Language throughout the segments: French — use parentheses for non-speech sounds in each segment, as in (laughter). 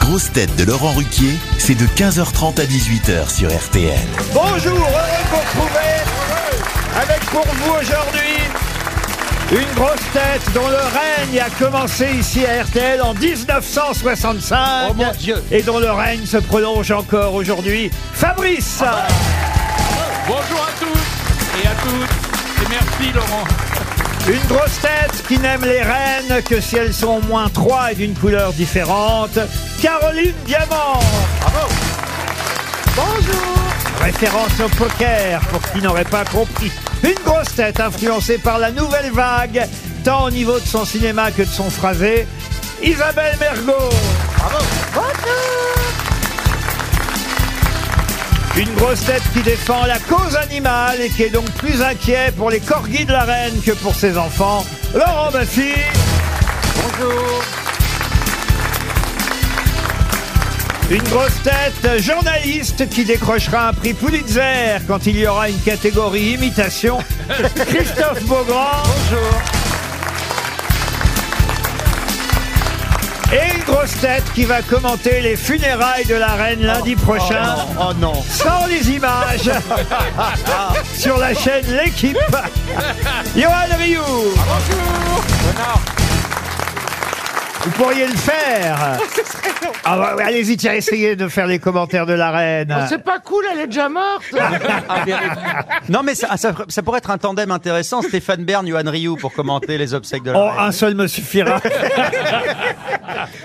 grosses têtes de Laurent Ruquier, c'est de 15h30 à 18h sur RTL. Bonjour, heureux de vous retrouver avec pour vous aujourd'hui une grosse tête dont le règne a commencé ici à RTL en 1965 Oh mon Dieu. et dont le règne se prolonge encore aujourd'hui, Fabrice Ah Bonjour à tous et à toutes. Et merci Laurent. Une grosse tête qui n'aime les reines que si elles sont au moins trois et d'une couleur différente, Caroline Diamant Ah, Référence au poker, pour qui n'aurait pas compris. Une grosse tête influencée par la nouvelle vague, tant au niveau de son cinéma que de son phrasé, Isabelle Mergot. Une grosse tête qui défend la cause animale et qui est donc plus inquiet pour les corgis de la reine que pour ses enfants, Laurent Baffy. Bonjour. Une grosse tête journaliste qui décrochera un prix Pulitzer quand il y aura une (laughs) catégorie imitation, Christophe Beaugrand. Bonjour. Et une grosse tête qui va commenter les funérailles de la reine lundi prochain Oh non. sans les (laughs) images sur la chaîne L'équipe. Johan Rioux, Bonjour. Renard. vous pourriez le (laughs) faire. Ah bah, ouais, Allez-y, tiens, essayez de faire les commentaires de la Oh, Bah, reine. C'est pas cool, elle est (laughs) déjà morte. Non, mais ça, ça- ça pourrait être un tandem intéressant, Stéphane Bern, Yohan Ryu, pour commenter les obsèques de la Oh, reine. un seul me suffira.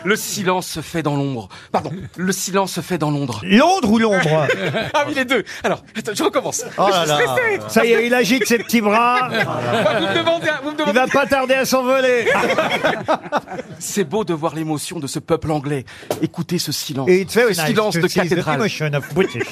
Le silence se fait dans l'ombre. Pardon, le silence se fait dans Londres. Londres ou l'ombre (laughs) Ah oui, les deux. Alors, attends, je recommence. Oh je là suis là. stressé. Ça y est, il agite ses petits (laughs) bras. Ah, Vous me demandez, vous me Il demandez. va pas tarder à s'envoler. (laughs) C'est beau de voir l'émotion de ce peuple anglais. Écoutez ce silence. Et il te fait ce silence de cathédrale. Emotion of (laughs) British.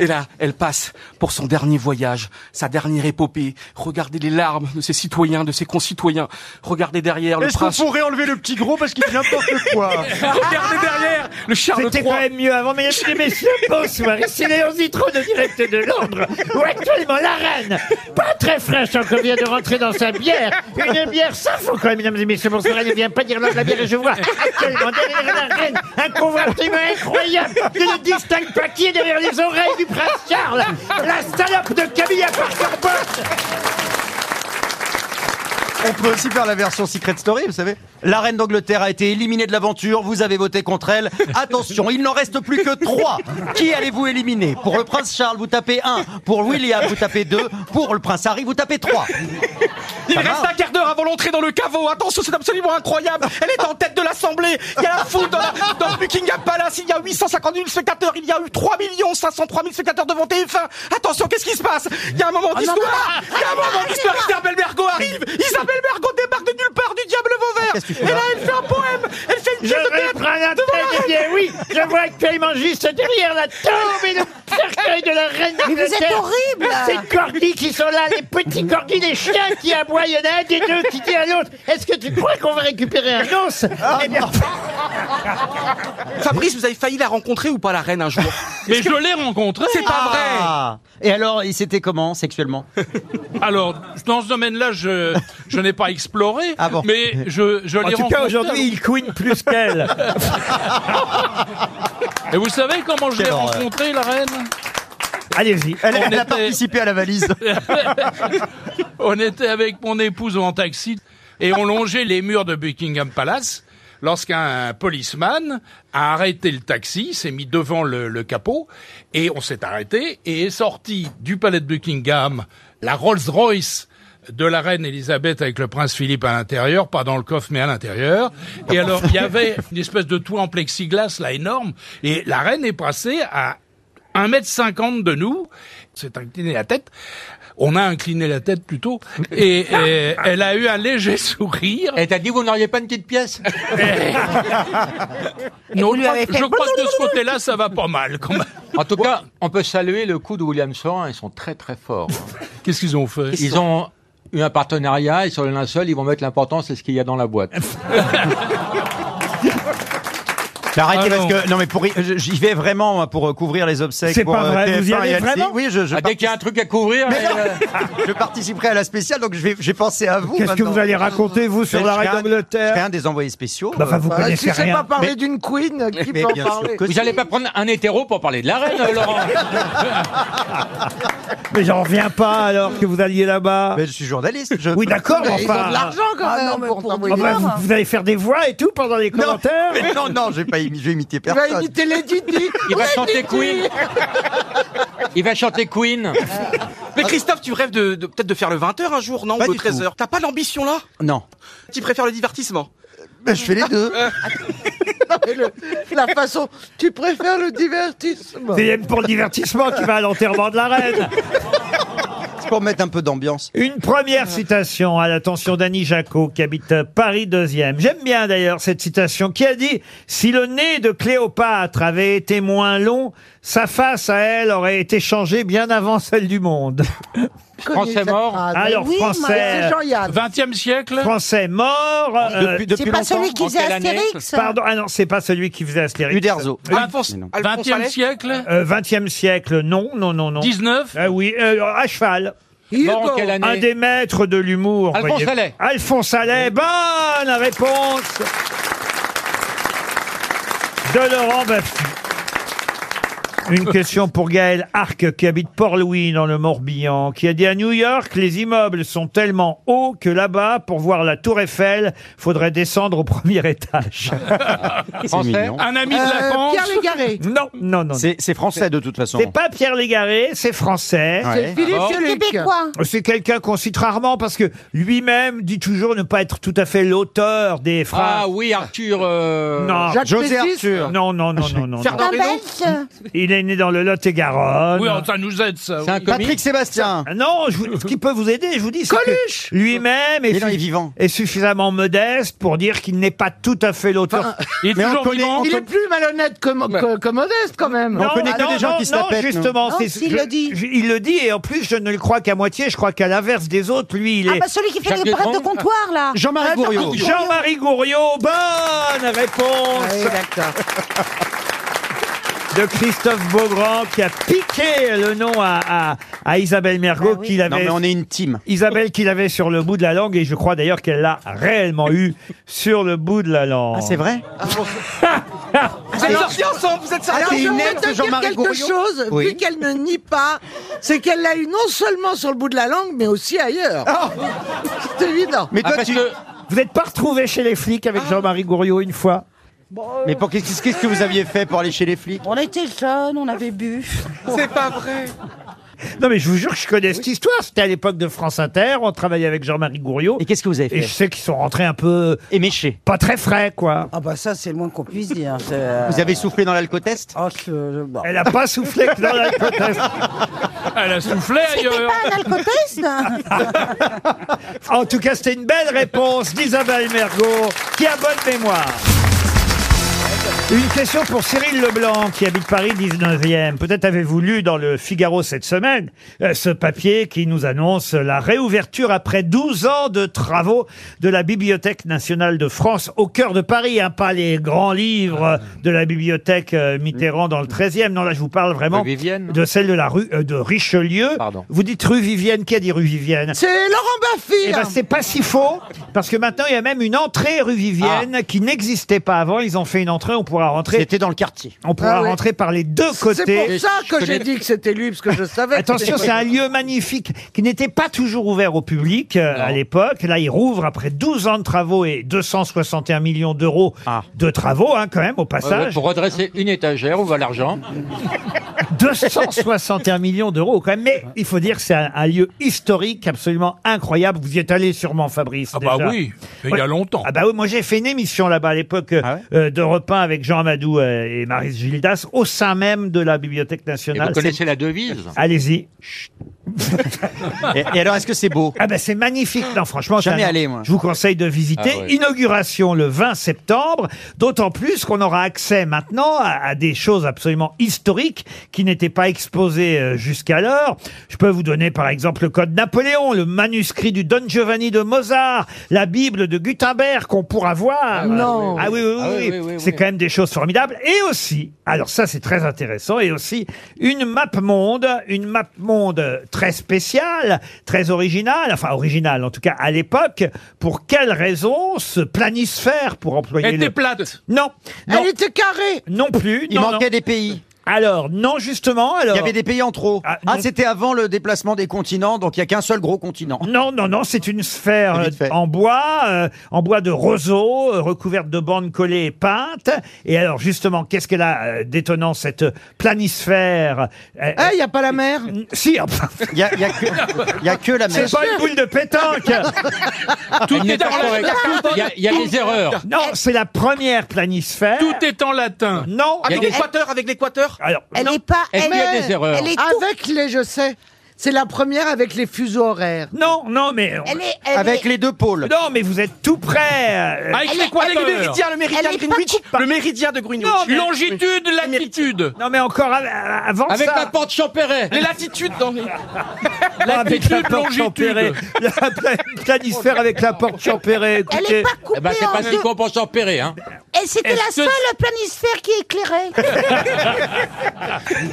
Et là, elle passe pour son dernier voyage, sa dernière épopée. Regardez les larmes de ses citoyens, de ses concitoyens. Regardez derrière le Est-ce qu'on prince. pourrait enlever le petit gros parce qu'il dit n'importe quoi (laughs) Regardez derrière le Charles C'était III. quand même mieux avant, mesdames et messieurs, bonsoir. Ici Léon Zitron de Direct de Londres, où actuellement la reine, pas très fraîche encore, vient de rentrer dans sa bière. Une bière, ça faut quand même, mesdames et messieurs, bonsoir. Elle ne vient pas d'Irlande, la bière, et je vois actuellement derrière la reine un convertiment incroyable qui ne distingue pas qui est derrière les oreilles du prince Charles. La salope de Camilla Parker Bowles. On peut aussi faire la version Secret Story, vous savez. La reine d'Angleterre a été éliminée de l'aventure, vous avez voté contre elle. Attention, il n'en reste plus que trois. Qui allez-vous éliminer Pour le prince Charles, vous tapez un. Pour William, vous tapez deux. Pour le prince Harry, vous tapez trois. Il Ça reste va un quart d'heure avant l'entrée dans le caveau. Attention, c'est absolument incroyable. Elle est en tête de l'Assemblée. Il y a la foule dans, la- dans le Buckingham Palace. Il y a 850 000 spectateurs. Il y a eu 3 503 000 spectateurs devant TF1. Attention, qu'est-ce qui se passe Il y a un Ah moment d'histoire. Il y a un moment d'histoire. Isabelle Bergot arrive. Isabelle Bergot débarque de nulle part du diable Qu'est-ce que tu Vauvert. fais Et là, là elle fait un poème. Elle fait une Je pièce de vais théâtre. prendre un tête de bière, oui. Je vois actuellement juste derrière la tombe et le cercueil de la reine d'Angleterre. horrible, là. Ah, bah, Ces corgis qui sont là, les petits corgis, les chiens qui aboient. Il y en a un des deux qui dit à l'autre Est-ce que tu crois qu'on va récupérer un os Ah. Eh bien, Fabrice, vous avez failli la rencontrer ou pas la reine (laughs) un jour Mais je l'ai rencontré. C'est pas vrai. Ah. Et alors, il s'était comment sexuellement Alors, dans ce domaine-là, je, je n'ai pas exploré. Ah bon. Mais je, je l'ai rencontré. il couine plus qu'elle. (laughs) Et vous savez comment je l'ai Quelle horreur. rencontré, la reine Allez-y. Elle, On elle a était- participé à la valise. (laughs) On était avec mon épouse en taxi et on longeait les murs de Buckingham Palace lorsqu'un policeman a arrêté le taxi, s'est mis devant le, le capot et on s'est arrêté et est sorti du palais de Buckingham la Rolls-Royce de la reine Elisabeth avec le prince Philippe à l'intérieur, pas dans le coffre mais à l'intérieur. Et alors il y avait (laughs) une espèce de toit en plexiglas là énorme et la reine est passée à 1m50 de nous, s'est incliné la tête. On a incliné la tête (laughs) plutôt. Et, et elle a eu un léger sourire. Et t'as dit vous n'auriez pas une petite pièce (laughs) (laughs) Non, je crois, je crois que de ce côté-là, ça va pas mal quand même. En tout cas, on peut saluer le coup de William Sorin, ils sont très très forts. Qu'est-ce qu'ils ont fait Ils ont eu un partenariat et sur le linceul, ils vont mettre l'importance c'est ce qu'il y a dans la boîte. Mais arrêtez Ah parce non. que non mais pour y- je- j'y vais vraiment moi, pour euh, couvrir les obsèques. C'est pour, pas euh, vrai, vous y TF1 et allez LCI. vraiment Oui, je, je, Ah, dès qu'il y a un truc à couvrir, Mais elle, non. euh, (laughs) je participerai à la spéciale, donc je vais- j'ai pensé à vous. Qu'est-ce que maintenant. vous allez raconter, vous, sur Mais la je serai reine un- Je serai d'Angleterre un des envoyés spéciaux. Bah, Enfin, vous Voilà, si connaissez c'est pas rien. parler d'une queen, qui mais peut en bien sûr parler que vous n'allez pas prendre un hétéro pour parler de la reine, euh, Laurent. Mais j'en reviens pas alors que vous alliez là-bas. Mais je suis journaliste. Je... Oui, d'accord, mais Mais Ils ont enfin. de l'argent quand Ah, même non, mais pour pour- t'envoyer Ah, bah, voir. vous, vous allez faire des voix et tout pendant les non, commentaires mais non, non, je vais pas imi- je vais imiter Il va personne. imiter les Didi. Il va chanter Queen. Il va chanter Euh. Queen. Mais Christophe, tu rêves de, de- peut-être de faire le 20h un jour, non Pas Ou le du tout. 13h T'as pas l'ambition là Non, Tu préfères le divertissement Ben, Bah, je fais les deux. Et le- (laughs) La façon. Tu préfères le divertissement. C'est même pour le (laughs) divertissement qui va à l'enterrement de la reine. C'est pour mettre un peu d'ambiance. Une première citation à l'attention d'Annie Jacot, qui habite Paris 2e. J'aime bien d'ailleurs cette citation qui a dit Si le nez de Cléopâtre avait été moins long, sa face à elle aurait été changée bien avant celle du monde. Je (laughs) connais Français cette mort. phrase. Alors, Ah, ben oui, moi, français, C'est Jean-Yann. 20e siècle français mort. euh, Ah, Depuis, depuis C'est pas longtemps. celui qui en faisait quelle année Astérix pardon, ah non, c'est pas celui qui faisait Astérix. Uderzo. Alphonse, Mais non. Alphonse 20e Allais siècle Euh, 20e siècle, non, non, non, non. 19 Ah oui, euh, à cheval. Mort en quelle Un année des maîtres de l'humour. Alphonse voyez. Allais. Alphonse Allais, bonne réponse de Laurent Baffy. Une (laughs) question pour Gaël Arc qui habite Port-Louis dans le Morbihan, qui a dit à New York, les immeubles sont tellement hauts que là-bas, pour voir la tour Eiffel, faudrait descendre au premier (laughs) étage. C'est Français. mignon. Un ami de la Euh, France Pierre Légaré. Non, non, non. non. C'est c'est français de toute façon. C'est pas Pierre Légaré, c'est français. Ouais. Philippe Ah bon Gueluc. Québécois. C'est quelqu'un qu'on cite rarement parce que lui-même dit toujours ne pas être tout à fait l'auteur des phrases. Ah oui, Arthur. euh, non. Jacques José Pessis. Arthur. non, non, non, non, non, Ah, non. Un Fernand Reynaud belge Il est né dans le Lot-et-Garonne. Oui, ça nous aide ça. C'est un oui. Patrick Sébastien. Ah Non, je vous- ce qui peut vous aider, je vous dis, c'est que lui-même est, Mais non, il suffi- est vivant. est suffisamment modeste pour dire qu'il n'est pas tout à fait l'auteur. Il est Mais on toujours connaît- vivant. on Il est plus malhonnête que, mo- que- que modeste quand même. on connaît que des gens qui se la ah non, pètent, nous. justement, Non, c'est- s'il je- le dit. je- il le dit et en plus je ne le crois qu'à moitié. Je crois qu'à l'inverse des autres, lui, il Ah est. bah celui qui fait Jacques les brefs de Legrand. comptoir là Jean-Marie Gouriot. Jean-Marie Gouriot, bonne réponse. Ouais, d'accord. de Christophe Beaugrand qui a piqué le nom à, à, à Isabelle Mergot Bah oui. qu'il Non avait mais on est une team. Isabelle qu'il avait sur le bout de la langue et je crois d'ailleurs qu'elle l'a réellement eu sur le bout de la langue. Ah c'est vrai (laughs) Vous êtes sortis ensemble, vous êtes sortis Alors, c'est je une voudrais ex de te dire Jean-Marie quelque Gouriot chose, Oui. vu qu'elle ne nie pas, c'est qu'elle l'a eu non seulement sur le bout de la langue, mais aussi ailleurs. C'est évident. Ah. Mais Ah, toi parce tu que- Vous n'êtes pas retrouvé chez les flics avec Ah. Jean-Marie Gouriot une fois euh, Mais pour qu'est-ce qu'est-ce que vous aviez fait pour aller chez les flics On était jeunes, on avait bu. C'est pas vrai Non mais je vous jure que je connais cette histoire. C'était à l'époque de France Inter, on travaillait avec Jean-Marie Gouriot Et qu'est-ce que vous avez et je fait sais qu'ils sont rentrés un peu Éméché. pas très frais quoi. Ah bah ça c'est euh, Ah, le moins qu'on puisse dire. Vous avez soufflé dans l'alcotest Elle a pas soufflé (laughs) que dans la proteste. Elle a soufflé C'était ailleurs. pas un alcotest Ah. (laughs) En tout cas, c'était une belle réponse d'Isabelle Mergot, qui a bonne mémoire. Une question pour Cyril Leblanc, qui habite Paris 19e. Peut-être avez-vous lu dans le Figaro cette semaine euh, ce papier qui nous annonce la réouverture après 12 ans de travaux de la Bibliothèque nationale de France au cœur de Paris, hein, pas les grands livres euh, de la bibliothèque euh, Mitterrand dans le 13e. Non, là, je vous parle vraiment Rue Vivienne. de celle de la rue euh, de Richelieu. Pardon. Vous dites rue Vivienne, qui a dit rue Vivienne C'est Laurent Baffy. eh ben, là. c'est pas si faux, parce que maintenant, il y a même une entrée rue Vivienne qui n'existait pas avant. Ils ont fait une entrée, on pourra rentrer, Ah. C'était dans le quartier. on pourra Ah ouais. rentrer par les deux C'est côtés. pour ça que j'ai dit que c'était lui, parce que je savais. que Attention, c'était- c'est un lieu magnifique qui n'était pas toujours ouvert au public euh, à l'époque. Là, il rouvre après 12 ans de travaux et 261 millions d'euros Ah. de travaux, hein, quand même, euh, au ouais, passage. pour redresser une étagère, où va l'argent 261 millions d'euros, quand même. Mais il faut dire que c'est un, un lieu historique absolument incroyable. Vous y êtes allé sûrement, Fabrice. Ah bah déjà. oui, il y a longtemps. Ah bah oui, moi j'ai fait une émission là-bas à l'époque Ah ouais euh, de repas avec Jean Amadou euh, et Maris Gildas au sein même de la Bibliothèque Et vous nationale. connaissez la devise Allez-y. Et, et alors, est-ce que c'est beau Ah ben c'est magnifique, non franchement. Jamais c'est un- allé, moi. Je vous conseille de visiter. Ah ouais. Inauguration le 20 septembre, d'autant plus qu'on aura accès maintenant à, à des choses absolument historiques qui n'étaient pas exposées euh, jusqu'alors. Je peux vous donner par exemple le Code Napoléon, le manuscrit du Don Giovanni de Mozart, la Bible de Gutenberg qu'on pourra voir. Non. Ah oui, oui, oui. Ah oui, oui. oui, oui, c'est quand même des choses formidables. Et aussi, alors ça c'est très intéressant, et aussi une map monde, une map monde très spéciale, très originale, enfin originale en tout cas à l'époque. Pour quelle raison ce planisphère, pour employer Elle était le- plate. Non. Elle était carrée. Non plus. Il manquait des pays. Alors non justement. Alors Il y avait des pays en trop. Ah, non. c'était avant le déplacement des continents, donc il n'y a qu'un seul gros continent. Non, non, non, c'est une sphère euh, en bois, euh, en bois de roseau, euh, recouverte de bandes collées et peintes. Et alors, justement, qu'est-ce qu'elle a euh, d'étonnant, cette planisphère Ah, il n'y a pas la mer Si, enfin... Il n'y a, que la mer. C'est pas une boule de pétanque Tout est en latin. Il y a- il y a des erreurs. Non, c'est la première planisphère. Tout est en latin. Non. Il y a des- avec l'équateur Alors, Elle n'est pas. Est-ce qu'il y a des erreurs Elle est avec les, je sais. C'est la première avec les fuseaux horaires. Non, non, mais. Elle est- elle Avec est- les deux pôles. Non, mais vous êtes tout euh, près. Ah, Avec Elle est- l'équateur. Avec le méridien, le méridien de Greenwich. Le méridien de Greenwich. Longitude, latitude. Non, mais encore av- avant Avec ça. la pente Champéret. (laughs) Ah, Les latitudes dans les... (laughs) Non, avec la Latitude, porte longitude. Champéret. La pla- planisphère avec la porte Champéret. Elle est Écoutez. pas coupée Eh ben, c'est pas en si deux. qu'on pense Champéret, hein. Et c'était la Est-ce que- seule planisphère qui éclairait.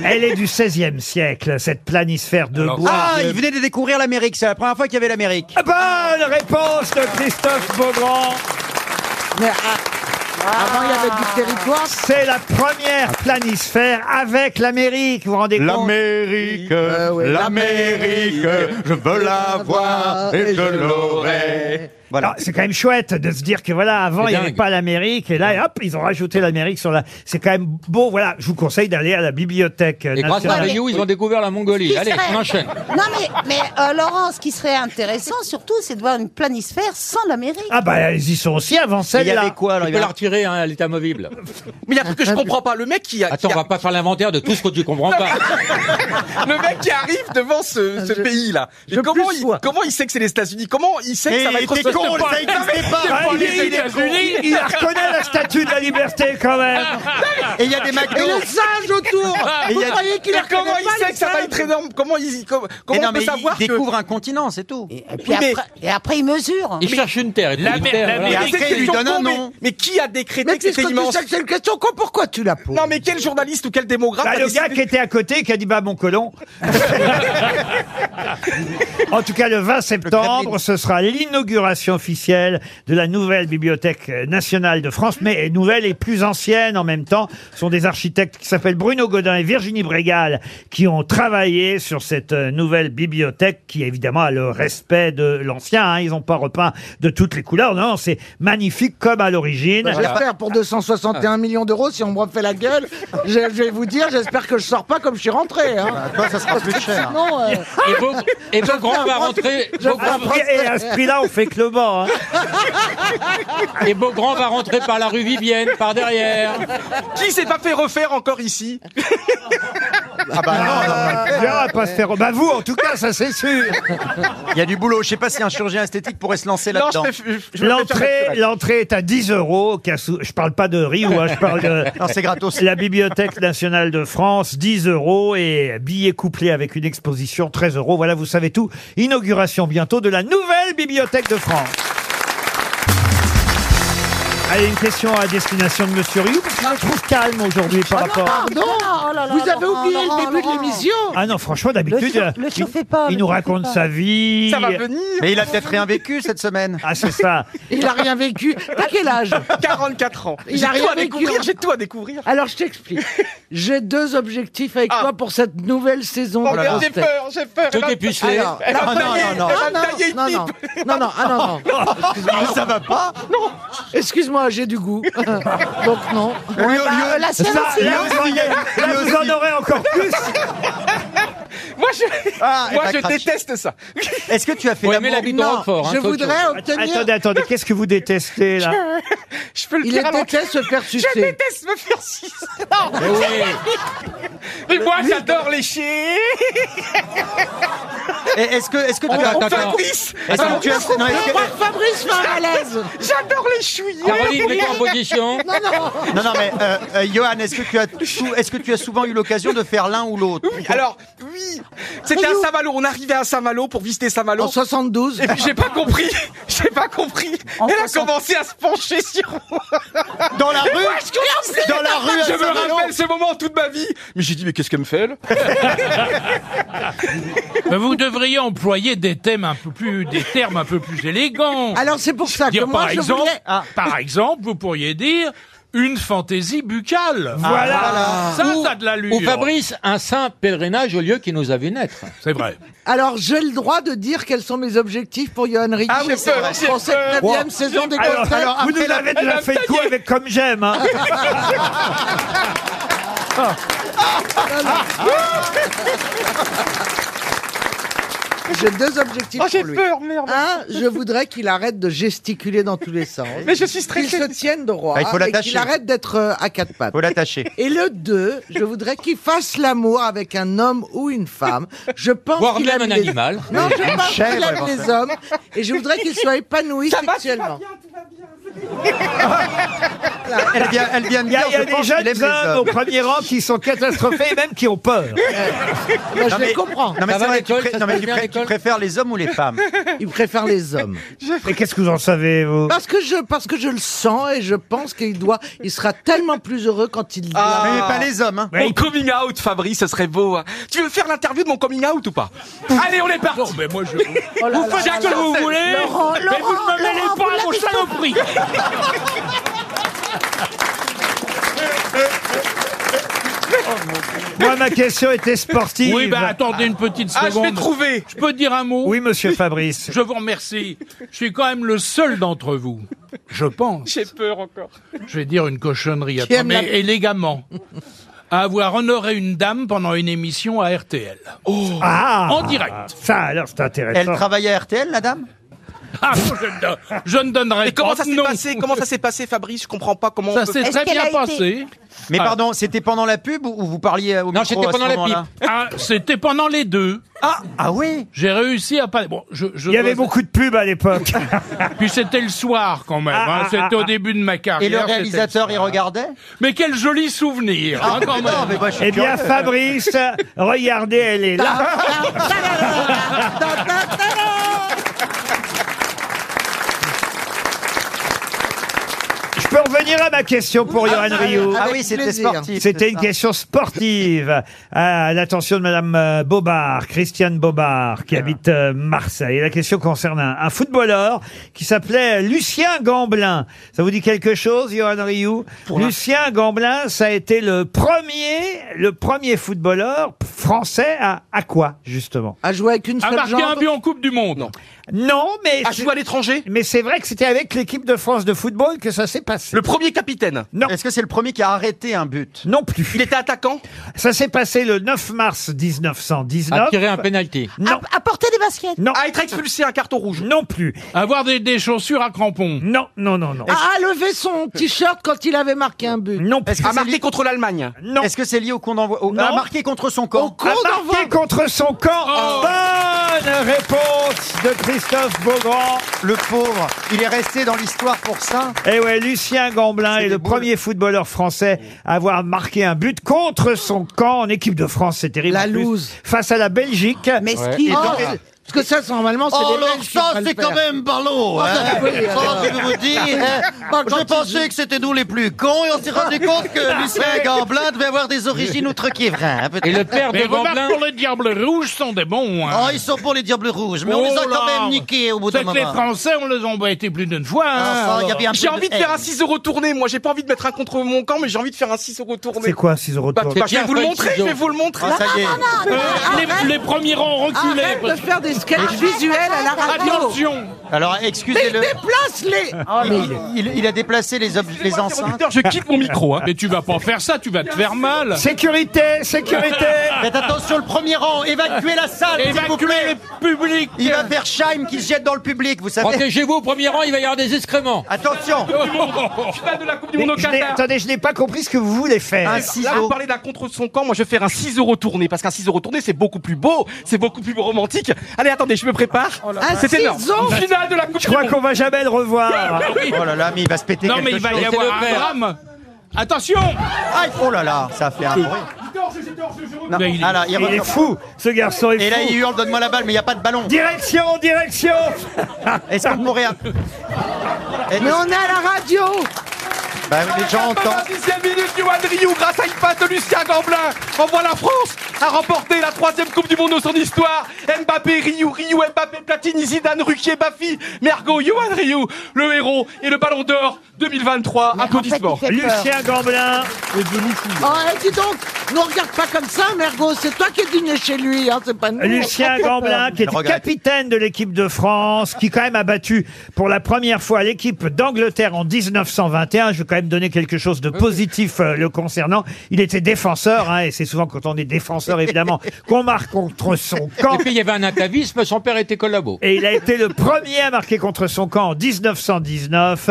Elle est du 16e siècle, cette planisphère de bois. Ah, De- il venait de découvrir l'Amérique, c'est la première fois qu'il y avait l'Amérique. Bonne réponse de Christophe Beaugrand. Avant, il y avait du territoire. C'est la première planisphère avec l'Amérique, vous vous rendez compte Ah L'Amérique, Ah l'Amérique, je veux la voir et je l'aurai. Voilà. C'est quand même chouette de se dire que voilà, avant C'est il n'y avait dingue. pas l'Amérique et là hop, ils ont rajouté l'Amérique sur la. C'est quand même beau. Voilà, je vous conseille d'aller à la bibliothèque Et grâce à nationale. Bayou, ils ont découvert la Mongolie. Qui Allez, serait- on enchaîne. Non, mais, mais euh, Laurent, ce qui serait intéressant surtout, c'est de voir une planisphère sans l'Amérique. Ah bah ils y sont aussi avant Il celle-là. y avait quoi alors Il Il peut peut la la retirer, hein, elle est amovible. Mais il y a un truc que je comprends pas. Le mec qui a... Attends, on va pas faire l'inventaire de tout ce que tu comprends pas. Le mec qui arrive devant ce, ce pays-là. Et Comment il, comment il sait que c'est les États-Unis Comment il sait que ça va être ce- Ah, il, est- il est con. Il- il reconnaît la statue de la liberté quand même. Et il y a des McDo. Et les singes autour. Et il Vous y a- croyez qu'il Mais la comment reconnaît il pas, sait les que ça va singes être énorme Comment il comment, Mais comment Eh non, on peut mais il- savoir il que- découvre un continent, c'est tout. Et, puis après, et après, ils mesurent. Ils cherchent une terre. ils trouvent une terre, voilà. Mais c'est une question con, mais- Mais qui a décrété Mais que c'était puisque tu immense sais que c'est une question con, pourquoi tu la poses Non, mais quel journaliste ou quel démographe Bah, a le gars décidé- qui était à côté qui a dit bah mon (laughs) colon. en tout cas, le 20 septembre, ce sera l'inauguration officielle de la nouvelle bibliothèque nationale de France, mais nouvelle et plus ancienne en même temps. Ce sont des architectes qui s'appellent Bruno Godin et Virginie Brégal qui ont travaillé sur cette euh, nouvelle bibliothèque qui évidemment a le respect de l'ancien. hein. Ils n'ont pas repeint de toutes les couleurs. Non, c'est magnifique comme à Bah, l'origine. J'espère pour 261 millions d'euros, si on me refait la gueule, je, je vais vous dire, j'espère que je sors pas comme je suis rentré. Hein. Bah, Toi, ça sera plus cher. Sinon, euh, Et vos, et vos grands va rentrer. vos grands- Et à ce prix-là, Ah, on fait que le banc. hein. Et Beaugrand va rentrer par la rue Vivienne, par derrière. Qui s'est pas fait refaire encore ici Ah bah Bien, on va pas se faire. Bah vous, en tout cas, ça c'est sûr. non, il y a du boulot. Je sais pas si un chirurgien esthétique pourrait se lancer Non, je là-dedans. me fais- je me fais faire L'entrée, naturel. l'entrée est à 10 euros. Cassou- Je parle pas de Rio, hein, je parle de. (laughs) Non, c'est gratos. La Bibliothèque nationale de France, 10 euros et billets couplés avec une exposition, 13 euros. Voilà, vous savez tout. Inauguration bientôt de la nouvelle Bibliothèque de France. Allez, une question à destination de Monsieur Rioux, parce que je le trouve calme aujourd'hui par rapport. Ah pardon, Oh là là, vous avez Laurent, oublié Laurent, le début Laurent. de l'émission. Ah non, franchement, d'habitude, Le chau- le il- chauffez pas, il le nous chauffez raconte pas. sa vie. Ça va venir Mais il a peut-être rien vécu cette semaine. Ah, c'est ça. Il a rien vécu. T'as quel (laughs) âge 44 ans. Il J'ai a rien tout à vécu, découvrir, hein. j'ai tout à découvrir. Alors je t'explique. (laughs) J'ai deux objectifs avec Ah. toi pour cette nouvelle saison. Oh, de merde, j'ai Grosse Tête. peur, j'ai peur. Tout est pucelé. Alors, Elle va Ah, me non, tailler, non, non. elle va me Ah, tailler une non, non, non, non, ah, non, non. ça va pas Excuse-moi, j'ai du (laughs) goût. Donc non. Lui, lui- Bah, euh, la sienne Ça, (laughs) aussi. là, vous en- là, vous en aurez encore plus. (laughs) Moi, je, Ah, et moi, bah, je crache. déteste ça. Est-ce que tu as fait Ouais, mais l'amour l'habitant Roquefort, hein, c'est autre chose. Attendez, attendez, qu'est-ce que vous détestez là (laughs) Je peux le Il dire avant- déteste se faire sucer. Je déteste me faire sucer. Non. Mais (laughs) Mais moi, j'adore lécher. Et Eh, Est-ce que, est-ce que tu On- as on Fabrice. Est-ce Alors, que tu as non, est-ce Je que- crois que Fabrice va Ah. à l'aise. J'adore les chouilles. Caroline, mets-toi en (laughs) position. Non, non. Non, non, (laughs) mais euh, euh, Johan, est-ce que tu as sou- est-ce que tu as souvent eu l'occasion de faire l'un ou l'autre Oui, alors, oui. C'était à Saint-Malo. On arrivait à Saint-Malo pour visiter Saint-Malo. En 72. Et puis, j'ai pas compris. (laughs) J'ai pas compris. Elle a commencé à se pencher sur moi. dans la Et moi, rue, je commençais- dans la rue, à Je me Saint-Malo rappelle ce moment toute ma vie. Mais j'ai dit, mais qu'est-ce qu'elle me fait, elle Mais vous devriez employer des thèmes un peu plus, des termes un peu plus élégants. Alors c'est pour ça que Dire, moi par je exemple, voulais. Ah. par exemple, vous pourriez dire une fantaisie buccale. Ah. Ah. Voilà. Ça, Ou- ça a de l'allure. Ou Fabrice, un saint pèlerinage au lieu qui nous a vu naître. C'est vrai. Alors j'ai le droit de dire quels sont mes objectifs pour Johan Ricky Ah oui, c'est vrai, c'est pour cette vrai. neuvième saison des Euh, Alors, Grosses Têtes. vous nous avez déjà va fait le coup avec Comme J'aime. hein. Ah. J'ai deux objectifs Oh, j'ai pour lui. peur, merde. Un, je voudrais qu'il arrête de gesticuler dans tous les sens. (laughs) Mais je suis Qu'il stressé. se tienne droit Bah, il faut et l'attacher. qu'il arrête d'être euh, à quatre pattes. faut l'attacher. Et le deux, je voudrais qu'il fasse l'amour avec un homme ou une femme. Je pense Voire qu'il même aime un les- animal. Non, je pense chèvre, qu'il aime éventuellement. les hommes et je voudrais qu'il soit épanoui Ça va, sexuellement. (laughs) Elle vient, elle vient de Il y dire, a, il y a des je pense qu'il aime jeunes les hommes au hommes. premier rang qui sont catastrophés et même qui ont peur. Moi, je mais- les comprends. Non mais Ça c'est va, vrai, tu, l'école, pré- ça se non, mais passe tu bien, pré- tu l'école préfères les hommes ou les femmes Il préfère les hommes. Mais qu'est-ce que vous en savez, vous Parce que je parce que je le sens et je pense qu'il doit il sera tellement plus heureux quand il Ah. Mais pas les hommes. Hein. Mon coming out, Fabrice, ce serait beau. hein. Tu veux faire l'interview de mon coming out ou pas Allez, on est parti. Non, mais moi, je... Oh vous faites ce que vous voulez. Laurent, mais vous Laurent, ne me mêlez Laurent, pas à vous mon l'avez saloperie. (laughs) Oh, Moi, ma question était sportive. Oui, bah attendez une petite Ah, je vais seconde. trouver. Je peux dire un mot (laughs) Oui, monsieur Fabrice. Je vous remercie. Je suis quand même le seul d'entre vous, je pense. J'ai peur encore. Je vais dire une cochonnerie, attends, aime mais la- élégamment. À avoir honoré une dame pendant une émission à RTL. Ah En direct. Ça, alors, c'est Elle intéressant. travaille à RTL, la dame Ah, bon, je, ne, don- je ne donnerai Et comment pas ça de s'est nom. passé Comment ça s'est passé, Fabrice Je comprends pas comment. Ça on peut- s'est Est-ce très qu'elle a bien été- passé. Mais Ah. pardon, c'était pendant la pub ou vous parliez au Non, micro c'était à ce pendant la moment-là pipe. Ah, c'était pendant les deux. Ah, ah oui J'ai réussi à pas. Bon, je, je Il y avait dois- beaucoup de pubs à l'époque. (laughs) Puis c'était le soir quand même. Ah, hein. ah, c'était ah, au début de ma carrière. Et le c'était réalisateur, soir. il regardait Mais quel joli souvenir. hein, quand même. Non, mais moi, je suis eh bien, curieux. Fabrice, regardez, elle est là. (laughs) Je peux revenir à ma question pour Johan Rioux. Ah Avec oui, c'était plaisir. sportif. C'était une ça. question sportive à l'attention de Madame euh, Bobard, Christiane Bobard, qui habite euh, Marseille. La question concerne un, un footballeur qui s'appelait Lucien Gamblin. Ça vous dit quelque chose, Johan Rioux Lucien Gamblin, ça a été le premier, le premier footballeur français à, à quoi, justement à jouer avec une A seule marqué un jambe. but en Coupe du Monde. Non, mais Ah, c'est- je joue à l'étranger mais c'est vrai que c'était avec l'équipe de France de football que ça s'est passé. Le premier capitaine. Non, Est-ce que c'est le premier qui a arrêté un but non plus. Il était attaquant. Ça s'est passé le 9 mars 1919. À tirer un penalty. Non, Apporter des baskets. non, À être expulsé un carton rouge. non plus. Avoir des, des chaussures à crampons. Non, non, non, non. Ah, lever son t-shirt quand il avait marqué un but. Non, plus. Est-ce que À c'est marquer lié, contre l'allemagne. non. Ah, est-ce que c'est lié au con d'envoi au- à Non. marquer contre son camp A marqué contre son camp. Oh. Bonne réponse de Christophe Beaugrand. Le pauvre, il est resté dans l'histoire pour ça. Et Eh ouais, Lucien Gamblin est, des le boules. premier footballeur français à avoir marqué un but contre son camp en équipe de France. C'est terrible. La en plus. loose. Face à la Belgique. Mais ce qui- Oh, Oh, c'est- parce que ça, c'est- normalement, c'est les Belges qui doivent le faire. même ballot. hein. ça, Oh, oui, Ça, alors. je vous dis, Eh, Eh, Pas quand je il pensais que c'était nous les plus cons et on s'est rendu compte (laughs) que Lucien Gamblin devait avoir des origines hein, outre-quiévrains. Et le père Mais de remarque Gamblin, pour les diables rouges sont des bons. Oh, hein. ils sont pour les diables rouges, mais on les a Oh quand là. même niqués au bout C'est que les Français, on les a embêtés plus d'une fois. hein. Ah. J'ai envie de faire un 6 euros tourné. Moi, j'ai pas envie de mettre un contre mon camp, mais j'ai envie de faire un 6 euros C'est tourné. quoi, 6 euros de Bah, tour- bah, je vais vous le Pierre montrer, je Feuille-Ciseaux. vais vous le montrer. Ah, ça y est. Euh, les, les premiers rangs ont reculé. Ah, Arrête de faire des sketchs visuels à la radio. Attention Alors, excusez-le. Mais déplace-les Ah, mais il, il- il a déplacé les, ob- les enceintes. Je quitte mon micro. Hein. Mais tu vas pas faire ça, tu vas te faire mal. Sécurité, sécurité. Faites attention, le premier rang, évacuez la salle, s'il vous Évacuez plaît. le public. Il va faire Scheim qui se jette dans le public, vous savez. Protégez-vous au premier rang, il va y avoir des excréments. Attention. de la Coupe du Mais Monde au je n'ai- Qatar. attendez, je n'ai pas compris ce que vous voulez faire. Là, vous parlez d'un contre son camp, moi je vais faire un 6 euros tourné parce qu'un 6 euros tourné c'est beaucoup plus beau, c'est beaucoup plus romantique. Allez, attendez, je me prépare. Oh vache. c'est Un énorme. ciseau Finale de la Coupe Je crois qu'on va jamais le revoir. Oh là là, mais il va se péter Non, mais (laughs) quelque il va chose. y avoir un drame. Attention Aïe, oh là là, ça a fait un bruit. Non, Mais il est- ah là, il est fou, ce garçon est Et là, fou. il hurle, donne-moi la balle, mais il n'y a pas de ballon. Direction, direction (laughs) Est-ce qu'on pourrait... Et- Mais on est à la radio Bah, les gens entendent. 90e minute du Wadriou grâce à une passe de Lucien Gamblin envoie la France à remporter la troisième Coupe du Monde de son histoire. Mbappé, Riou, Riou, Mbappé, Platini, Zidane, Ruquier, Baffy, Mergo, Johan Riou, le héros et le Ballon d'Or 2023. Applaudissements. fait, il fait peur. Lucien Gamblin Oh, eh, dis donc, nous regarde pas comme ça, Mergo, c'est toi qui es dîné chez lui, hein, c'est pas nous. Lucien Gamblin, qui Je le était regrette. capitaine de l'équipe de France, qui quand même a battu pour la première fois l'équipe d'Angleterre en 1921. Je vais quand même donner quelque chose de positif euh, le concernant. Il était défenseur, hein, et c'est souvent quand on est (laughs) défenseur, évidemment, qu'on marque contre son camp. Et puis il y avait un atavisme, son père était collabo. Et il a été le premier à marquer contre son camp en 1919.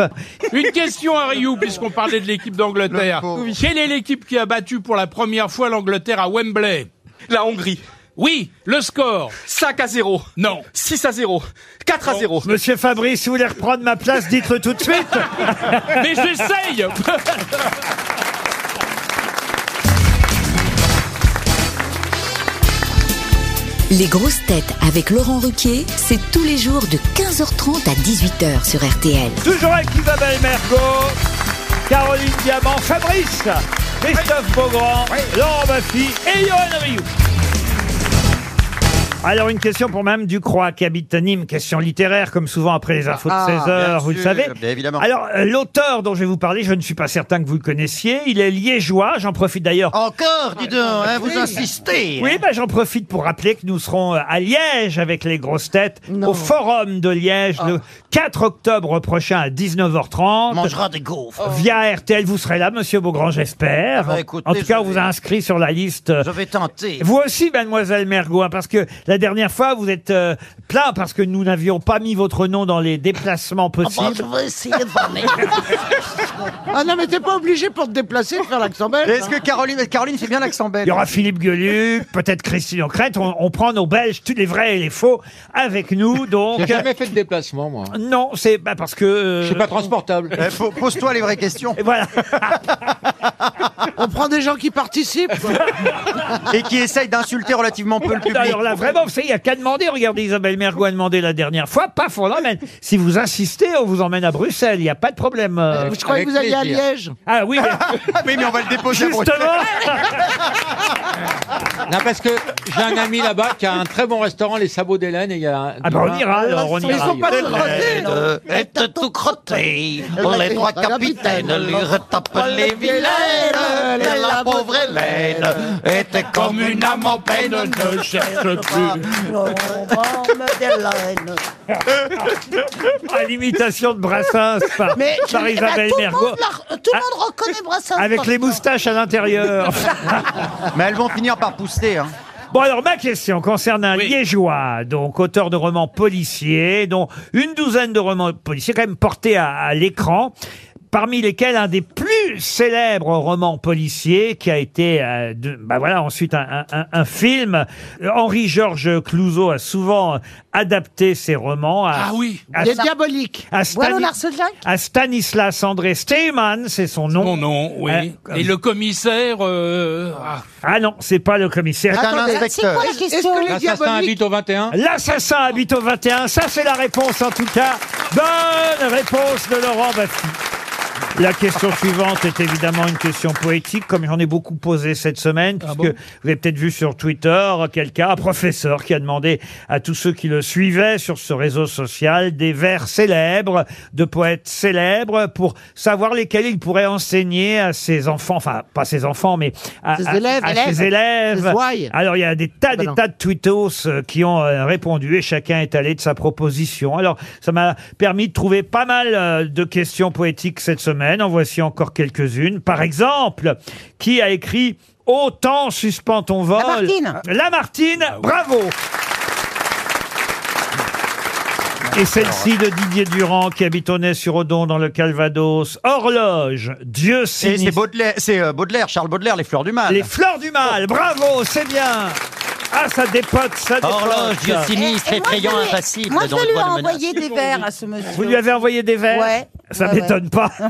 Une question à Ryu, puisqu'on parlait de l'équipe d'Angleterre. Quelle est l'équipe qui a battu pour la première fois l'Angleterre à Wembley La Hongrie, Oui, le score 5 à 0, Non. 6 à 0, 4 à 0. Monsieur Fabrice, si vous voulez reprendre ma place, dites-le tout de suite. (laughs) Mais (laughs) j'essaye Les grosses têtes avec Laurent Ruquier, c'est tous les jours de 15h30 à 18h sur RTL. Toujours avec Isabelle Mergot, Caroline Diamant, Fabrice, Christophe Beaugrand, Laurent Baffy et Johan Rioux. Alors une question pour Mme Ducroix qui habite à Nîmes, question littéraire comme souvent après les infos Ah, de 16 bien heures, vous le sûr, savez. bien évidemment. Alors euh, l'auteur dont je vais vous parler, je ne suis pas certain que vous le connaissiez, il est liégeois, j'en profite d'ailleurs Encore, dis donc, hein, vous insistez. oui, bah, j'en profite pour rappeler que nous serons euh, à Liège avec les grosses têtes Non. au Forum de Liège le 4 octobre prochain à 19h30. Ah. On mangera des gaufres. Via RTL, vous serez là, monsieur Beaugrand, j'espère. Oh. Ah bah, écoutez, en tout cas, on je vous vais- a inscrit sur la liste. euh, Je vais tenter. Vous aussi, mademoiselle Mergot, hein, parce que la dernière fois, vous êtes euh, plein parce que nous n'avions pas mis votre nom dans les déplacements Ah bah, bah, Bon, je possibles. vais essayer de (laughs) venir. Ah non, mais t'es pas obligé pour te déplacer de faire l'accent belge. Est-ce hein. que Caroline, Caroline fait bien l'accent belge Il y aura Philippe (laughs) Gueluc, peut-être Christine Ockrent. On, on prend nos Belges, tous les vrais et les faux, avec nous. J'ai Donc, euh, jamais fait de déplacement, moi. non, c'est bah, parce que. euh, Je suis pas transportable. Eh, po- Pose-toi les vraies questions. Et (laughs) voilà. On prend des gens qui participent. Et qui essaye d'insulter relativement peu le public. Alors là, vraiment, vous savez, il n'y a qu'à demander. Regardez, Isabelle Mergo a demandé la dernière fois. Paf, on l'emmène. Si vous insistez, on vous emmène à Bruxelles. Il n'y a pas de problème. euh. Je croyais que vous Avec alliez à plaisir. Liège. Ah oui, mais Ah (laughs) oui, mais on va le déposer à Bruxelles. justement. (laughs) Non, parce que j'ai un ami là-bas qui a un très bon restaurant, les Sabots d'Hélène, et il y a un. Ah bah on ira alors, on Ils ira. sont pas de côté. Euh, Et tout crotté, les trois capitaines lui retapent les vilaines, et Euh, la pauvre Hélène était comme une âme en peine. ne Ah, cherche plus. Ah, À l'imitation de Brassens par, Mais je- par eh ben, Isabelle tout, le Mergo. monde, la- tout le monde reconnaît Brassens. Avec les moustaches (laughs) à l'intérieur. Mais elles vont finir par pousser. Hein. Bon, alors ma question concerne un liégeois, donc auteur de romans policiers, dont une douzaine de romans policiers quand même portés à, à l'écran. Parmi lesquels un des plus célèbres romans policiers qui a été, euh, de- bah voilà, ensuite un, un- un- un film. Henri-Georges Clouzot a souvent adapté ses romans à, Ah oui. à, Il est diabolique. à Voilà Stanis- l'Arseniac à Stanislas André Steyman, c'est son nom. Mon nom, oui. Ah, Et le commissaire... euh, ah, Ah non, c'est pas le commissaire. C'est un Attendez, C'est quoi inspecteur. la Est-ce question que les L'assassin diaboliques habite au 21. L'assassin habite au 21, ça c'est la réponse en tout cas. Bonne réponse de Laurent Baffy. La question suivante est évidemment une question poétique, comme j'en ai beaucoup posé cette semaine, puisque vous avez peut-être vu sur Twitter quelqu'un, un professeur, qui a demandé à tous ceux qui le suivaient sur ce réseau social des vers célèbres, de poètes célèbres, pour savoir lesquels il pourrait enseigner à ses enfants, enfin pas ses enfants, mais à, Ses à- élèves, à élèves. ses élèves. Ses ouailles. Alors il y a des tas, des tas de tweetos euh, qui ont euh, répondu et chacun est allé de sa proposition. Alors ça m'a permis de trouver pas mal euh, de questions poétiques cette semaine. En voici encore quelques-unes. Par exemple, qui a écrit Autant suspend ton vol Lamartine. Lamartine, bravo et celle-ci de Didier Durand qui habite Aunay-sur-Odon dans le Calvados. Horloge, Dieu Et sinistre. c'est Baudelaire, c'est, euh, Baudelaire, Charles Baudelaire, les fleurs du mal. Les fleurs du mal, bravo, c'est bien. Ah, ça dépote, ça dépote. Horloge, Dieu sinistre, Et moi, je lui ai- Moi, je lui ai envoyé des vers à ce monsieur. Vous lui avez envoyé des vers Ouais. Ça Ouais, m'étonne ouais. (laughs) pas.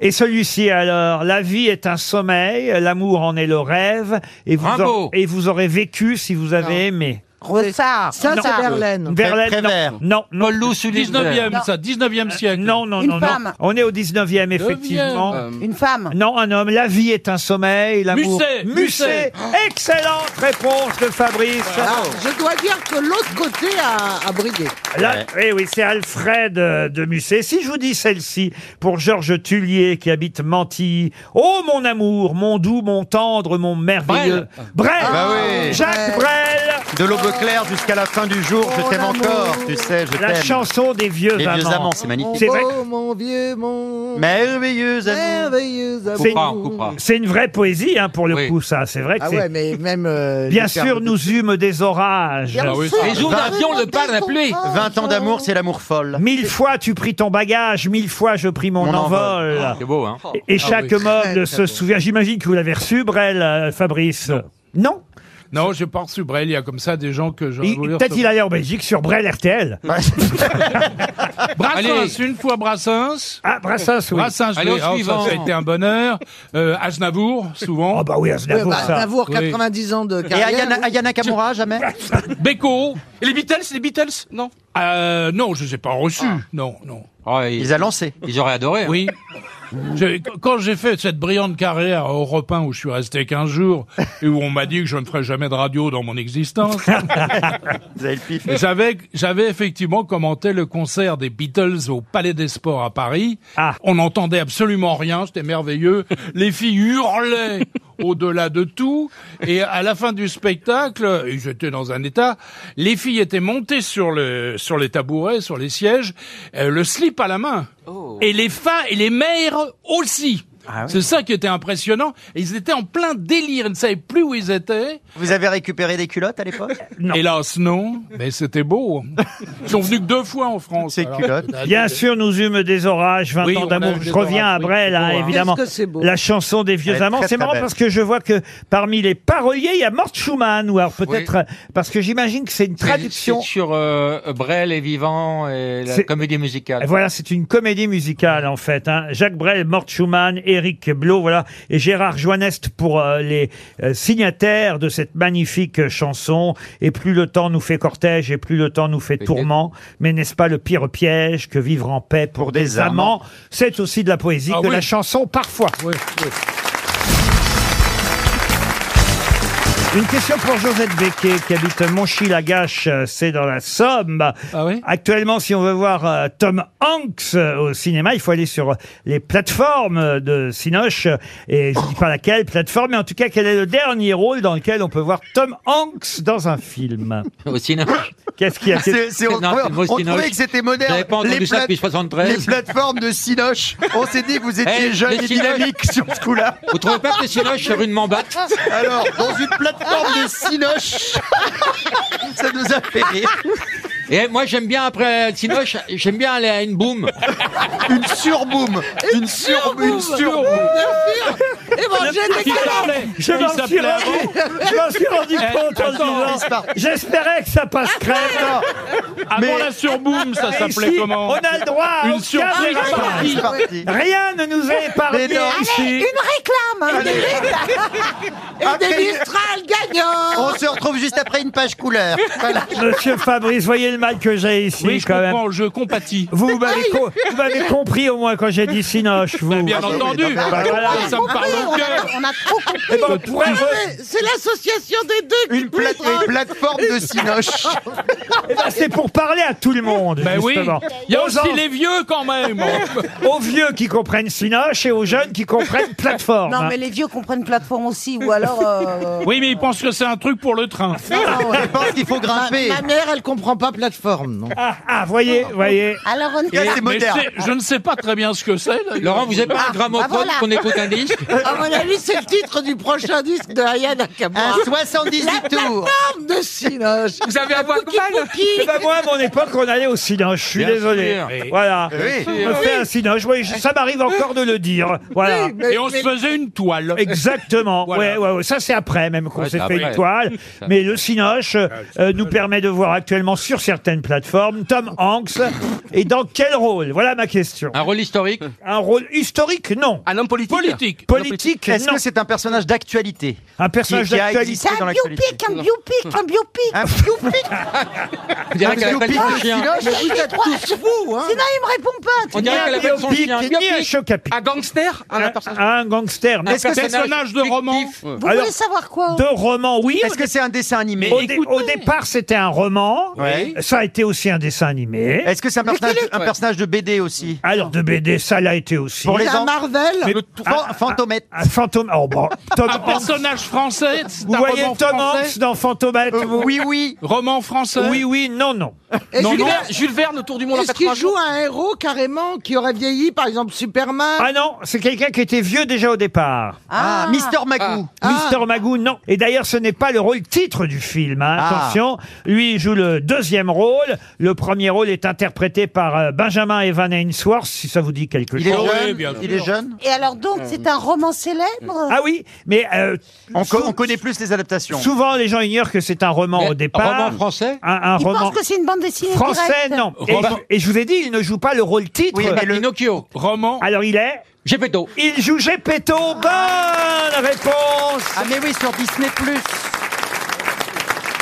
Et celui-ci alors, la vie est un sommeil, l'amour en est le rêve, et vous, Rimbaud. aur- et vous aurez vécu si vous avez aimé. Ah, Ressard. Ça, Non. c'est Verlaine. Verlaine, non. non, non. Paul 19e, ça, 19e siècle. Non, non, Une non, non. femme. On est au 19e, effectivement. Euh, Une femme. Non, un homme. La vie est un sommeil. L'amour. Musset, Musset. Excellente réponse de Fabrice. Ah, Alors, je dois dire que l'autre côté a, a brillé. Là, eh oui, c'est Alfred euh, de Musset. Si je vous dis celle-ci, pour Georges Tullier qui habite Mantilly. Oh mon amour, mon doux, mon tendre, mon merveilleux. Brel. Ah, bah oui. Jacques Brel. De l'aube claire jusqu'à la fin du jour, je t'aime encore, tu sais, je t'aime. La chanson des vieux Les amants. vieux amants, c'est magnifique. C'est vrai que- Oh mon vieux, mon Merveilleux amour. merveilleux amour. C'est une, c'est une vraie poésie hein, pour le coup, ça. C'est vrai que Ah c'est- ouais, mais même. euh, Bien les sûr, termes- nous eûmes des orages. Bien Ah oui, sûr, ça. les jours d'avion, le pas de la pluie. 20 ans d'amour, c'est l'amour folle. Mille fois tu pris ton bagage, mille fois je pris mon, Mon envol. envol. Ah, c'est beau, hein. Et Ah chaque oui. meuble Très, très se souvient. J'imagine que vous l'avez reçu, Brel, euh, Fabrice. Non. Non, j'ai pas reçu Brel. Il y a comme ça des gens que j'aurais Il- voulu Peut-être il recevoir. allait en Belgique sur Brel RTL. Ah, Brassens, Allez. une fois Brassens. Ah, Brassens, oui. Brassens, Allez, oui. au Ah, ça, suivant. ça, a été un bonheur. Euh, Aznavour, souvent. Ah bah oui, Ouais, bah, Aznavour, 90 ans de carrière. oui. Nakamura, jamais Beko. Et les Beatles, les Beatles, non Euh, non, je ne les ai pas reçus. Non, non. Ah. Ils a lancé. Ah, Ils auraient adoré. hein. Oui. Je- qu- quand j'ai fait cette brillante carrière à Europe 1 où je suis resté 15 jours et où on m'a dit que je ne ferais jamais de radio dans mon (laughs) existence, Et J'avais, j'avais effectivement commenté le concert des Beatles au Palais des Sports à Paris. Ah. On n'entendait absolument rien, c'était merveilleux. Les filles hurlaient au-delà de tout. Et à la fin du spectacle, et j'étais dans un état, les filles étaient montées sur le, sur les tabourets, sur les sièges, euh, le slip à la main. Et les fins et les mères aussi. Ah C'est ça qui était impressionnant. Et Ils étaient en plein délire. Ils ne savaient plus où ils étaient. Vous avez récupéré des culottes à l'époque Hélas, non. Mais c'était (laughs) beau. Ils sont venus que deux fois en France. alors. Bien sûr, nous eûmes des orages, 20 Oui, ans on d'amour. a eu Je des reviens orages, à oui, Brel, c'est hein, beau, hein. évidemment. Qu'est-ce que c'est beau. La chanson des Elle vieux est amants. très, C'est très marrant belle. parce que je vois que parmi les paroliers, il y a Mort Schumann, ou alors peut-être, euh, parce que j'imagine que c'est une traduction. Sur euh, Brel et Vivant et la C'est- comédie musicale. Et Voilà, c'est une comédie musicale en fait. hein. Jacques Brel, Mort Schumann, Éric Blo, voilà, et Gérard Joannest pour euh, les euh, signataires de cette magnifique euh, chanson. Et plus le temps nous fait cortège, et plus le temps nous fait tourment. Mais n'est-ce pas le pire piège que vivre en paix pour, des, amants, C'est aussi de la poésie, Ah de oui. la chanson parfois. Une question pour Josette Becquet qui habite Monchy-Lagache, euh, c'est dans la Somme. Actuellement, si on veut voir euh, Tom Hanks euh, au cinéma, il faut aller sur euh, les plateformes euh, de Cinoche. euh, Et je ne dis pas laquelle plateforme, mais en tout cas, quel est le dernier rôle dans lequel on peut voir Tom Hanks dans un film (laughs) Au cinéma. Qu'est-ce qu'il y a C'est- c'est- on Non, trouvait- c'est le mot on trouvait Cinoche. que c'était moderne. J'avais pas entendu Les ça plate- depuis 73. les plateformes de Cinoche. On s'est dit que vous étiez Eh, jeune les et Cinoche. dynamique sur ce coup-là. Vous trouvez pas que les Cinoche sur une mambatte Alors, dans une plateforme de Cinoche, ça nous a fait rire. Et moi j'aime bien après le Cinoche, j'aime bien aller à une boom. Une surboom. Une surboom. Eh ben, Bien sûr. j'ai mangé des Il carottes. Je m'en suis Il s'appelait rendu, avant. je m'en suis rendu Eh, compte en attends, le disant. Gaspard. J'espérais que ça passe crème. Avant Ah la surboom, ça Mais s'appelait ici, comment On a le droit à Une aucun surprise miracle. partie. Rien ne nous est épargné. Mais non, Allez, une réclame hein, vite. Et Après- des Mistral gagnants On se retrouve juste après une page couleur. (laughs) Voilà. Monsieur Fabrice, voyez le mal que j'ai ici Oui, je quand comprends, même. je compatis. Vous, vous m'avez co- vous m'avez compris au moins quand j'ai dit Sinoche, vous. bien entendu. Bah, voilà. Ça me parle au cœur. On a trop Eh compris. ben, on pourrait Ah, re- mais C'est l'association des deux. Une, plateforme (laughs) de Sinoche. Eh ben, c'est pour parler à tout le monde, Ben oui. justement. Il y a Aux aussi en- les vieux quand même. (laughs) aux vieux qui comprennent Sinoche et aux jeunes qui comprennent plateforme. Non, mais les vieux comprennent plateforme aussi, ou alors. (laughs) euh, Ah, Oui, mais ils pensent que c'est un truc pour le train. ouais. pense qu'il faut grimper. Ma, ma mère, elle comprend pas plateforme, non Ah, ah, voyez, voyez. Alors, on Et- Oh, mais c'est- je ne sais pas très bien ce que c'est. là. Laurent, vous êtes pas bah un gramophone voilà. qu'on écoute un disque (laughs) À mon avis, c'est le titre du prochain disque de Aya Nakamura. Un 78 La tours. plateforme de Sinoche. Vous avez un voix mal Eh ben, moi, à mon époque, on allait au Sinoche, je suis Bien désolé. sûr. Oui. Voilà. Oui. On me fait un Sinoche, oui, je- ça m'arrive encore de le dire. Voilà. Oui, mais- Et on se mais- faisait une toile. (laughs) Exactement. Voilà. Ouais, ouais, ouais. Ça, c'est après même qu'on Ouais, s'est c'est fait après. (laughs) une toile. Mais le Cinoche euh, euh, nous permet de voir actuellement sur certaines plateformes Tom (laughs) Hanks. Et dans quel rôle Voilà ma question. Un rôle historique Un rôle historique Non. Un homme politique Politique. Politique Est-ce Non. que c'est un personnage d'actualité Un personnage qui- qui a d'actualité. C'est existé dans un l'actualité biopic, un biopic, un biopic. Un biopic. On dirait qu'elle appelle son Ah, biopic de chien. Sinoche Vous êtes tous fous, hein Sinon, il me répond pas. On tu dirait qu'elle appelle son Biopic, chien. ni un choc à pic. Un gangster Un personnage Un gangster. Un Est-ce que c'est Personnage de roman. vois. Vous Alors- voulez savoir quoi hein de roman Oui. Est-ce que c'est un dessin animé Au, dé- au départ, c'était un roman. Ouais. Ça a été aussi un dessin animé. Est-ce que c'est un, personnage, quel est- un ouais. personnage de BD aussi Alors de BD, ça l'a été aussi. Ah, Pour les C'est un ans- Marvel. Le fan- Fantomette. Un fantôme. Oh (laughs) bon. Tom Un Hanks. personnage français. c'est Vous un voyez roman Tom français. Hanks dans Fantomette Euh, oui, oui. Roman français. Oui, oui, non, non. Et Jules, Jules Verne, Jules Verne autour du monde en Est-ce qu'il 80 joue un héros carrément qui aurait vieilli, par exemple Superman Ah non, c'est quelqu'un qui était vieux déjà au départ. Ah. Ah, Mister Magoo. Mister Magoo, non. Et d'ailleurs, ce n'est pas le rôle titre du film. hein, Ah. Attention, lui il joue le deuxième rôle. Le premier rôle est interprété par euh, Benjamin Evan Ainsworth, si ça vous dit quelque Il est chose. Oh, oui, jeune. bien il est jeune. Et alors, donc, Euh, c'est un roman célèbre Ah oui, mais euh, On, co- on connaît plus les adaptations. souvent les gens ignorent que c'est un roman au départ. Roman français un, un Ils roman pensent que c'est une bande dessinée français, directe. non. Et, Roman- et je vous ai dit, il ne joue pas le rôle titre. Oui, mais le- Pinocchio. Roman. Alors il est, Gepetto. il joue Gepetto. Bonne réponse. Ah mais oui, sur Disney+.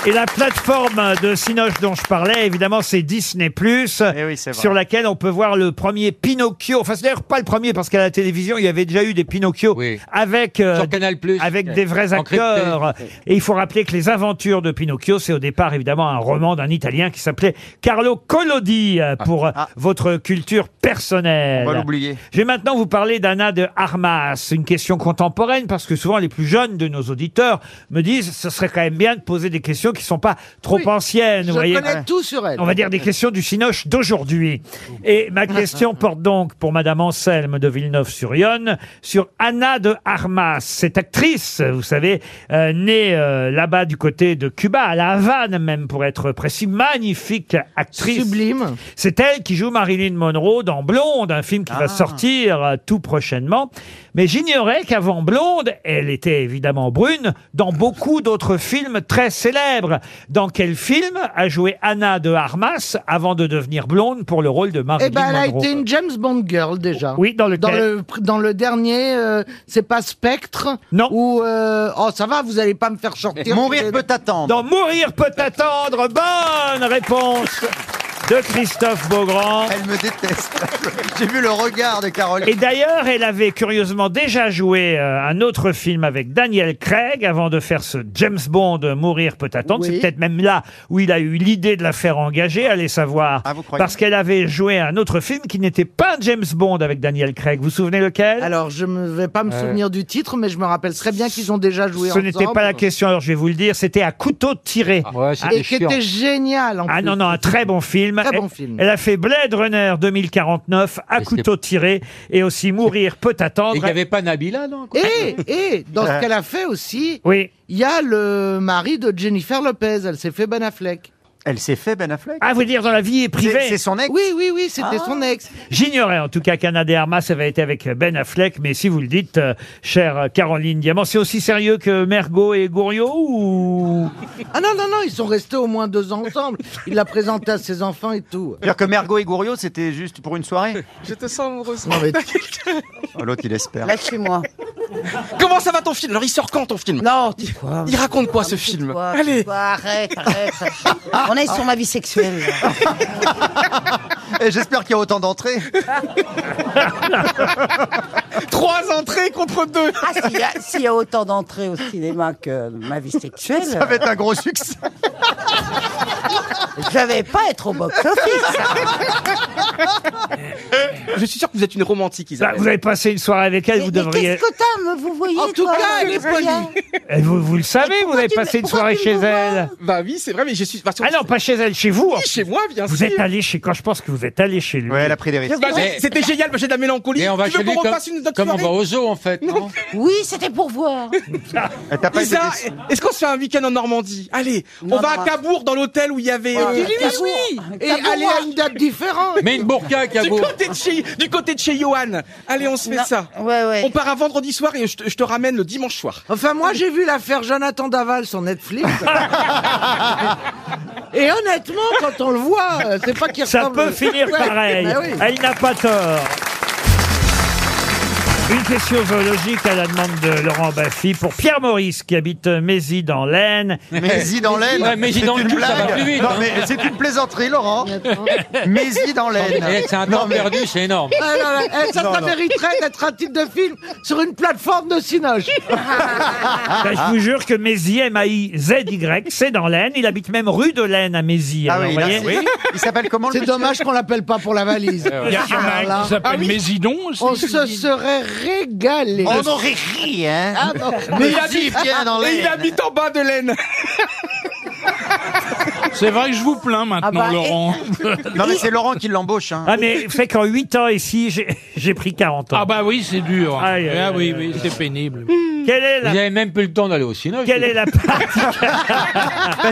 Et la plateforme de Cinoche dont je parlais, évidemment, c'est Disney+, Eh oui, c'est vrai. sur laquelle on peut voir le premier Pinocchio. Enfin, c'est d'ailleurs pas le premier, parce qu'à la télévision, il y avait déjà eu des Pinocchio Oui. avec, euh, Sur Canal+. avec des vrais Encrypté. acteurs. Et il faut rappeler que les aventures de Pinocchio, c'est au départ, évidemment, un roman d'un Italien qui s'appelait Carlo Collodi, euh, pour euh, Ah. votre culture personnelle. On va l'oublier. Je vais maintenant vous parler d'Anna de Armas, une question contemporaine, parce que souvent les plus jeunes de nos auditeurs me disent ce serait quand même bien de poser des questions qui ne sont pas trop Oui. anciennes, Je vous voyez. connais tout sur elle. On va dire des questions du Cinoche d'aujourd'hui. Et ma question porte donc pour Madame Anselme de Villeneuve-sur-Yonne sur Anna de Armas, cette actrice, vous savez, euh, née euh, là-bas du côté de Cuba, à La Havane même pour être précis, magnifique actrice. Sublime. C'est elle qui joue Marilyn Monroe dans Blonde, un film qui Ah. va sortir euh, tout prochainement. Mais j'ignorais qu'avant Blonde, elle était évidemment brune dans beaucoup d'autres films très célèbres. Dans quel film a joué Anna de Armas avant de devenir blonde pour le rôle de Marilyn Eh ben, elle a Monroe été une James Bond girl déjà. Oui, dans lequel Dans le, dans le dernier, euh, c'est pas Spectre Non. Ou euh, oh ça va, vous allez pas me faire sortir. Mourir peut t'attendre. Dans Mourir peut attendre. Bonne réponse de Christophe Beaugrand. Elle me déteste. (laughs) J'ai vu le regard de Caroline. Et d'ailleurs, elle avait curieusement déjà joué euh, un autre film avec Daniel Craig avant de faire ce James Bond euh, Mourir peut attendre. Oui. C'est peut-être même là où il a eu l'idée de la faire engager, allez savoir. Ah, vous croyez Parce qu'elle avait joué un autre film qui n'était pas un James Bond avec Daniel Craig. Vous vous souvenez lequel Alors je ne vais pas me Euh. Euh, souvenir du titre, mais je me rappelle très bien qu'ils ont déjà joué Ce ensemble. n'était pas la question, alors je vais vous le dire, c'était à couteau tiré. Ah, Ouais, Et Ah, c'était qui chiant. était génial en Ah plus. non, non, un très bon film. Très elle, bon film. Elle a fait Blade Runner 2049, à Et c'est- couteau tiré, et aussi Mourir peut Et il attendre. n'y avait pas Nabila, non quoi Et, et dans ce qu'elle a fait aussi, Oui. il y a le mari de Jennifer Lopez. Elle s'est fait Ben Affleck. Elle s'est fait, Ben Affleck Ah, vous dire dans la vie privée C'est son ex Oui, oui, oui, c'était Ah. son ex. J'ignorais en tout cas qu'Anna de Armas avait été avec Ben Affleck, mais si vous le dites, euh, chère Caroline Diamant, c'est aussi sérieux que Mergot et Gouriot ou... Ah non, non, non, ils sont restés au moins deux ans ensemble. Il l'a présenté à ses enfants et tout. C'est-à-dire que Mergot et Gouriot, c'était juste pour une soirée Je te sens amoureuse. Oh, L'autre, il espère. Lâchez-moi. Comment ça va ton film Alors, il sort quand ton film Non, Il raconte quoi ce film Toi, Allez toi, Ah, arrête, arrête. On est sur ma vie sexuelle. Et J'espère qu'il y a (laughs) autant d'entrées. Trois entrées contre deux. Ah, s'il y, a- s'il y a autant d'entrées au cinéma que ma vie sexuelle. euh, Ça va être un gros succès. Je vais pas être au (laughs) box-office. Je suis sûr que vous êtes une romantique, Bah, Isabelle. vous avez passé une soirée avec elle, vous Mais devriez... qu'est-ce que t'aimes Vous voyez En tout toi, cas, elle est Julien polie. Eh, Vous, vous le savez, vous avez tu me- passé une pourquoi soirée tu me chez vois elle. Bah oui, c'est vrai, mais je suis. bah, sur- Ah non, pas chez elle, chez vous. hein Oui, chez moi, bien Vous sûr. êtes allé chez... Quand je pense que vous êtes allé chez lui. Ouais, elle a pris des risques. Bah, c'est- C'était génial, mais j'ai de la mélancolie. Et on va tu veux chez lui qu'on comme, refasse une autre comme on va soirée au zoo, en fait, non Oui, c'était pour voir. Eh, Euh, T'as pas Isa, été déçu est-ce qu'on se fait un week-end en Normandie Allez, Non, on va non. à Cabourg dans l'hôtel où il y avait. euh, Et lui, oui Ah, Et aller à une date différente Mais une burqa, du Cabourg côté, de chez, du côté de chez Johan. Allez, on se fait Non. ça. Ouais, ouais. On part un vendredi soir et je te, je te ramène le dimanche soir. Enfin, moi, j'ai vu l'affaire Jonathan Daval sur Netflix. Et honnêtement, quand on le voit, euh, c'est pas qu'il Ça ressemble... peut finir Ouais, pareil. bah oui. Elle n'a pas tort. Une question zoologique à la demande de Laurent Baffy pour Pierre Maurice qui habite Mézy dans (laughs) l'Aine. Mézi dans l'aine. Ouais, Mézi dans le cul, ça va plus vite, Non, hein. mais Ben, c'est une (laughs) plaisanterie, Laurent. Mézi dans Eh, l'aine. C'est un Non, temps mais- perdu, c'est énorme. Ah, non, non, eh, ça, Non, ça non. mériterait d'être un titre de film sur une plateforme de cinoche. Ah, Ben, je vous jure que Mézy, M-A-I-Z-Y, c'est dans l'Aine. Il habite même rue de l'Aine à Mézy. Ah Alors, oui, vous voyez là, c'est- (laughs) Il s'appelle comment le C'est monsieur Eh dommage qu'on l'appelle pas pour la (laughs) valise. Il y a Ah, un là. qui s'appelle Mésidon On aussi. se serait régalé. On aurait ri, hein. Ah, non. Mais il bien dans Et l'aine. il habite en bas (laughs) de l'aine. C'est vrai que je vous plains maintenant, Ah bah, et- Laurent. (laughs) Non, mais c'est Laurent qui l'embauche. Hein. Ah, mais fait qu'en 8 ans ici, j'ai- j'ai pris 40 ans. Ah bah oui, c'est dur. Aïe, aïe, ah oui, aïe, oui, c'est (laughs) pénible. Quelle est Vous la... avez même plus le temps d'aller au cinéma. Quelle est la Bah,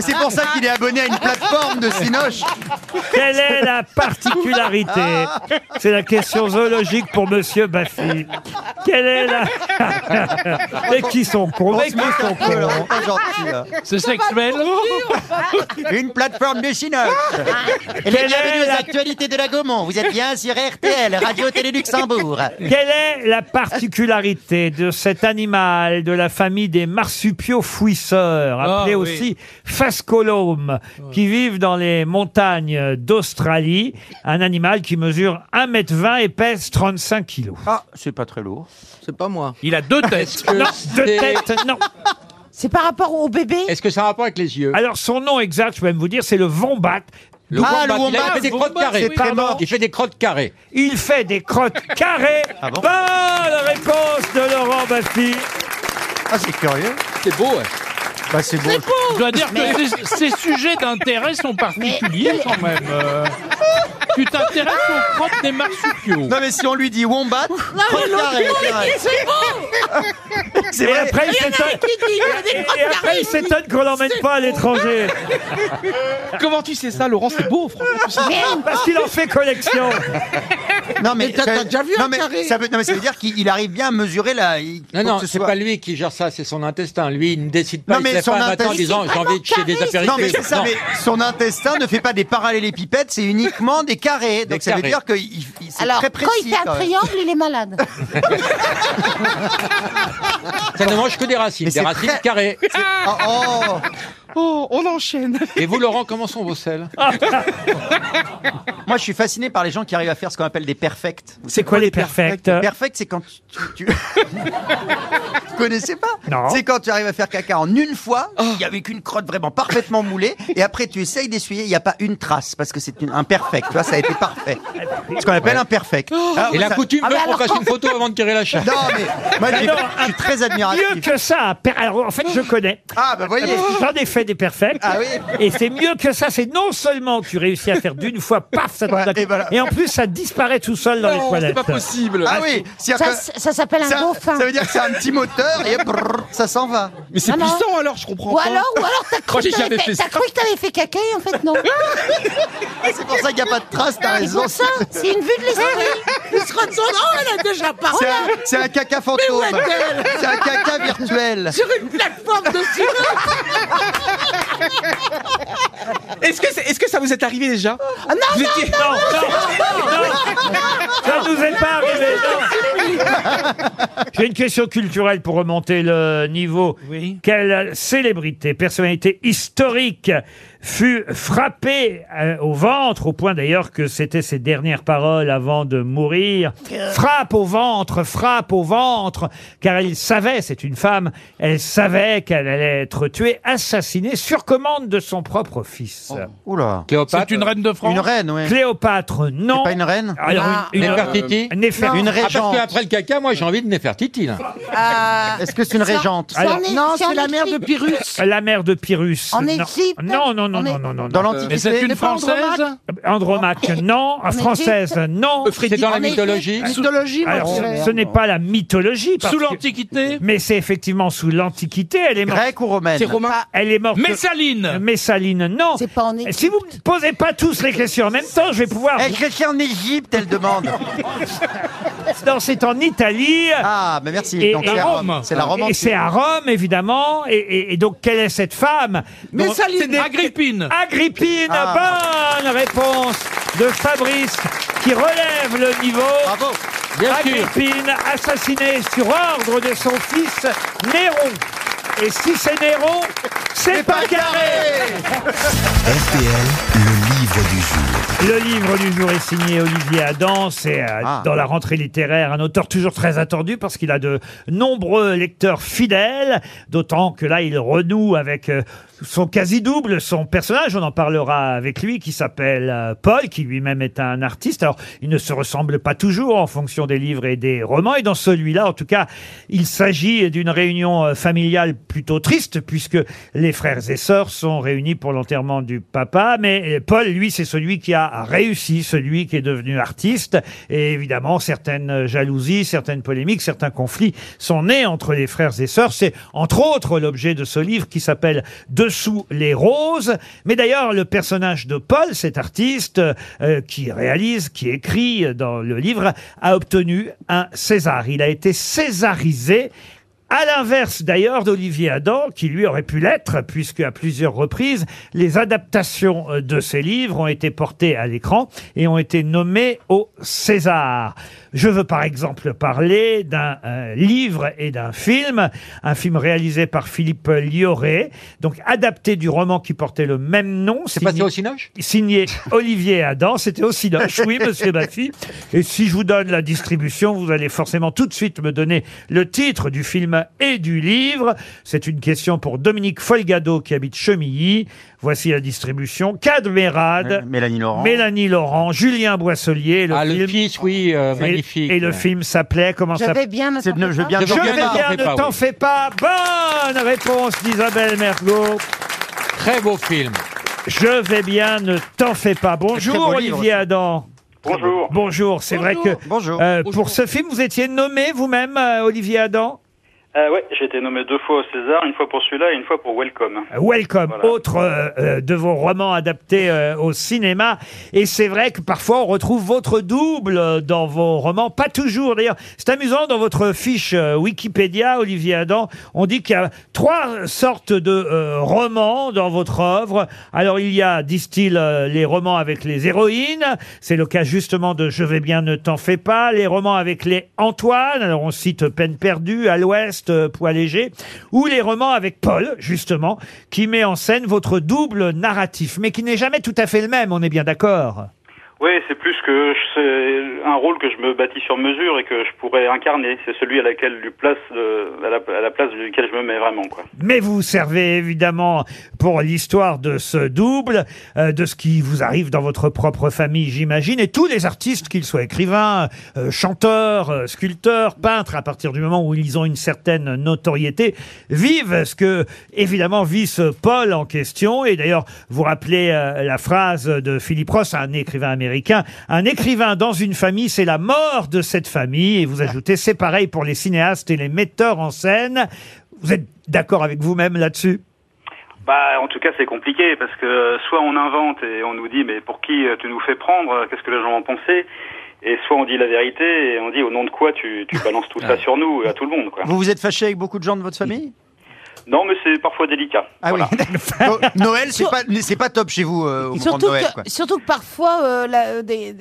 c'est pour ça qu'il est abonné à une plateforme de Cinoche. Quelle est la (laughs) particularité (laughs) C'est la question zoologique pour Monsieur Baffy. Quelle est la... Mais qui sont cons On Mais se qui moque sont un peu, cons là, on est pas gentil, là. C'est sexuel. (laughs) hein. Une plateforme de Cinoche. Ah. Et Quelle est la- actualités de la Gaumont. Vous êtes bien sur RTL, Radio-Télé Luxembourg. Quelle est la particularité de cet animal de la famille des marsupiaux fouisseurs, appelé Ah, oui. aussi phascolome, qui vivent dans les montagnes d'Australie Un animal qui mesure 1m20 et pèse 35 kg. Ah, c'est pas très lourd. C'est pas moi. Il a (laughs) deux têtes. Non, de c'est- tête, non C'est par rapport au bébé Est-ce que ça a rapport avec les yeux Alors son nom exact, je vais même vous dire, c'est le wombat. Le Ah, wombat, le il wombat, fait des le crottes wombat, carrées. c'est très mort. Il fait des crottes carrées. Il fait (laughs) des crottes carrées. Ah bon Bonne réponse de Laurent Baffi. Ah, c'est curieux. C'est beau, ouais. Bah, c'est beau. Je dois dire que ces, ces sujets d'intérêt sont particuliers quand même. euh. tu t'intéresses aux crottes des marsupiaux. Non, mais si on lui dit Wombat, crotte carrée, carrée. Et après, il s'étonne- et après, il s'étonne qu'on l'emmène pas à l'étranger. Comment tu sais ça, Laurent C'est beau, franchement. tu sais. Parce qu'il en fait collection. Non, mais, Mais t'as- ça- t'as déjà vu non, un mais carré ça veut, non, mais ça veut dire qu'il il arrive bien à mesurer la. il- Non, faut non, que ce c'est soit- pas lui qui gère ça, c'est son intestin. Lui, il ne décide pas. Non, il mais se lève son pas un matin en intestin- disant j'ai envie de chier des apéritifs. Non, mais c'est ça, Non. mais son intestin ne fait pas des parallélépipèdes, c'est uniquement des carrés. Des Donc ça veut carrés. dire que il- il- c'est Alors, très quand il précis. fait un quand même. triangle, il est malade. Ça ne mange que des racines, Mais des c'est racines très- carrées. Ah, oh. Oh, on enchaîne. Et vous, Laurent, comment sont vos selles Ah. (laughs) Moi, je suis fasciné par les gens qui arrivent à faire ce qu'on appelle des perfects. C'est quoi les perfects Perfect, c'est quand tu. tu- (laughs) tu- Vous connaissez pas Non. C'est quand tu arrives à faire caca en une fois, Oh. il n'y avait qu'une crotte vraiment parfaitement moulée, et après tu essayes d'essuyer, il n'y a pas une trace, parce que c'est une- un perfect, tu vois, ça a été parfait. Ce qu'on appelle un perfect. Ah, Et moi, la ça- coutume Ah, veut mais qu'on alors- fasse une photo avant de tirer la chasse. Non, mais moi, j'ai- Ah non, je suis très Mieux admiratif. que ça. un per- Alors, en fait, je connais. Ah, bah voyez J'en ai fait fait des perfects. Ah oui. Et c'est mieux que ça. C'est non seulement tu réussis à faire d'une fois, paf, ça te claque. et, en plus, ça disparaît tout seul dans les toilettes. Ah oui, s'il y a Ça, que- ça- ça s'appelle un ça- dauphin. Ça veut dire que c'est un petit moteur et brrr, ça s'en va. Mais c'est Non, non. puissant, alors, je Ou alors, ou (laughs) alors t'as cru Moi, j'ai que t'avais jamais fait, fait t'as ça. cru que t'avais fait caca et en fait non. c'est pour ça qu'il n'y a pas de traces, t'as raison. C'est pour ça, c'est une vue de (laughs) l'esprit. Il se retourne, oh, (laughs) elle a déjà parlé. C'est un- c'est un caca fantôme. Mais où est-elle C'est un (laughs) caca virtuel. Sur une plateforme de silence. Est-ce que, c'est- est-ce que ça vous est arrivé déjà Ah non, Vous non, étiez- non, Ça nous est pas arrivé. non. J'ai une question culturelle pour remonter le niveau. Quelle célébrité, personnalité historique fut frappée euh, au ventre, au point d'ailleurs que c'était ses dernières paroles avant de mourir. Frappe au ventre, frappe au ventre, car elle savait, c'est une femme, elle savait qu'elle allait être tuée, assassinée sur commande de son propre fils. Oula. C'est une reine de France. Une reine, oui. Cléopâtre, non. C'est pas une reine Alors, une, une- Néfertiti euh, Néfer- Ah. Non. une Ah, parce régente. qu'après le caca, moi j'ai envie de Néfertiti. Là. Euh, Est-ce que c'est une régente Alors- Non, c'est la mère de Pyrrhus. La mère de Pyrrhus. En Non. Égypte Non, non, non, En non, Égypte non, non. Dans non. l'Antiquité. Mais c'est une Mais pas Française Andromaque Andromaque, non. En Égypte Française, non. C'est dans la En Égypte. mythologie Mythologie, moi, Alors, je dirais. ce n'est pas la mythologie. parce Sous que- l'Antiquité Mais c'est effectivement sous l'Antiquité. Elle est morte. Grecque ou romaine C'est romain. Elle est morte. Messaline. Messaline, non. C'est pas en Si vous ne posez pas tous les questions en même temps, je vais pouvoir. Elle est en Égypte, elle demande. Non, c'est en Italie. Ah, mais merci. Et- Donc, et- c'est à Rome. C'est la Rome Et antique. c'est à Rome, évidemment. Et, et- et donc, quelle est cette femme Mais Dont- ça, les- C'est des- Agrippine. Agrippine, Ah. bonne réponse de Fabrice, qui relève le niveau. Bravo Agrippine, assassinée sur ordre de son fils Néron. Et si c'est Néron, c'est pas, carré. RTL, le livre du jour. Le livre du jour est signé Olivier Adam. C'est euh, Ah. dans la rentrée littéraire un auteur toujours très attendu parce qu'il a de nombreux lecteurs fidèles. D'autant que là, il renoue avec euh, son quasi-double, son personnage. On en parlera avec lui qui s'appelle euh, Paul, qui lui-même est un artiste. Alors, il ne se ressemble pas toujours en fonction des livres et des romans. Et dans celui-là, en tout cas, il s'agit d'une réunion euh, familiale plutôt triste puisque les frères et sœurs sont réunis pour l'enterrement du papa. Mais euh, Paul, lui, c'est celui qui a réussi, celui qui est devenu artiste. Et évidemment, certaines jalousies, certaines polémiques, certains conflits sont nés entre les frères et sœurs. C'est entre autres l'objet de ce livre qui s'appelle Dessous les roses. Mais d'ailleurs, le personnage de Paul, cet artiste euh, qui réalise, qui écrit euh, dans le livre, a obtenu un César. Il a été césarisé. À l'inverse d'ailleurs d'Olivier Adam, qui lui aurait pu l'être, puisque à plusieurs reprises, les adaptations euh, de ses livres ont été portées à l'écran et ont été nommées au César. Je veux par exemple parler d'un euh, livre et d'un film, un film réalisé par Philippe Lioré, donc adapté du roman qui portait le même nom. C'est passé au Cinoche Signé Olivier Adam, c'était au Cinoche, oui, monsieur Baffy. Et si je vous donne la distribution, vous allez forcément tout de suite me donner le titre du film et du livre. C'est une question pour Dominique Folgado qui habite Chemilly. Voici la distribution. Cadmerade. Euh, Mélanie Laurent. Mélanie Laurent, Julien Boisselier. Ah, Le film. oui, euh, magnifique. Et, le film s'appelait, comment Je ça vais bien, ne C'est- t'en fais Je vais pas. bien, Je vais bien, ne t'en fais pas. Bonne réponse d'Isabelle Mergot. Très beau film. Je vais bien, ne t'en fais pas. Très Bonjour beau livre, Olivier Adam. Bonjour. Bonjour, c'est vrai que Bonjour. euh, pour ce film, vous étiez nommé vous-même, euh, Olivier Adam Euh, ouais, j'ai été nommé deux fois au César, une fois pour celui-là et une fois pour Welcome. Welcome, Voilà. autre euh, euh, de vos romans adaptés euh, au cinéma. Et c'est vrai que parfois on retrouve votre double euh, dans vos romans, pas toujours d'ailleurs. C'est amusant, dans votre fiche euh, Wikipédia, Olivier Adam, on dit qu'il y a trois sortes de euh, romans dans votre œuvre. Alors il y a, disent-ils, euh, les romans avec les héroïnes, c'est le cas justement de Je vais bien, ne t'en fais pas, les romans avec les Antoine, alors on cite Peine perdue, à l'ouest, euh, poids léger, ou les romans avec Paul, justement, qui met en scène votre double narratif, mais qui n'est jamais tout à fait le même, on est bien d'accord. Oui, c'est plus que je- c'est un rôle que je me bâtis sur mesure et que je pourrais incarner. C'est celui à laquelle du place, euh, à, la, à la place duquel je me mets vraiment, quoi. Mais vous vous servez évidemment pour l'histoire de ce double, euh, de ce qui vous arrive dans votre propre famille, j'imagine, et tous les artistes, qu'ils soient écrivains, euh, chanteurs, euh, sculpteurs, peintres, à partir du moment où ils ont une certaine notoriété, vivent ce que, évidemment, vit ce Paul en question. Et d'ailleurs, vous rappelez euh, la phrase de Philippe Ross, un écrivain américain, un écrivain dans une famille, c'est la mort de cette famille. Et vous ajoutez, c'est pareil pour les cinéastes et les metteurs en scène. Vous êtes d'accord avec vous-même là-dessus Bah, en tout cas, c'est compliqué parce que euh, soit on invente et on nous dit mais pour qui euh, tu nous fais prendre Qu'est-ce que les gens vont penser Et soit on dit la vérité et on dit au nom de quoi tu, tu balances tout ça sur nous et à tout le monde, quoi. Vous vous êtes fâché avec beaucoup de gens de votre famille Non, mais c'est parfois délicat. Ah oui. (laughs) No- Noël, c'est pas, c'est pas top chez vous euh, au moment de Surtout, Noël. que, quoi. surtout que parfois, euh, la- euh, des,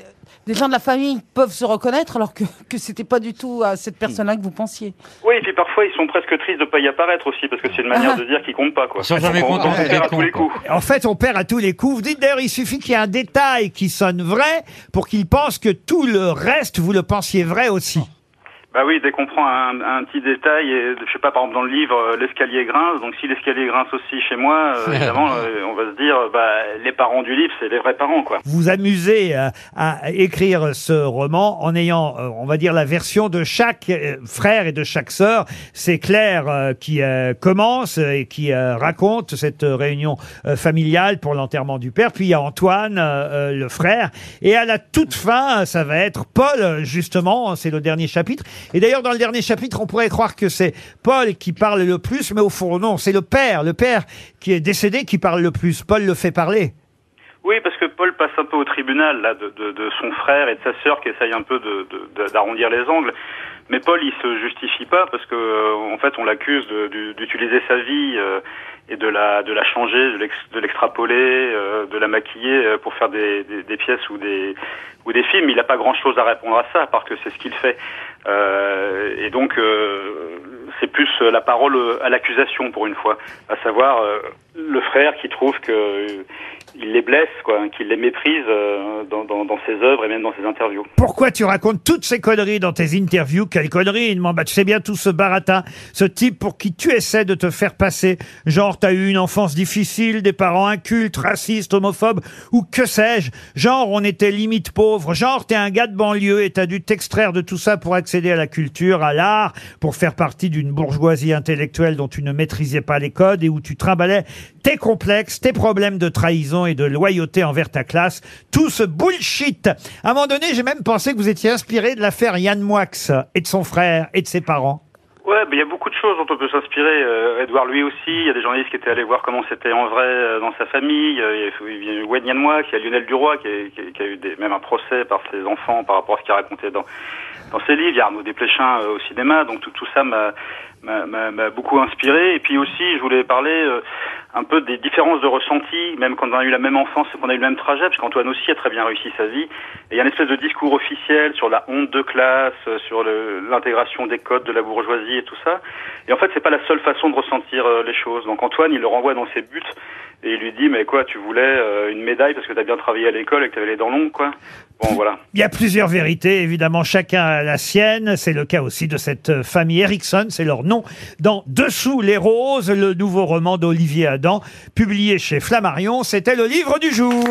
des gens de la famille peuvent se reconnaître alors que, que c'était pas du tout à cette personne-là que vous pensiez. Oui, et puis parfois ils sont presque tristes de pas y apparaître aussi parce que c'est une manière de dire qu'ils comptent pas, quoi. sont jamais On- on contents se perd à tous les coups. En fait, on perd à tous les coups. Vous dites d'ailleurs, il suffit qu'il y ait un détail qui sonne vrai pour qu'il pense que tout le reste, vous le pensiez vrai aussi. Bah oui, dès qu'on prend un, un petit détail, et, je sais pas, par exemple dans le livre, euh, l'escalier grince. Donc si l'escalier grince aussi chez moi, (laughs) euh, évidemment, euh, on va se dire, euh, bah les parents du livre, c'est les vrais parents, quoi. Vous vous amusez euh, à écrire ce roman en ayant, euh, on va dire, la version de chaque euh, frère et de chaque sœur. C'est Claire euh, qui euh, commence et qui euh, raconte cette euh, réunion euh, familiale pour l'enterrement du père. Puis il y a Antoine, euh, euh, le frère. Et à la toute fin, ça va être Paul, euh, justement. C'est le dernier chapitre. Et d'ailleurs, dans le dernier chapitre, on pourrait croire que c'est Paul qui parle le plus, mais au fond, non, c'est le père, le père qui est décédé qui parle le plus. Paul le fait parler. Oui, parce que Paul passe un peu au tribunal là de, de, de son frère et de sa sœur qui essayent un peu de- de- de- d'arrondir les angles. Mais Paul, il se justifie pas parce que euh, en fait, on l'accuse de- du- d'utiliser sa vie euh, et de la de la changer, de l'ex- de l'extrapoler, euh, de la maquiller euh, pour faire des, des, des pièces ou des ou des films. Il n'a pas grand-chose à répondre à ça, à part que c'est ce qu'il fait. Euh, et donc, euh, c'est plus euh, la parole euh, à l'accusation pour une fois, à savoir euh, le frère qui trouve que euh, il les blesse, quoi, hein, qu'il les méprise euh, dans, dans, dans ses œuvres et même dans ses interviews. Pourquoi tu racontes toutes ces conneries dans tes interviews Quelles conneries Il demande, bah, tu sais bien tout ce baratin, ce type pour qui tu essaies de te faire passer. Genre, t'as eu une enfance difficile, des parents incultes, racistes, homophobes, ou que sais-je. Genre, on était limite pauvre. Genre, t'es un gars de banlieue et t'as dû t'extraire de tout ça pour accéder à la culture, à l'art, pour faire partie d'une bourgeoisie intellectuelle dont tu ne maîtrisais pas les codes et où tu trimballais tes complexes, tes problèmes de trahison et de loyauté envers ta classe. Tout ce bullshit. À un moment donné, j'ai même pensé que vous étiez inspiré de l'affaire Yann Moix et de son frère et de ses parents. Ouais, ben, il y a beaucoup de choses dont on peut s'inspirer. Euh, Edouard, lui aussi, il y a des journalistes qui étaient allés voir comment c'était en vrai euh, dans sa famille. Euh, Il y a eu Wayne Yanmois, qui a Lionel Duroy, qui a, qui a- qui a eu des, même un procès par ses enfants par rapport à ce qu'il racontait dans, dans ses livres. Il y a Arnaud Desplechin euh, au cinéma, donc tout, tout ça m'a m'a- m'a m'a beaucoup inspiré. Et puis aussi, je voulais parler euh, un peu des différences de ressenti, même quand on a eu la même enfance, qu'on a eu le même trajet, parce qu'Antoine aussi a très bien réussi sa vie. Et il y a une espèce de discours officiel sur la honte de classe, euh, sur le- l'intégration des codes de la bourgeoisie et tout ça. Et en fait, c'est pas la seule façon de ressentir euh, les choses. Donc Antoine, il le renvoie dans ses buts et il lui dit mais quoi, tu voulais euh, une médaille parce que t'as bien travaillé à l'école et que t'avais les dents longues quoi. Bon voilà. Il y a plusieurs vérités, évidemment, chacun a la sienne. C'est le cas aussi de cette euh, famille Erickson, c'est leur nom. Dans Dessous les roses, le nouveau roman d'Olivier Adam, publié chez Flammarion, c'était le livre du jour.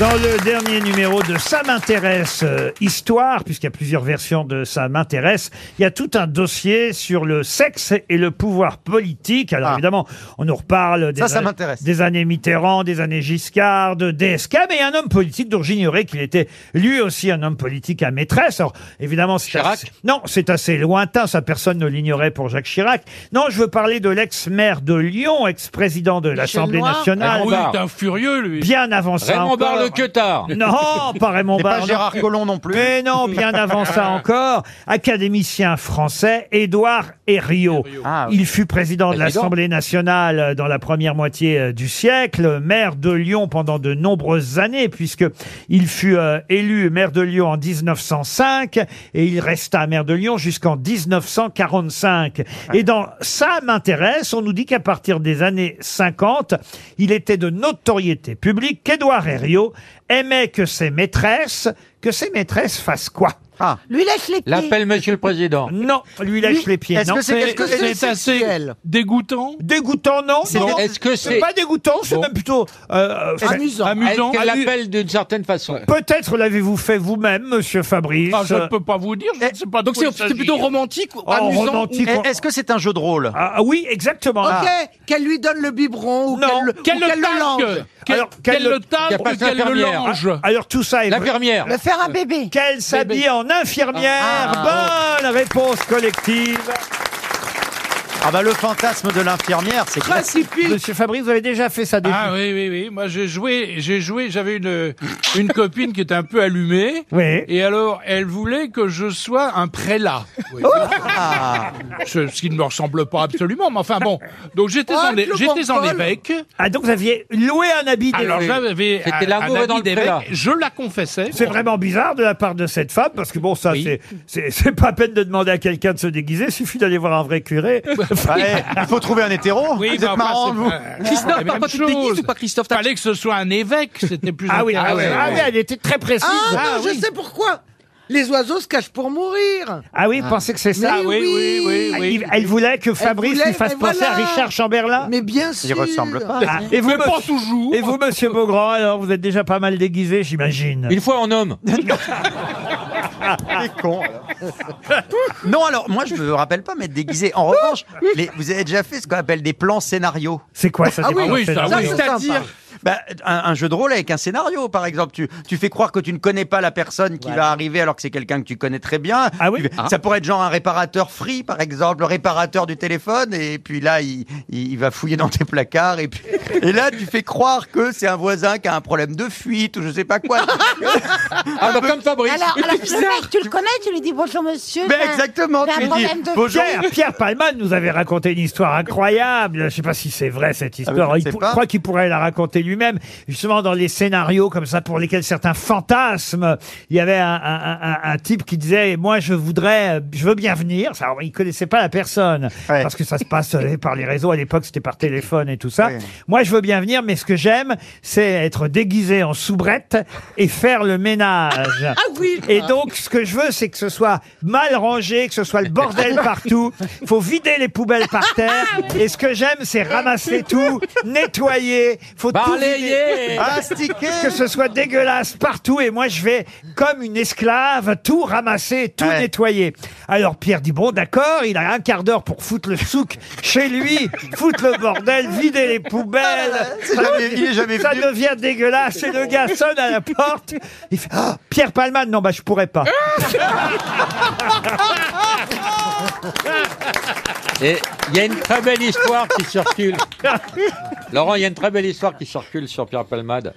Dans le dernier numéro de Ça m'intéresse euh, histoire, puisqu'il y a plusieurs versions de Ça m'intéresse, il y a tout un dossier sur le sexe et le pouvoir politique. Alors évidemment, on nous reparle des, Ah. Ça, ça an- m'intéresse. des années Mitterrand, des années Giscard, de DSK, mais il y a un homme politique dont j'ignorais qu'il était lui aussi un homme politique à maîtresse. Alors évidemment, c'est assez- non, c'est assez lointain, ça personne ne l'ignorait pour Jacques Chirac. Non, je veux parler de l'ex-maire de Lyon, ex-président de l'Assemblée Noir. nationale. Ah oui, t'es un furieux, lui. Bien avant ça. Raymond encore. Barre le Le Queutard. Non, pas Raymond Et pas Barre. Gérard Collomb non plus. Mais non, bien avant (laughs) ça encore, académicien français Édouard Herriot. Il fut président de Bah, dis donc. l'Assemblée nationale euh, dans la première moitié euh, du siècle, maire de Lyon pendant de nombreuses années, puisque il fut euh, élu maire de Lyon en 1905 et il resta maire de Lyon jusqu'en 1945. Et dans ça m'intéresse, on nous dit qu'à partir des années 50, il était de notoriété publique qu'Édouard Herriot aimait que ses maîtresses, que ses maîtresses fassent quoi Lui lâche les L'appel, monsieur le président. Non, lui lâche les pieds. non. dégoûtant Dégoûtant, non. C'est- Non. est-ce que c'est- pas dégoûtant C'est Bon. même plutôt euh, euh, Amusant. Elle Amu- l'appelle d'une certaine façon. Peut-être l'avez-vous fait vous-même, Monsieur Fabrice. Ah, je ne peux pas vous dire, je ne sais pas. de donc quoi c'est- il c'est s'agit. plutôt romantique ou Oh, amusant romantique, ou- on- Est-ce que c'est un jeu de rôle Ah oui, exactement. Ah. Ok, qu'elle lui donne le biberon ou qu'elle le, ou Qu'elle le qu'elle tasque. le langue. Qu'elle- qu'elle le- tape Ah, Alors tout ça est L'infirmière. Le faire un bébé. Qu'elle s'habille en infirmière. Ah. Bonne réponse collective. Ah bah le fantasme de l'infirmière, c'est clair. Monsieur Fabrice, vous avez déjà fait ça des Ah oui, oui, oui. Moi, j'ai joué, j'ai joué, j'avais une, une copine qui était un peu allumée. Et alors, elle voulait que je sois un prélat. Oui. Oh. Ah. Ce, ce qui ne me ressemble pas absolument, mais enfin bon. Donc, j'étais Ah, Oh, en, é- le j'étais en bon évêque. Ah, donc vous aviez loué un habit d'évêque. Alors, j'avais un, un habit d'évêque. Je la confessais. C'est vraiment bizarre de la part de cette femme, parce que bon, ça, c'est- c'est c'est pas peine de demander à quelqu'un de se déguiser, il suffit d'aller voir un (laughs) vrai curé. (laughs) Ouais, il faut trouver un hétéro. Ah, Oui, bah, vous êtes marrant, vous. Christophe, parfois tu déguises ou pas Christophe Il fallait que ce soit un évêque, c'était plus Ah oui, ah ouais, ah ouais, elle était très précise. Ah, non, Ah je oui. sais pourquoi. Les oiseaux se cachent pour mourir. Ah oui, pensez que c'est ça Mais oui, oui, oui, Ah, oui. il- Elle voulait que Elle Fabrice voulait, lui fasse mais penser à voilà. Richard Chamberlain Mais bien Ils sûr. ressemblent pas. Ah, et vous, monsieur- Et vous, monsieur Beaugrand, alors, vous êtes déjà pas mal déguisé, j'imagine. Une fois en homme. con. (laughs) non, alors moi je me rappelle pas m'être déguisé. En revanche, les- vous avez déjà fait ce qu'on appelle des plans scénarios. C'est quoi ça, Ah des plans Ah oui, ça, scénarios oui, c'est c'est-à-dire. sympa. bah, un, un jeu de rôle avec un scénario, par exemple. Tu, tu fais croire que tu ne connais pas la personne qui va arriver alors que c'est quelqu'un que tu connais très bien. Ah Tu- Ça pourrait être genre un réparateur free, par exemple, le réparateur du téléphone. Et puis là, il, il- il va fouiller dans tes placards. Et, puis, (laughs) et là, tu fais croire que c'est un voisin qui a un problème de fuite ou je sais (laughs) pas quoi. Ah, Ah, bah, bah, Alors, comme Fabrice. Alors, (laughs) alors, le mec, tu le connais, tu lui dis bonjour monsieur. Mais j'ai un- exactement, j'ai un tu lui dis problème de bonjour. fer. Pierre, Pierre Palman nous avait raconté une histoire incroyable. Je sais pas si c'est vrai cette histoire. Ah oui, je Il sais pour- pas. croit qu'il pourrait la raconter lui-même. Justement, dans les scénarios comme ça pour lesquels certains fantasment, il y avait un, un- un- un type qui disait Moi, je voudrais, euh, je veux bien venir. Ça, alors, il connaissait pas la personne parce que ça se passe euh, par les réseaux. À l'époque, c'était par téléphone et tout ça. Moi, je veux bien venir, mais ce que j'aime, c'est être déguisé en soubrette et faire le ménage. Ah oui. Et donc, ce que je veux, c'est que ce soit mal rangé, que ce soit le bordel (laughs) partout. Faut vider les poubelles par terre. Et ce que j'aime, c'est ramasser tout, nettoyer. Faut tout Balayer. vider. Plastiquer. Que ce soit dégueulasse partout. Et moi, je vais, comme une esclave, tout ramasser, tout nettoyer. Alors, Pierre dit, bon, d'accord, il a un quart d'heure pour foutre le souk chez lui, foutre le bordel, vider les poubelles. Ah C'est jamais- il est jamais Ça venu. devient dégueulasse. Et le gars sonne à la porte. Il fait, Ah, Pierre Palman, non, bah, je pourrais pas. Et il y a une très belle histoire qui circule. Laurent, il y a une très belle histoire qui circule sur Pierre Palmade.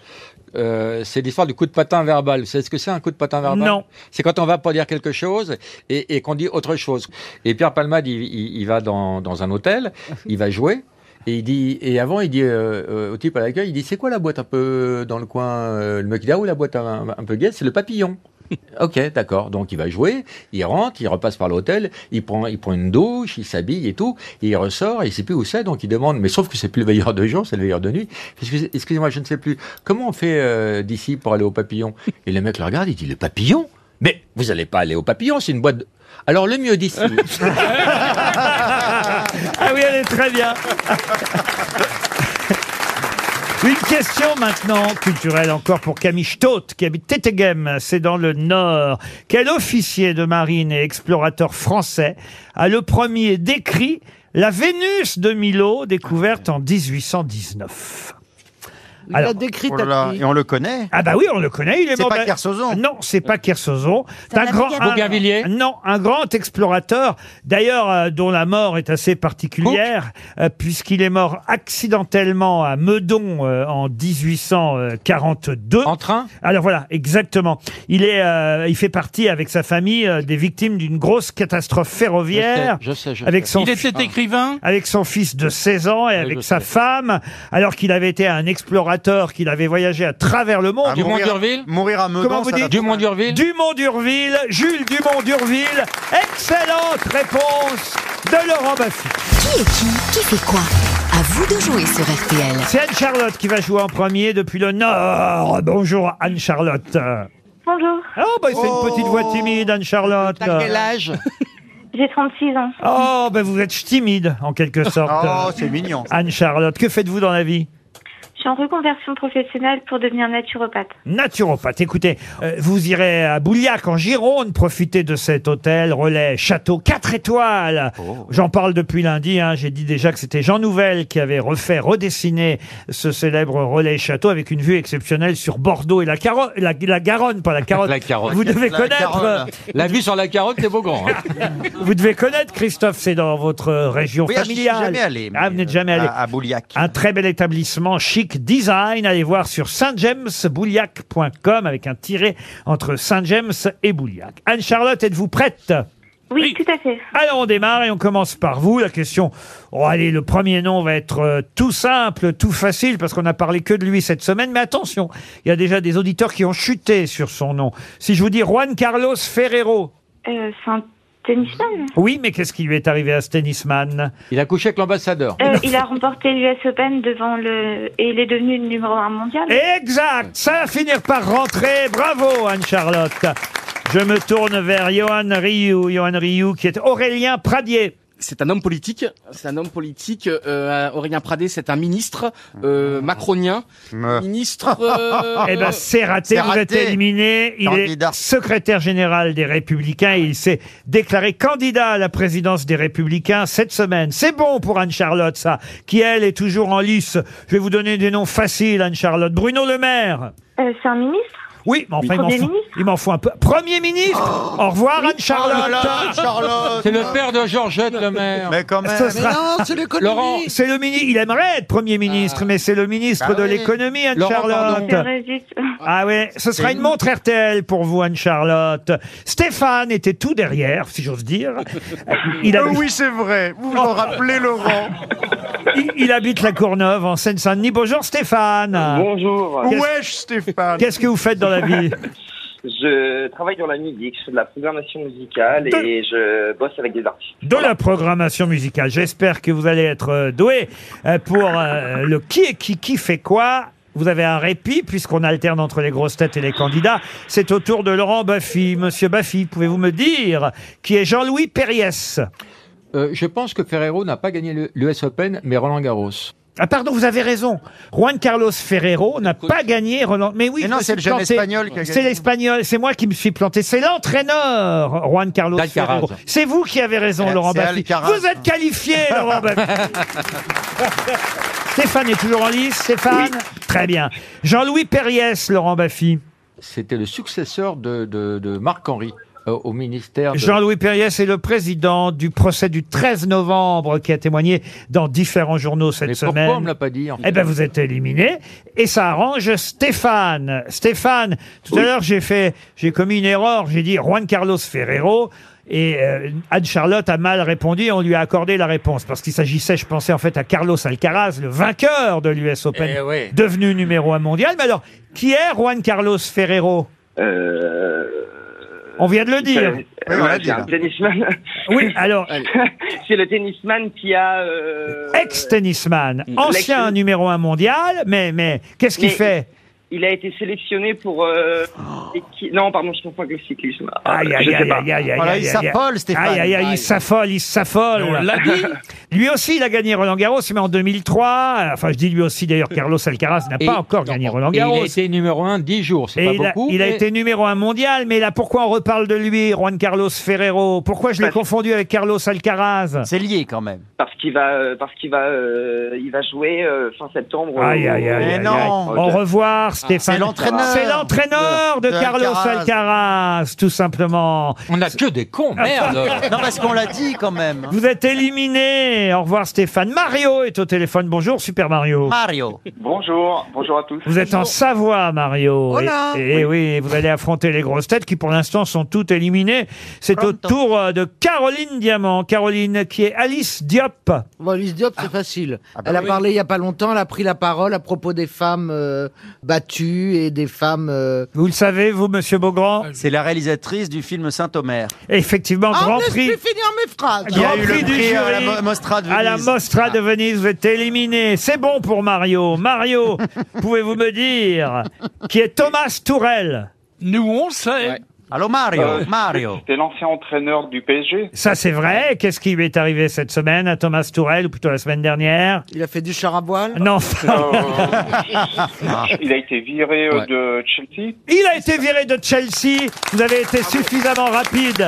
Euh, c'est l'histoire du coup de patin verbal. Vous savez ce que c'est un coup de patin verbal Non. C'est quand on va pas dire quelque chose et, et qu'on dit autre chose. Et Pierre Palmade, il, il- il va dans, dans un hôtel, il va jouer. Et il dit et avant il dit euh, euh, au type à l'accueil il dit c'est quoi la boîte un peu dans le coin euh, le mec il dit ah oui la boîte un, un peu gaie c'est le papillon (laughs) ok d'accord donc il va jouer il rentre il repasse par l'hôtel il prend il prend une douche il s'habille et tout et il ressort et il sait plus où c'est donc il demande mais sauf que c'est plus le veilleur de jour c'est le veilleur de nuit Excusez- excusez-moi je ne sais plus comment on fait euh, d'ici pour aller au papillon et le mec le regarde il dit le papillon mais vous allez pas aller au papillon c'est une boîte de- alors le mieux d'ici (laughs) Ah oui, elle est très bien. Une question maintenant culturelle encore pour Camille Stott qui habite Tétéghem, c'est dans le Nord. Quel officier de marine et explorateur français a le premier décrit la Vénus de Milo découverte en 1819 Il l'a décrit Oh là là, tapis. et on le connaît. Ah bah oui, on le connaît. Il est C'est membre- pas Kersozon. Non, c'est pas Kersozon. C'est un un grand, navigateur. un- Non, un grand explorateur. D'ailleurs, euh, dont la mort est assez particulière, euh, puisqu'il est mort accidentellement à Meudon euh, en 1842. En train. Alors voilà, exactement. Il est, euh, il fait partie avec sa famille euh, des victimes d'une grosse catastrophe ferroviaire. Je sais, je sais, je avec sais. son Il était Ah. écrivain Avec son fils de 16 ans et avec sa femme, alors qu'il avait été un explorateur, qu'il avait voyagé à travers le monde. Ah, mourir- Dumont-Durville mourir à Meudon, Comment vous ça dites date- Dumont-Durville Dumont-Durville, Jules Dumont-Durville. Excellente réponse de Laurent Baffy. Qui est qui Qui fait quoi À vous de jouer sur RTL. C'est Anne-Charlotte qui va jouer en premier depuis le Nord. Bonjour Anne-Charlotte. Bonjour. Oh, bah, c'est une petite voix timide, Anne-Charlotte. T'as quel âge J'ai 36 ans. Oh, ben vous êtes timide, en quelque sorte. Oh, c'est mignon. Anne-Charlotte, que faites-vous dans la vie Je suis en reconversion professionnelle pour devenir naturopathe. Naturopathe. Écoutez, euh, vous irez à Bouliac, en Gironde, profiter de cet hôtel, relais, château, 4 étoiles. Oh. J'en parle depuis lundi. hein. J'ai dit déjà que c'était Jean Nouvel qui avait refait, redessiné ce célèbre relais château avec une vue exceptionnelle sur Bordeaux et la, Caro- la, la (laughs) Garonne, pas la Carotte. Oh, La carotte. Vous devez connaître. euh, Carotte. La vue sur la carotte, c'est beau grand. hein. Vous devez connaître, Christophe, c'est dans votre euh, région Oui, je suis familiale. jamais allé, mais, euh, Ah, vous n'êtes jamais allé. à- à Bouliac. Un très bel établissement chic design. Allez voir sur saintjamesbouliac.com avec un tiret entre Saint-James et Bouliac. Anne-Charlotte, êtes-vous prête Oui, tout à fait. alors on démarre et on commence par vous. La question, oh, allez, le premier nom va être euh, tout simple, tout facile, parce qu'on n'a parlé que de lui cette semaine. Mais attention, il y a déjà des auditeurs qui ont chuté sur son nom. Si je vous dis Juan Carlos Ferrero. Euh, c'est un tennisman. Oui, mais qu'est-ce qui lui est arrivé à ce tennisman Il a couché avec l'ambassadeur. Euh, il a remporté l'US Open devant le et il est devenu le numéro un mondial. Exact, ça va finir par rentrer. Bravo Anne-Charlotte. Je me tourne vers Johan Rioux. Johan Rioux qui est Aurélien Pradier. C'est un homme politique. C'est un homme politique. euh, Aurélien Pradé, c'est un ministre euh, macronien. (laughs) Ministre. euh, (laughs) Eh ben, c'est raté, c'est vous êtes raté. éliminé. Il est secrétaire général des Républicains et il s'est déclaré candidat à la présidence des Républicains cette semaine. C'est bon pour Anne-Charlotte, ça, qui, elle, est toujours en lice. Je vais vous donner des noms faciles, Anne-Charlotte. Bruno Le Maire. Euh, c'est un ministre Oui, mais enfin, il m'en Premier faut- il m'en faut, un peu. Premier ministre Au revoir, Oh là là, Anne-Charlotte Anne-Charlotte. C'est le père de Georgette Le Maire. Mais quand même. Ce sera- C'est le ministre. Il aimerait être Premier ministre, mais c'est le ministre Bah de oui. l'économie, Laurent, pardon. Anne-Charlotte. C'est vrai, zut. Ah ouais, ce sera une montre RTL pour vous, Anne-Charlotte. Stéphane était tout derrière, si j'ose dire. Euh, oui, c'est vrai. Vous vous en rappelez, Laurent. il, il habite la Courneuve, en Seine-Saint-Denis. Bonjour Stéphane. Bonjour. Qu'est-ce- Wesh, Stéphane. Qu'est-ce que vous faites dans (laughs) la vie Je travaille dans la musique, je fais de la programmation musicale et je bosse avec des artistes. de la programmation musicale. J'espère que vous allez être euh, doué euh, pour euh, le qui est qui, qui fait quoi. Vous avez un répit puisqu'on alterne entre les grosses têtes et les candidats. C'est au tour de Laurent Baffy. Monsieur Baffy, pouvez-vous me dire qui est Jean-Louis Perriès Euh, je pense que Ferrero n'a pas gagné le- l'US Open, mais Roland Garros. Ah pardon, vous avez raison. Juan Carlos Ferrero n'a pas gagné Roland. Mais oui, Mais je non, me c'est suis le jeune planté. Espagnol qui a C'est gagné. l'Espagnol, c'est moi qui me suis planté. C'est l'entraîneur Juan Carlos D'Alcaraz. Ferrero. C'est vous qui avez raison, Eh, Laurent c'est Baffy. Alcaraz. Vous êtes qualifié, Laurent Baffy. Stéphane est toujours en lice. Stéphane, très bien. Jean-Louis Perriès, Laurent Baffy. C'était le successeur de, de, de Marc Henry euh, au ministère. de- Jean-Louis Perriès est le président du procès du 13 novembre qui a témoigné dans différents journaux cette Mais semaine. pourquoi on me l'a pas dit en fait Eh ben, vous êtes éliminé et ça arrange Stéphane. Stéphane, tout à l'heure, j'ai fait, j'ai commis une erreur. J'ai dit Juan Carlos Ferrero. Et euh, Anne-Charlotte a mal répondu et on lui a accordé la réponse. Parce qu'il s'agissait, je pensais en fait à Carlos Alcaraz, le vainqueur de l'US Open, Eh ouais. devenu numéro un mondial. Mais alors, qui est Juan Carlos Ferrero On vient de le dire. Euh, voilà, c'est un tennisman. Oui, alors. (laughs) Eh, c'est le tennisman qui a. euh, Ex-tennisman, ancien Mm. Lex- numéro un mondial, mais, mais qu'est-ce qu'il Mais- fait il a été sélectionné pour. euh, l'équi- Non, pardon, je confonds avec le cyclisme. Aïe, aïe, Je sais aïe, pas. aïe, aïe, aïe, Voilà, aïe, il aïe, s'affole, aïe. Stéphane. Aïe, aïe, aïe, Aïe. il s'affole, il s'affole. Mais on l'a dit. Lui aussi, il a gagné Roland Garros, mais en 2003. Enfin, je dis lui aussi, d'ailleurs, Carlos Alcaraz n'a Et- pas encore gagné Roland Et il Garros. a été numéro 1 10 jours, c'est Et pas il, a, beaucoup. il a mais- été numéro un mondial, mais là, pourquoi on reparle de lui, Juan Carlos Ferrero Pourquoi je l'ai confondu avec Carlos Alcaraz C'est lié quand même. Parce qu'il va, euh, parce qu'il va, euh, il va jouer euh, fin septembre. au- Aïe, aïe, aïe, aïe, aïe. Au revoir, Stéphane. c'est l'entraîneur. C'est l'entraîneur de, De Carlos Alcaraz. Alcaraz, tout simplement. On n'a que des cons, merde. non, parce qu'on l'a dit quand même. Vous êtes éliminé. Au revoir, Stéphane. Mario est au téléphone. Bonjour, Super Mario. Bonjour, bonjour à tous. Vous êtes en Savoie, Mario. Et- Hola. Et, oui, vous allez affronter les grosses têtes qui, pour l'instant, sont toutes éliminées. C'est au Pronto. tour euh, de Caroline Diamant. Caroline, qui est Alice Diop. Bon, Alice Diop, Ah. c'est facile. bah elle a parlé il y a pas longtemps, elle a pris la parole à propos des femmes euh, battues et des femmes. euh, Vous le savez, vous, Monsieur Beaugrand C'est la réalisatrice du film Saint-Omer. Effectivement, Ah, Grand laisse Prix. plus finir mes phrases. Grand Prix du euh, prix à jury la Mo- Mostra de à la Venise. Ah. Mostra de Venise, vous êtes éliminé. C'est bon pour Mario. (laughs) Mario, pouvez-vous me dire qui est Thomas Tourel Nous, on sait. Allô, Euh, C'était l'ancien entraîneur du PSG. Ça, c'est vrai. Qu'est-ce qui lui est arrivé cette semaine à Thomas Tourel, ou plutôt la semaine dernière Il a fait du char à voile Non. (laughs) Il a été viré euh, de Chelsea. Il a été viré de Chelsea. Vous avez été suffisamment rapide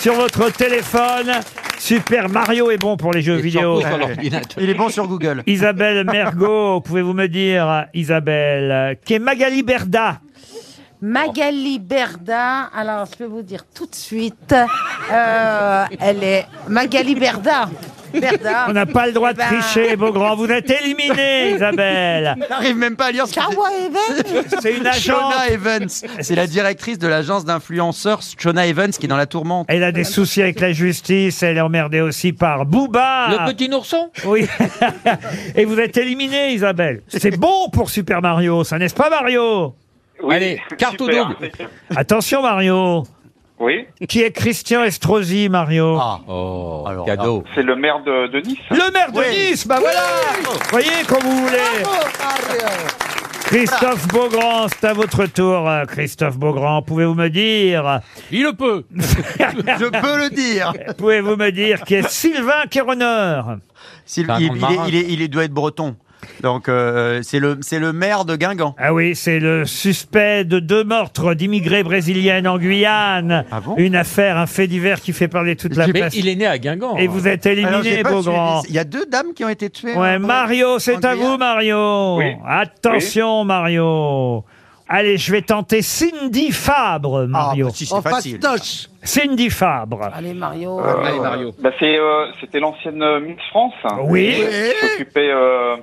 sur votre téléphone. Super Mario est bon pour les jeux vidéo. sur l'ordinateur. Il est bon sur Google. Isabelle Mergot, pouvez-vous me dire, Isabelle, euh, qui est Magali Berda Magali Berda, alors je peux vous dire tout de suite, euh, elle est Magali Berda. Berda. On n'a pas le droit de Eh ben, tricher, Beaugrand. Vous êtes éliminé, Isabelle. J'arrive même pas à lire ce que Kawa Even C'est une agence. Shona Evans. C'est la directrice de l'agence d'influenceurs Shona Evans qui est dans la tourmente. Elle a des soucis avec la justice. Elle est emmerdée aussi par Booba. Le petit ourson Oui. (laughs) Et vous êtes éliminé, Isabelle. C'est bon pour Super Mario, ça n'est-ce pas, Mario Allez, carte ou super. double. Attention, Mario. Oui. Qui est Christian Estrosi, Mario Oh, cadeau. C'est le maire de, de Nice. Le maire de Nice, bah voilà Voyez comme vous voulez Christophe Beaugrand, c'est à votre tour, euh, Christophe Beaugrand. Pouvez-vous me dire euh, Il le (laughs) peut Je peux le dire Pouvez-vous me dire qui est Sylvain Kéroneur Sylvain, il, il est- il est- il est- doit être breton. Donc, euh, c'est le, c'est le maire de Guingamp. Ah oui, c'est le suspect de deux meurtres d'immigrés brésiliennes en Guyane. Ah Une affaire, un fait divers qui fait parler toute la Mais presse. il est né à Guingamp. hein. Et vous êtes Alors, j'ai éliminé, pas Beaugrand. suivi. Il y a deux dames qui ont été tuées. hein, Ouais, en- Mario, c'est en à vous, Guyane. Mario. Oui. Attention, Mario. Allez, je vais tenter Cindy Fabre, Mario. bah si, c'est En Oh, facile. Cindy Fabre. Allez, Mario. Euh, bah, c'est, euh, c'était l'ancienne euh, Miss France. Oui. Qui s'occupait, euh,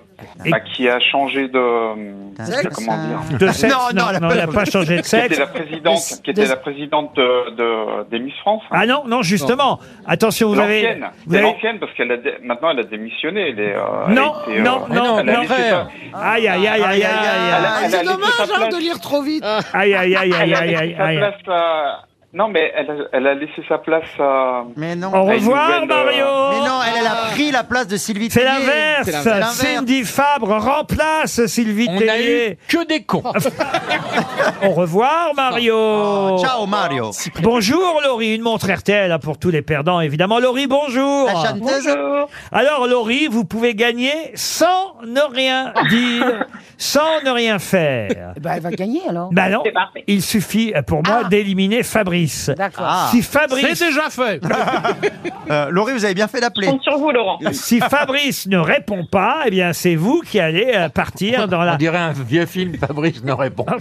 bah, qui a changé de, de- comment dire. De sexe, Non, non, non, elle a non, pas- elle a pas changé de Qui sexe. était la présidente, qui était la présidente de, de- des Miss France. Ah non, non, justement. Attention, vous avez. L'ancienne, vous C'est avez- l'ancienne parce qu'elle a dé- maintenant elle a démissionné. Elle est, euh, Non, elle était, euh, non, elle non, a non. laissé sa- Aïe, aïe, aïe, aïe, aïe, Elle a- aïe. elle a C'est laissé sa dommage hein, place- de lire trop vite. Aïe, aïe, aïe, aïe, Elle a aïe, laissé aïe, sa aïe. place à- Non, mais elle a, elle a laissé sa place à. euh, Mais non. Au revoir, Mario. Mais non, elle, elle a pris la place de Sylvie C'est Tellier. C'est l'inverse. l'inverse. Cindy Fabre remplace Sylvie On a Tellier. que des cons. (laughs) Au revoir, Mario. Oh, ciao, Mario. Bonjour, Laurie. Une montre RTL hein, pour tous les perdants, évidemment. Laurie, bonjour. La chanteuse. Bonjour. Alors, Laurie, vous pouvez gagner sans ne rien (laughs) dire, sans ne rien faire. Eh ben, elle va gagner alors. Bah non, il suffit euh, pour Ah. moi d'éliminer Fabrice. D'accord. Si Fabrice, C'est déjà fait. Euh, Laurie, vous avez bien fait d'appeler. sur vous, Laurent. Euh, si Fabrice ne répond pas, eh bien c'est vous qui allez euh, partir dans On la. dirait un vieux film, Fabrice ne répond (laughs) pas.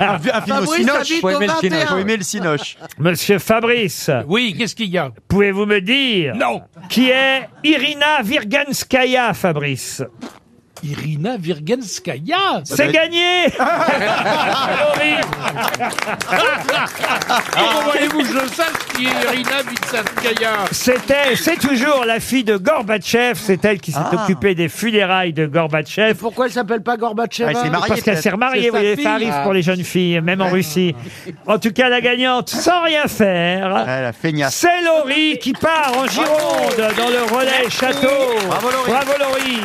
Un, vi- un film au Fabrice Cinoche. habite au 21. Faut aimer le Cinoche. Monsieur Fabrice. Oui, qu'est-ce qu'il y a Pouvez-vous me dire Non. qui est Irina Virganskaya, Fabrice Irina Virgenskaya C'est (laughs) gagné bah, (laughs) Laurie. Comment voulez-vous que je sache qui est Irina (laughs) Virgenskaya C'était, c'est toujours la fille de Gorbatchev. C'est elle qui s'est Ah. occupée des funérailles de Gorbatchev. Pourquoi elle s'appelle pas Gorbatchev hein Parce qu'elle s'est remariée, vous voyez, ça arrive pour les jeunes filles, même en Russie. En tout cas, la gagnante, sans rien faire, c'est Laurie qui part en Gironde dans le relais château. Bravo, Laurie. Bravo Laurie.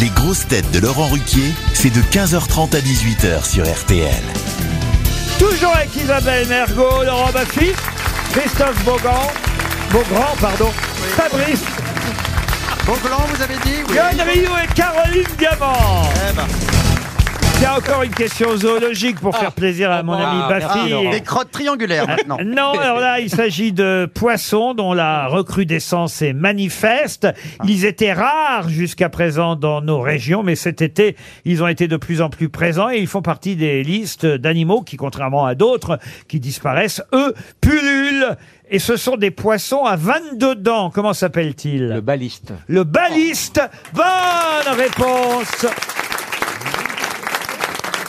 Les grosses têtes de Laurent Ruquier, c'est de 15h30 à 18h sur RTL. Toujours avec Isabelle Mergot, Laurent Baffy, Christophe Beaugrand, Beaugrand, pardon, Fabrice. Beaugrand, vous avez dit oui. Eh ben. Yann Rioux et Caroline Diamant. Il y a encore une question zoologique Ah. pour faire plaisir Oh, à mon bah, ami Baffy. Des crottes triangulaires maintenant. Euh, Non, alors là, il s'agit de poissons dont la recrudescence est manifeste. Ils étaient rares jusqu'à présent dans nos régions, mais cet été, ils ont été de plus en plus présents et ils font partie des listes d'animaux qui, contrairement à d'autres qui disparaissent, eux, pullulent. Et ce sont des poissons à 22 dents. Comment s'appelle-t-il Le baliste. Le baliste. Bonne réponse.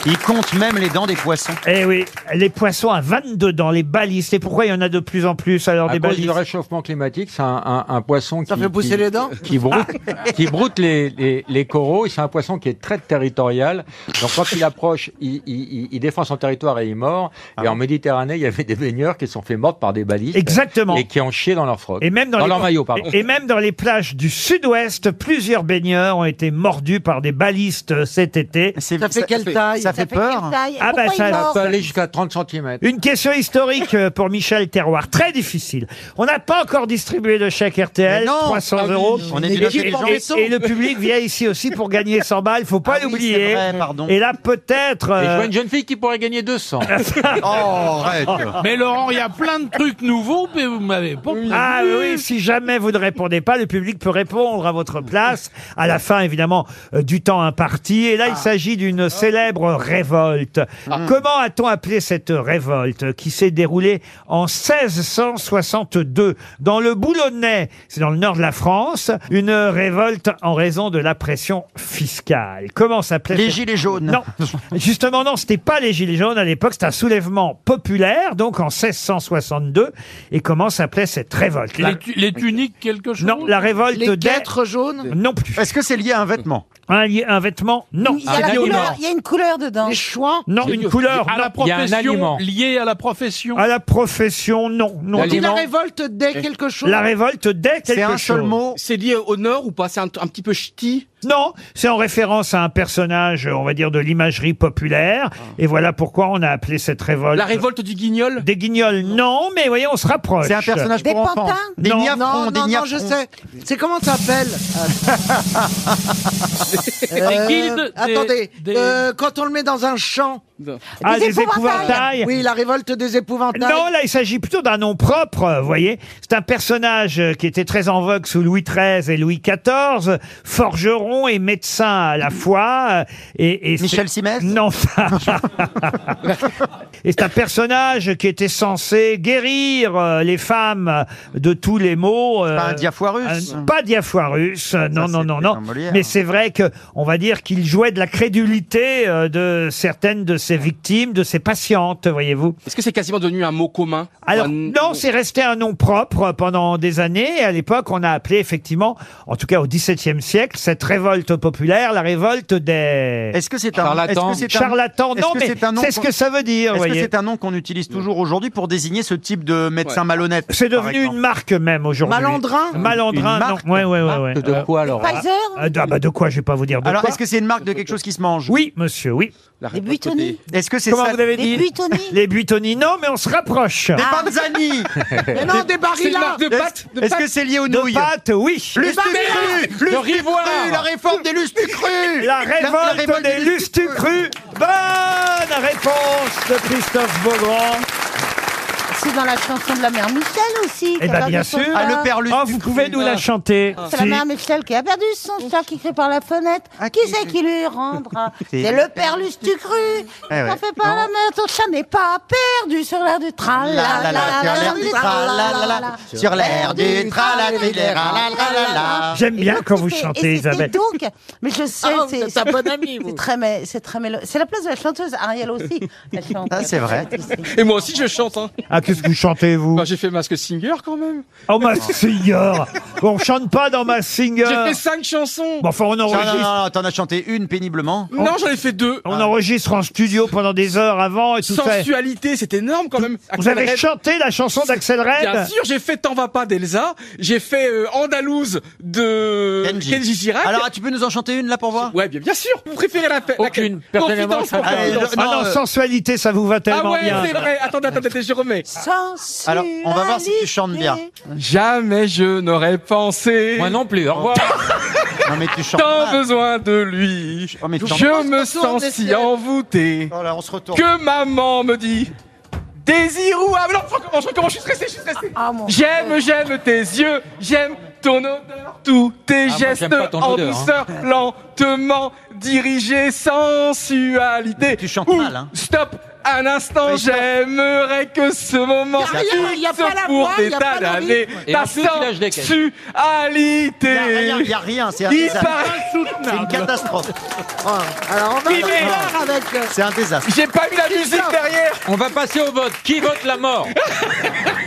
Il compte même les dents des poissons. Eh oui, les poissons à 22 dents, les balistes. Et pourquoi il y en a de plus en plus alors À des cause du balistes réchauffement climatique, c'est un, un- un poisson Ça qui... fait pousser qui- les dents Ah. Qui broute, qui broute les, les, les coraux. Et C'est un poisson qui est très territorial. Donc quand il approche, il, il- il- il défend son territoire et il mord. Et Ah. en Méditerranée, il y avait des baigneurs qui se sont fait mortes par des balistes. Exactement. Et qui ont chié dans leur frotte. Et même dans, les- leur maillot, pardon. Et, et même dans les plages du sud-ouest, plusieurs baigneurs ont été mordus par des balistes cet été. Ça fait ça- quelle ça fait- taille ça fait Ça fait peur quelle taille Et Ah bah pourquoi ça, ils mordent Ça peut aller jusqu'à 30 cm. Une question historique euh, pour Michel Terroir, très difficile. On n'a pas encore distribué le chèque RTL, Mais non, 300 ah oui, euros. on est Et- déjà et, payant. et le public vient ici aussi pour gagner 100 balles, faut pas Ah oui, l'oublier. c'est vrai, pardon. Et là peut-être. Et je euh, vois une jeune fille qui pourrait gagner 200. (laughs) Oh, Oh, Mais Laurent, il y a plein de trucs nouveaux, mais vous m'avez pas Ah prévenu. Mmh. oui, si jamais vous ne répondez pas, le public peut répondre à votre place. À la fin, évidemment, euh, du temps imparti. Et là, Ah. il s'agit d'une célèbre révolte. Comment a-t-on appelé cette révolte qui s'est déroulée en 1662 dans le Boulonnais, c'est dans le nord de la France, une révolte en raison de la pression fiscale. Comment s'appelait Les cette- Gilets jaunes. Non, (laughs) Justement, non, c'était pas les Gilets jaunes à l'époque, c'était un soulèvement populaire, donc en 1662. Et comment s'appelait cette révolte Les, tu- les tuniques, quelque chose Non, la révolte Les guêtres jaunes Non plus. Est-ce que c'est lié à un vêtement un, lié- un vêtement Non. Il y, Ah, a la couleur- il y a une couleur dedans. Les chouans Non, une couleur. À la non. profession, lié à la profession. À la profession, non. non On dit la non. révolte dès quelque chose. La révolte dès quelque C'est un seul chose. mot. C'est lié au nord ou pas C'est un, un petit peu ch'ti Non, c'est en référence à un personnage, on va dire, de l'imagerie populaire. Et voilà pourquoi on a appelé cette révolte. Ah. La révolte du guignol Des guignols, non, mais voyez, on se rapproche. C'est un personnage Des pour enfants. pantins Des Non, niafrons, non, des non, non, niafrons. je sais. C'est comment ça (laughs) s'appelle Euh, guildes, des- Attendez, des- euh, quand on le met dans un champ. Ah, des épouvantails. Oui, la révolte des épouvantails. Non, là, il s'agit plutôt d'un nom propre, euh, vous voyez. C'est un personnage euh, qui était très en vogue sous Louis XIII et Louis XIV, euh, forgeron et médecin à la fois. euh, Et, Michel Simès Non. (laughs) et c'est un personnage qui était censé guérir euh, les femmes euh, de tous les maux. euh, Pas un Diafoirus euh, Pas Diafoirus, euh, non, non, non, non. hein. Mais c'est vrai que on va dire qu'il jouait de la crédulité euh, de certaines de ses victimes, de ses patientes, voyez-vous. Est-ce que c'est quasiment devenu un mot commun Alors non, c'est resté un nom propre pendant des années. Et à l'époque, on a appelé effectivement, en tout cas au XVIIe siècle, cette révolte populaire, la révolte des Est-ce que c'est un charlatans est-ce que c'est un- Charlatans, est-ce Non, que mais un nom c'est ce qu'on- que ça veut dire. Est-ce que voyez. c'est un nom qu'on utilise toujours aujourd'hui pour désigner ce type de médecin Ouais. malhonnête C'est par devenu exemple une marque même aujourd'hui. Malandrin Malandrin, Une non. marque Ouais, ouais, ouais, ouais. Marque de Euh, quoi, alors Pfizer Ah, ah, bah, De quoi Je vais pas vous dire de Alors, quoi. est-ce que c'est une marque de quelque chose qui se mange Oui, monsieur, oui. Des buitonies Est-ce que c'est Comment ça vous avez dit (laughs) Les buitonies, non, mais on se rapproche. Des panzani Mais non, des barils, C'est une là. marque de Est-ce- pâtes de est-ce pâtes. que c'est lié aux De nouilles pâtes, oui Lustre cru, lustre cru, la réforme des lustres crus La révolte révolte des lustres crus Bonne réponse de Christophe Beaugrand C'est dans la chanson de la mère Michel aussi. qui a Eh ben perdu bien son sûr chat. Oh, vous pouvez nous la chanter Ah. C'est la mère Michel qui a perdu son chat qui crie par la fenêtre. Ah, qui c'est qui lui (laughs) rendra C'est le père Lustucru. Eh ouais. Ça fait pas la mère, ton chat n'est pas perdu sur l'air du train. La, la, la, sur l'air du tralalala, sur l'air du tralalala, tralalala. J'aime bien quand vous chantez, Et c'était Isabelle. donc, mais je sais, Ah, vous c'est êtes un bon ami, (laughs) c'est très, mé- c'est (laughs) très mélo- C'est la place de la chanteuse Ariel aussi. Elle chante. Ah, c'est vrai. Et moi aussi je chante. Hein. Ah, qu'est-ce Qu'est-ce que vous chantez, vous J'ai fait masque singer quand même. Ah. Oh, ma singer On chante pas dans ma singer J'ai fait cinq chansons. Bon, enfin, on enregistre. Non, non, non, non, t'en as chanté une péniblement. Non, j'en ai fait deux. On enregistre en studio pendant des heures avant et tout ça. Sensualité, c'est énorme quand même. Vous Axel avez Red. chanté la chanson d'Axel Red Bien sûr, j'ai fait T'en va pas d'Elsa, j'ai fait euh, Andalouse de Kenji. Girac. Alors, ah, tu peux nous en chanter une là pour voir Ouais, bien, bien sûr. Vous préférez la paix Aucune. Personnellement, je préfère Ah Confidence. non, euh, sensualité, ça vous (laughs) va Ah tellement ouais, bien. c'est vrai. Attendez, attendez, attendez, je remets. Alors, on va voir si tu chantes bien. Jamais je n'aurais pensé. Moi non plus, au (laughs) revoir. non, mais tu chantes. Tant mal. besoin de lui. mais tu chantes- je me sens si envoûté Oh là, on se retourne. que maman me dit. Désir ou ah, mais non, je recommence, je recommence, je suis stressé, je suis stressé. Ah, j'aime, j'aime tes yeux, j'aime ton odeur, tous tes Ah, moi, gestes j'aime pas ton en odeur, hein. douceur, lentement dirigé, sensualité. Tu chantes mal, hein. Stop, un instant, j'aimerais que ce moment Y a rien, y a fixe pas la pour voix, des y a tas pas le d'années. rythme. Et Ta en plus, il lâche des caisses. sensualité. Y a rien, y a rien, c'est un Il désastre. paraît- C'est une catastrophe. Alors on va Il est- voir avec. (laughs) euh, C'est un désastre. J'ai pas mis la musique derrière. On va passer au vote. Qui vote la mort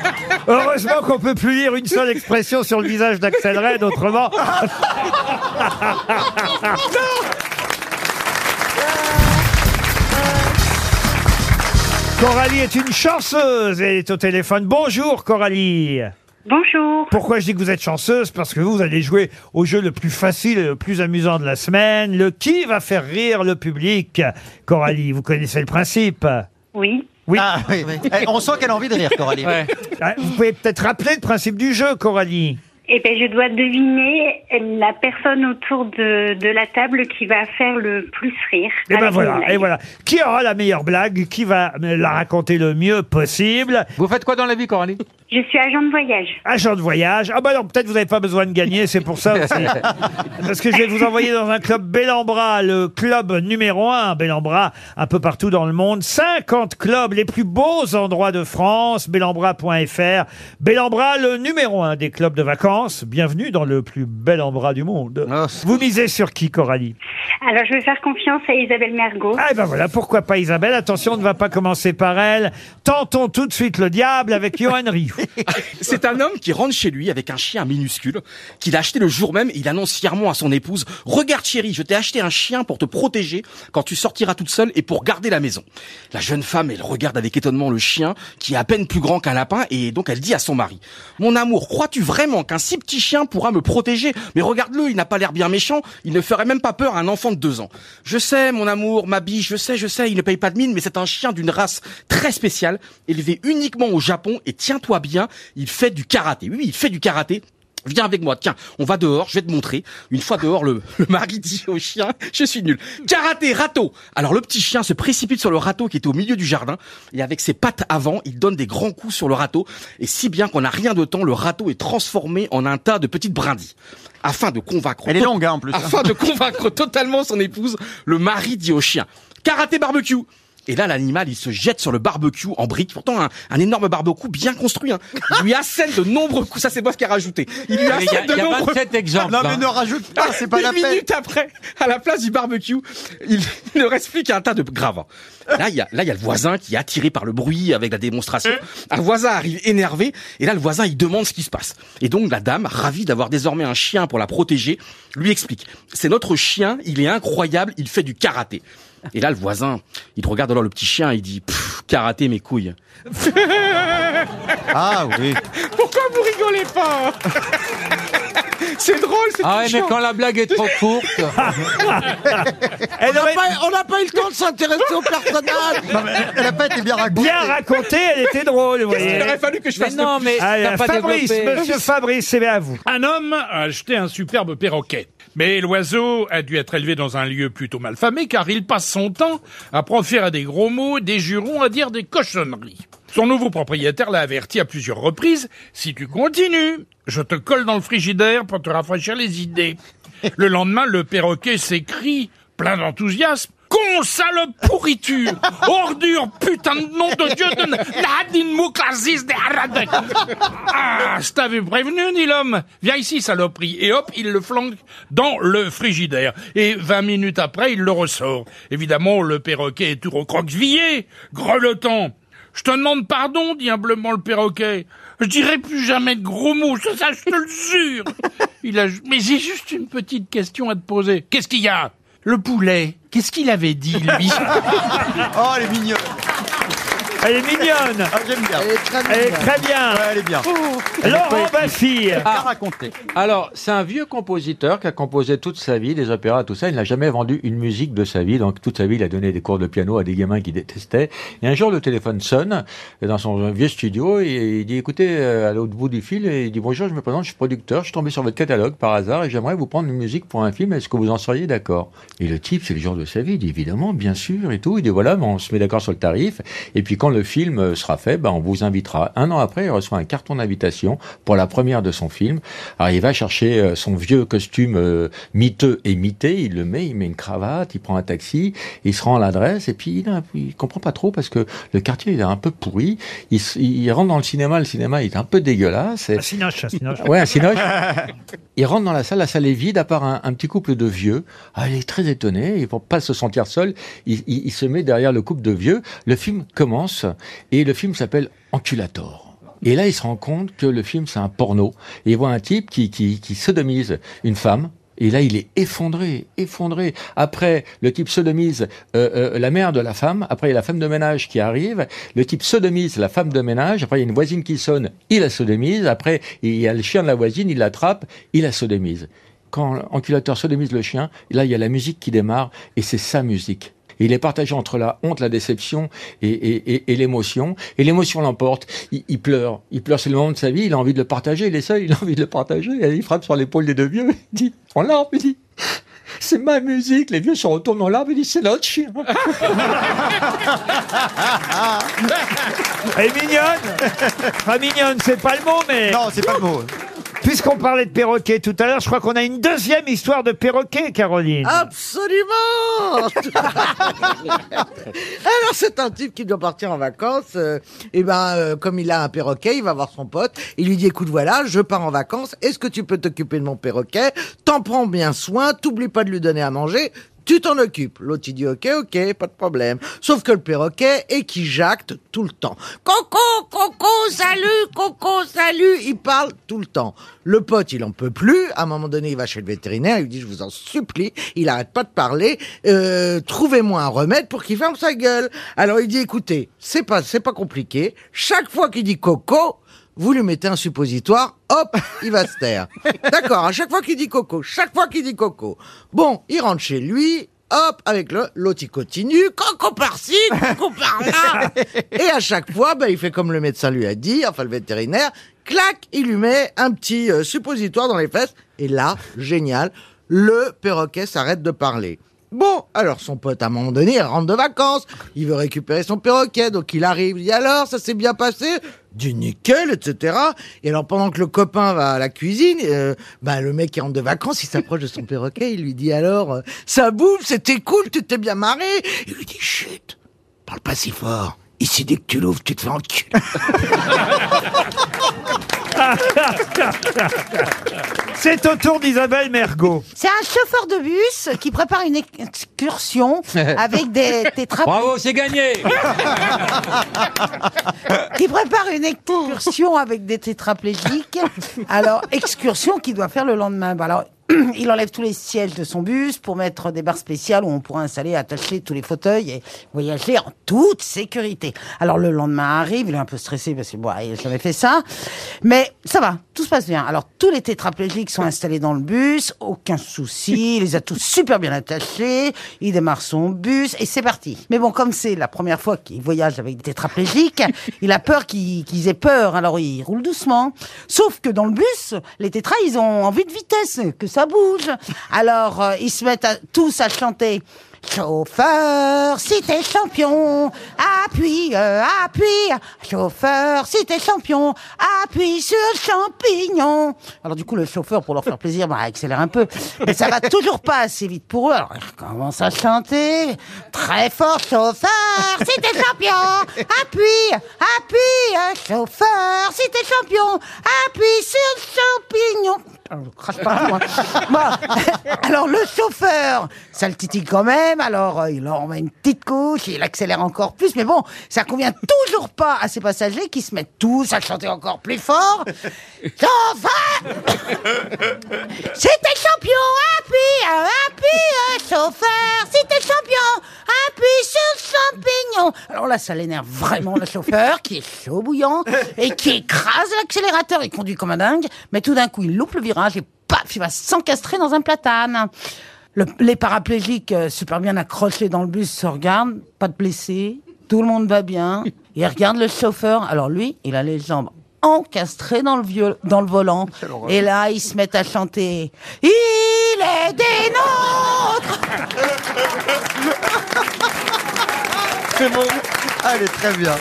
Ah, Heureusement qu'on peut plus lire une seule expression sur le visage d'Axel Red, autrement. Coralie est une chanceuse et elle est au téléphone. Bonjour Coralie. Bonjour. Pourquoi je dis que vous êtes chanceuse Parce que vous, vous allez jouer au jeu le plus facile et le plus amusant de la semaine, le qui va faire rire le public. Coralie, vous connaissez le principe. Oui. Oui. Ah, oui. Eh, on sent qu'elle a envie de rire, Coralie. Ah, Vous pouvez peut-être rappeler le principe du jeu, Coralie. Eh ben, je dois deviner euh, la personne autour de, de la table qui va faire le plus rire. Et ben avec une voilà, blague. et voilà. Qui aura la meilleure blague Qui va me la raconter le mieux possible Vous faites quoi dans la vie, Coralie Je suis agent de voyage. Agent de voyage. Ah bah alors peut-être vous n'avez pas besoin de gagner, c'est pour (laughs) ça aussi. Parce que je vais vous envoyer dans un club Bellambra, le club numéro un Bellambra, un peu partout dans le monde. 50 clubs, les plus beaux endroits de France, bellambra.fr. Bellambra, le numéro un des clubs de vacances. Bienvenue dans le plus bel Ambra du monde. Ah, Vous misez sur qui, Coralie Alors, je vais faire confiance à Isabelle Mergot. Ah, et ben voilà, pourquoi pas Isabelle Attention, on ne va pas commencer par elle. Tentons tout de suite le diable avec Johan Rioux. (laughs) C'est un homme qui rentre chez lui avec un chien minuscule qu'il a acheté le jour même et il annonce fièrement à son épouse Regarde chérie, je t'ai acheté un chien pour te protéger quand tu sortiras toute seule et pour garder la maison. La jeune femme, elle regarde avec étonnement le chien qui est à peine plus grand qu'un lapin et donc elle dit à son mari Mon amour, crois-tu vraiment qu'un si petit chien pourra me protéger Mais regarde-le, il n'a pas l'air bien méchant, il ne ferait même pas peur à un enfant de deux ans. Je sais, mon amour, ma biche, je sais, je sais, il ne paye pas de mine, mais c'est un chien d'une race très spéciale, élevé uniquement au Japon, et tiens-toi bien, il fait du karaté. Oui, oui, il fait du karaté. Viens avec moi, tiens, on va dehors, je vais te montrer. Une fois dehors, le, (laughs) le mari dit au chien, je suis nul. Karaté, râteau Alors le petit chien se précipite sur le râteau qui était au milieu du jardin, et avec ses pattes avant, il donne des grands coups sur le râteau, et si bien qu'on n'a rien de temps, le râteau est transformé en un tas de petites brindilles. Afin de convaincre... Elle est longue, hein, en plus. Afin (laughs) de convaincre totalement son épouse, le mari dit au chien Karaté barbecue et là, l'animal, il se jette sur le barbecue en brique. Pourtant, un, un énorme barbecue bien construit. hein. Il lui assèle de nombreux coups. Ça, c'est Boff qui a rajouté. Il Mais lui Il y a, assèle de il y a nombreux 27 exemples. Non, mais hein. ne rajoute pas, c'est pas une la peine. minute après, à la place du barbecue, il il ne reste plus qu'un tas de gravats. Là, il y a, là, il y a le voisin qui est attiré par le bruit avec la démonstration. Un voisin arrive énervé, et là, le voisin, il demande ce qui se passe. Et donc, la dame, ravie d'avoir désormais un chien pour la protéger, lui explique. C'est notre chien, il est incroyable, il fait du karaté. Et là, le voisin, il regarde alors le petit chien et il dit, Pff, karaté mes couilles. Ah oui. Pourquoi vous rigolez pas? C'est drôle, c'est Ah ouais, mais quand la blague est trop (laughs) (laughs) courte. Elle aurait On n'a pas eu le temps de s'intéresser au personnage. Non, mais elle a pas été bien racontée. bien raconté, elle était drôle, vous voyez. fallu que je Mais non, mais Allez, t'as pas Fabrice, développé. monsieur Fabrice, c'est à vous. Un homme a acheté un superbe perroquet. Mais l'oiseau a dû être élevé dans un lieu plutôt malfamé car il passe son temps à proférer des gros mots, des jurons, à dire des cochonneries. Son nouveau propriétaire l'a averti à plusieurs reprises. Si tu continues, je te colle dans le frigidaire pour te rafraîchir les idées. Le lendemain, le perroquet s'écrie, plein d'enthousiasme. Con sale pourriture Ordure Putain de nom de Dieu de Nadine Mouklazis de Harad Ah, je t'avais prévenu, dit l'homme Viens ici, saloperie Et hop, il le flanque dans le frigidaire. Et vingt minutes après, il le ressort. Évidemment, le perroquet est tout recroquevillé, grelottant. Je te demande pardon, dit humblement le perroquet. Je dirai plus jamais de gros mots, ça, ça, je te le jure. Il a, mais j'ai juste une petite question à te poser. Qu'est-ce qu'il y a Le poulet, qu'est-ce qu'il avait dit, lui (laughs) Oh, elle est mignonne. Ah, Elle est mignonne. j'aime bien. Elle est très Elle est mignonne. très bien. Ouais, elle est bien. Laurent Baffy. Bien raconté. Alors, c'est un vieux compositeur qui a composé toute sa vie, des opéras, tout ça. Il n'a jamais vendu une musique de sa vie. Donc, toute sa vie, il a donné des cours de piano à des gamins qui détestaient. Et un jour, le téléphone sonne euh, dans son vieux studio et il dit, écoutez, euh, à l'autre bout du fil, et il dit, bonjour, je me présente, je suis producteur, je suis tombé sur votre catalogue par hasard et j'aimerais vous prendre une musique pour un film. Est-ce que vous en seriez d'accord? Et le type, c'est le jour de sa vie. Il dit, évidemment, bien sûr et tout. Il dit, voilà, ben, on se met d'accord sur le tarif. Et puis, quand le film sera fait, ben, on vous invitera. Un an après, il reçoit un carton d'invitation pour la première de son film. Alors il va chercher euh, son vieux costume euh, miteux et mité, il le met, il met une cravate, il prend un taxi, il se rend à l'adresse et puis il, a- il comprend pas trop parce que le quartier il est un peu pourri. Il, s- il rentre dans le cinéma, le cinéma il est un peu dégueulasse. et- Sinoche, Sinoche. Ouais, un (laughs) cinoche. Il rentre dans la salle, la salle est vide, à part un, un petit couple de vieux. Ah, il est très étonné, et pour pas se sentir seul, il, il- il se met derrière le couple de vieux. Le film commence, et le film s'appelle Enculator. Et là, il se rend compte que le film, c'est un porno. Et il voit un type qui, qui, qui sodomise une femme. Et là, il est effondré, effondré. Après, le type sodomise euh, euh, la mère de la femme. Après, il y a la femme de ménage qui arrive. Le type sodomise la femme de ménage. Après, il y a une voisine qui sonne. Il la sodomise. Après, il y a le chien de la voisine. Il l'attrape. Il la sodomise. Quand l'enculateur sodomise le chien, là, il y a la musique qui démarre. Et c'est sa musique. Et il est partagé entre la honte, la déception et, et- et- et l'émotion. Et l'émotion l'emporte. Il, il pleure. Il pleure, c'est le moment de sa vie. Il a envie de le partager. Il est seul. Il a envie de le partager. Et il frappe sur l'épaule des deux vieux. Il dit, en larmes, il dit, c'est ma musique. Les vieux se retournent en larmes. Il dit, c'est notre chien. Elle est mignonne Enfin, mignonne, c'est pas le mot, mais... Non, c'est pas le mot. Puisqu'on parlait de perroquet tout à l'heure, je crois qu'on a une deuxième histoire de perroquet, Caroline. Absolument (laughs) Alors c'est un type qui doit partir en vacances. euh, et ben euh, comme il a un perroquet, il va voir son pote. Il lui dit écoute voilà, je pars en vacances. Est-ce que tu peux t'occuper de mon perroquet T'en prends bien soin. T'oublie pas de lui donner à manger. Tu t'en occupes. L'autre il dit ok ok, pas de problème. Sauf que le perroquet est qui jacte tout le temps. Coco coco salut coco salut. Il parle tout le temps. Le pote il en peut plus. À un moment donné il va chez le vétérinaire. Il lui dit je vous en supplie. Il arrête pas de parler. Euh, Trouvez-moi un remède pour qu'il ferme sa gueule. Alors il dit écoutez, c'est pas c'est pas compliqué. Chaque fois qu'il dit coco, vous lui mettez un suppositoire, hop, il va se taire. D'accord, à chaque fois qu'il dit coco, chaque fois qu'il dit coco. Bon, il rentre chez lui, hop, avec le l'autre il continue, coco par-ci, coco par-là. (laughs) Et à chaque fois, ben, il fait comme le médecin lui a dit, enfin le vétérinaire, clac, il lui met un petit euh, suppositoire dans les fesses. Et là, génial, le perroquet s'arrête de parler. Bon, alors son pote, à un moment donné, il rentre de vacances. Il veut récupérer son perroquet, donc il arrive. Il dit alors, ça s'est bien passé Du nickel, etc. Et alors, pendant que le copain va à la cuisine, euh, bah, le mec qui rentre de vacances, il s'approche de son perroquet. Il lui dit alors, euh, ça bouffe, c'était cool, tu t'es bien marré. Il lui dit, chut, parle pas si fort. Ici, dès que tu l'ouvres, tu te fais enculer. C'est au tour d'Isabelle Mergot. C'est un chauffeur de bus qui prépare une (laughs) excursion avec des tétraplégiques. Bravo, c'est gagné. Ah, (laughs) qui prépare une excursion avec des tétraplégiques. Alors, excursion qu'il doit faire le lendemain. Bah alors, (clears throat) il enlève tous les sièges de son bus pour mettre des barres spéciales où on pourra installer et attacher tous les fauteuils et voyager en toute sécurité. Alors, le lendemain arrive, il est un peu stressé parce que, bon, il a jamais fait ça. Mais ça va, tout se passe bien. Alors, tous les tétraplégiques sont installés dans le bus, aucun souci, il les a tous super bien attachés, il démarre son bus et c'est parti. Mais bon, comme c'est la première fois qu'il voyage avec des tétraplégiques, il a peur qu'ils qu'ils aient peur, alors il roule doucement. Sauf que dans le bus, les tétras, ils ont envie de vitesse, que ça bouge. Alors, euh, ils se mettent à- tous à chanter. Chauffeur, si t'es champion, appuie, euh, appuie. Chauffeur, si t'es champion, appuie sur le champignon. Alors du coup, le chauffeur, pour leur faire plaisir, bah, accélère un peu. Mais ça va toujours pas assez vite pour eux. Alors, ils commencent à chanter. Très fort, chauffeur, si t'es champion, appuie, appuie. euh, Chauffeur, si t'es champion, appuie sur le champignon. Ah, je crache (laughs) partout, hein. Bon. (laughs) Alors le chauffeur, ça le titille quand même. Alors euh, il leur met une petite couche, il accélère encore plus. Mais bon, ça convient toujours pas à ces passagers qui se mettent tous à chanter encore plus fort. Chauffeur, c'était champion, appuie, euh, appuie, euh, chauffeur, c'était champion, appuie sur champignon. Alors là, ça l'énerve vraiment le chauffeur qui est chaud bouillant et qui écrase l'accélérateur. Il conduit comme un dingue, mais tout d'un coup, il loupe le virage et paf, il va s'encastrer dans un platane. Le- les paraplégiques euh, super bien accrochés dans le bus se regardent, pas de blessés, tout le monde va bien. Il regarde le chauffeur. Alors lui, il a les jambes encastrées dans le, viol- dans le volant. Et là, ils se mettent à chanter. Il est des nôtres C'est bon. Allez, très bien.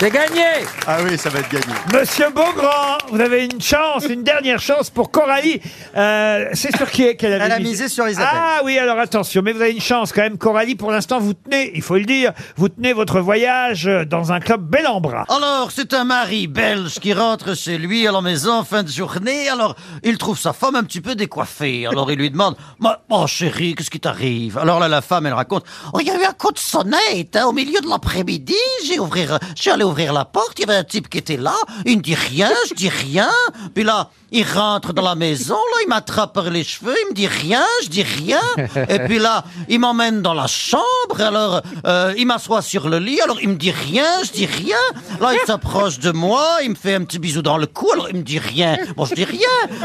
C'est gagné Ah oui, ça va être gagné. Monsieur Beaugrand, vous avez une chance, une dernière chance pour Coralie. Euh, c'est sur qui est qu'elle avait Elle a mis- misé sur Isabelle. Ah oui, alors attention, mais vous avez une chance quand même, Coralie. Pour l'instant, vous tenez, il faut le dire, vous tenez votre voyage dans un club bel en bras. Alors, c'est un mari belge qui rentre chez lui à la maison fin de journée. Alors, il trouve sa femme un petit peu décoiffée. Alors, il lui demande Ma- Oh chérie, qu'est-ce qui t'arrive Alors là, la femme, elle raconte Oh, il y a eu un coup de sonnette hein, au milieu de l'après-midi. J'ai ouvrir, j'ai allé ouvrir la porte. Il y avait un type qui était là. Il ne dit rien, je dis rien. Puis là, il rentre dans la maison. Là, il m'attrape par les cheveux. Il me dit rien, je dis rien. Et puis là, il m'emmène dans la chambre. Alors, euh, il m'assoit sur le lit. Alors, il me dit rien, je dis rien. Là, il s'approche de moi. Il me fait un petit bisou dans le cou. Alors, il me dit rien. Bon, je dis rien.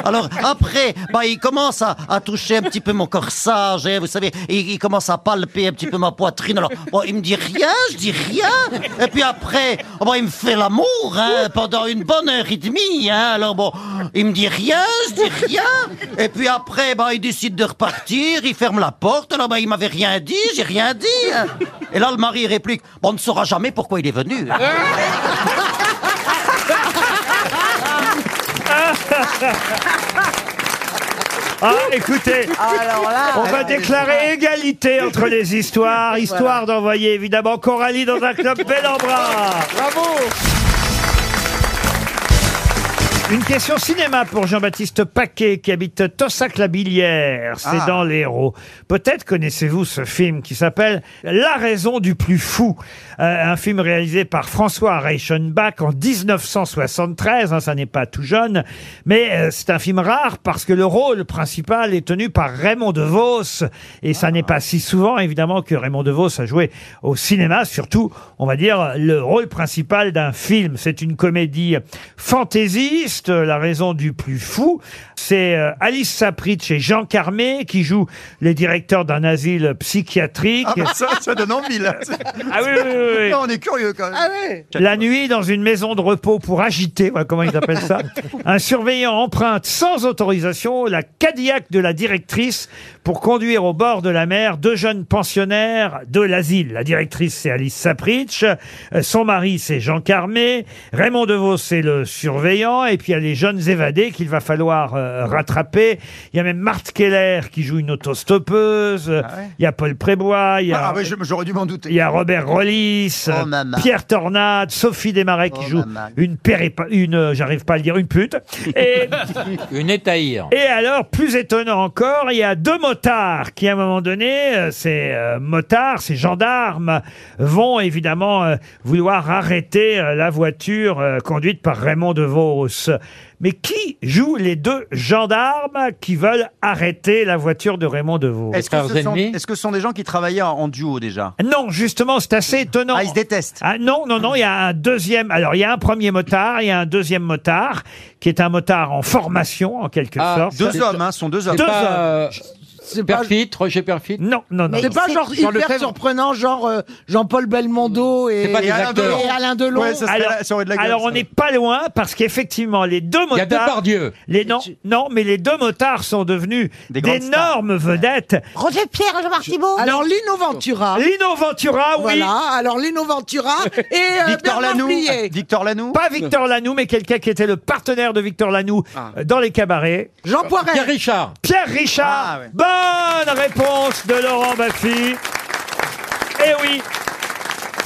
Alors, après, bah, il commence à, à toucher un petit peu mon corsage. hein, vous savez, il, il commence à palper un petit peu ma poitrine. Alors, bon, il me dit rien, je dis rien. Ah. Et puis après, oh, bah, il me fait l'amour hein, pendant une bonne heure et demie. hein. Alors, bon, il me dit rien, je dis rien. Et puis après, bah, il décide de repartir. Il ferme la porte. Alors, bah, il m'avait rien dit, j'ai rien dit. hein. Et là, le mari réplique bon, On ne saura jamais pourquoi il est venu. hein. Ah, écoutez, Alors là, on va alors, déclarer égalité entre les histoires, histoire d'envoyer évidemment Coralie dans un club bel en bras. Bravo Une question cinéma pour Jean-Baptiste Paquet qui habite Tossac-la-Billière, c'est Ah. dans l'Hérault. Peut-être connaissez-vous ce film qui s'appelle La raison du plus fou, Euh, un film réalisé par François Reichenbach en 1973, hein, ça n'est pas tout jeune, mais euh, c'est un film rare parce que le rôle principal est tenu par Raymond DeVos et ça n'est pas si souvent évidemment que Raymond DeVos a joué au cinéma, surtout on va dire le rôle principal d'un film. C'est une comédie fantaisiste, euh, la raison du plus fou. C'est euh, Alice Sapritch et Jean Carmé qui jouent les directeurs d'un asile psychiatrique. Ah bah ça, ça donne envie (laughs) là. hein. Ah oui, oui, oui, oui. Non, on est curieux quand même. Ah ouais La nuit, dans une maison de repos pour agiter, voilà comment ils appellent ça, un surveillant emprunte sans autorisation la Cadillac de la directrice pour conduire au bord de la mer deux jeunes pensionnaires de l'asile. La directrice, c'est Alice Sapritch, euh, son mari, c'est Jean Carmé, Raymond Devos, c'est le surveillant, et puis il y a les jeunes évadés qu'il va falloir euh, rattraper. Il y a même Marthe Keller qui joue une autostoppeuse, il y a Paul Prébois, il y a... Ah ouais, je- j'aurais dû m'en douter. Il y a Robert Rollis, Oh, euh, maman. Pierre Tornade, Sophie Desmarais Oh, qui joue maman. une péripa- une, euh, j'arrive pas à le dire, une pute. (laughs) Et, (laughs) Une étaïre. et alors, plus étonnant encore, il y a deux motards qui, à un moment donné, euh, ces euh, motards, ces gendarmes, vont évidemment euh, vouloir arrêter euh, la voiture euh, conduite par Raymond DeVos. Mais qui joue les deux gendarmes qui veulent arrêter la voiture de Raymond DeVos Est-ce que, ce sont, est-ce que ce sont des gens qui travaillaient en, en duo déjà Non, justement, c'est assez étonnant. Ah, ils se détestent. Ah non, non, non, il y a un deuxième. Alors, il y a un premier motard, il y a un deuxième motard, qui est un motard en formation, en quelque sorte. Deux hommes, hein, ce sont deux hommes. Deux hommes. euh, Perfit, Roger Perfit Non, non, C'est pas genre Jean hyper Lefebvre. surprenant, genre euh, Jean-Paul Belmondo et, C'est pas des et Alain acteurs. Delon. et Alain Delon. alors, alors, on n'est pas loin parce qu'effectivement, les deux motards. Depardieu. Les non, non, mais les deux motards sont devenus grandes d'énormes vedettes. Roger Pierre, Jean-Marc Thibault. Alors Lino Ventura. Lino Ventura, oui. Voilà, alors Lino Ventura et euh, Bernard Blier. Victor Lanoux. Pas Victor Lanoux, mais quelqu'un qui était le partenaire de Victor Lanoux euh, dans les cabarets. Jean Poiret. Pierre Richard. Pierre Richard. Ah, ouais. Bonne réponse de Laurent Baffy. Eh oui.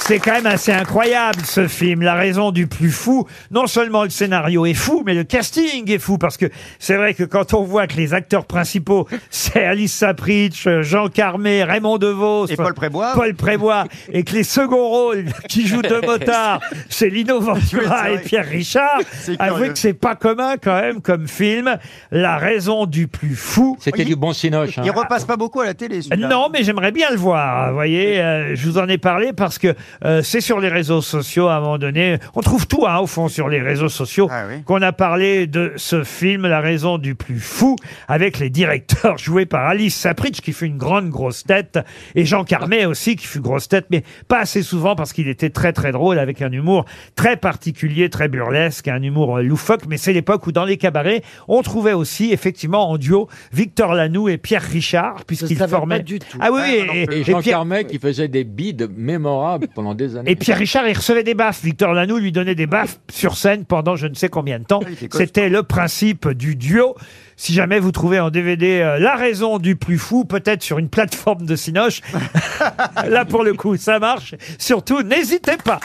C'est quand même assez incroyable ce film. La raison du plus fou, non seulement le scénario est fou, mais le casting est fou parce que c'est vrai que quand on voit que les acteurs principaux, (laughs) c'est Alice Sapritch, Jean Carmé, Raymond Devos et Paul Prébois, Paul Prébois, et que les seconds rôles qui jouent (laughs) deux motards, c'est Lino Oui, c'est Ventura vrai. et Pierre Richard. (laughs) C'est curieux. Avouez que c'est pas commun quand même comme film. La raison du plus fou. Oh, C'était du bon cinoche. hein. Il repasse pas beaucoup à la télé. celui-là. Ah. Euh, Non, mais j'aimerais bien le voir. Vous voyez, euh, je vous en ai parlé parce que euh, c'est sur les réseaux sociaux à un moment donné. On trouve tout, hein, au fond, sur les réseaux sociaux. Qu'on a parlé de ce film, La raison du plus fou, avec les directeurs (laughs) joués par Alice Sapritch, qui fut une grande grosse tête, et Jean Carmet aussi, qui fut grosse tête, mais pas assez souvent parce qu'il était très très drôle, avec un humour très particulier, très burlesque, un humour euh, loufoque. Mais c'est l'époque où, dans les cabarets, on trouvait aussi, effectivement, en duo, Victor Lanoux et Pierre Richard, puisqu'ils formaient. Ah oui, oui, et, et et Jean Pierre, Carmet qui faisait des bides mémorables pendant des années. et Pierre Richard, il recevait des baffes. Victor Lanoux lui donnait des baffes sur scène pendant je ne sais combien de temps. était costaud. C'était le principe du duo. Si jamais vous trouvez en DVD euh, La raison du plus fou, peut-être sur une plateforme de Cinoche, (laughs) là pour le coup, ça marche. Surtout, n'hésitez pas.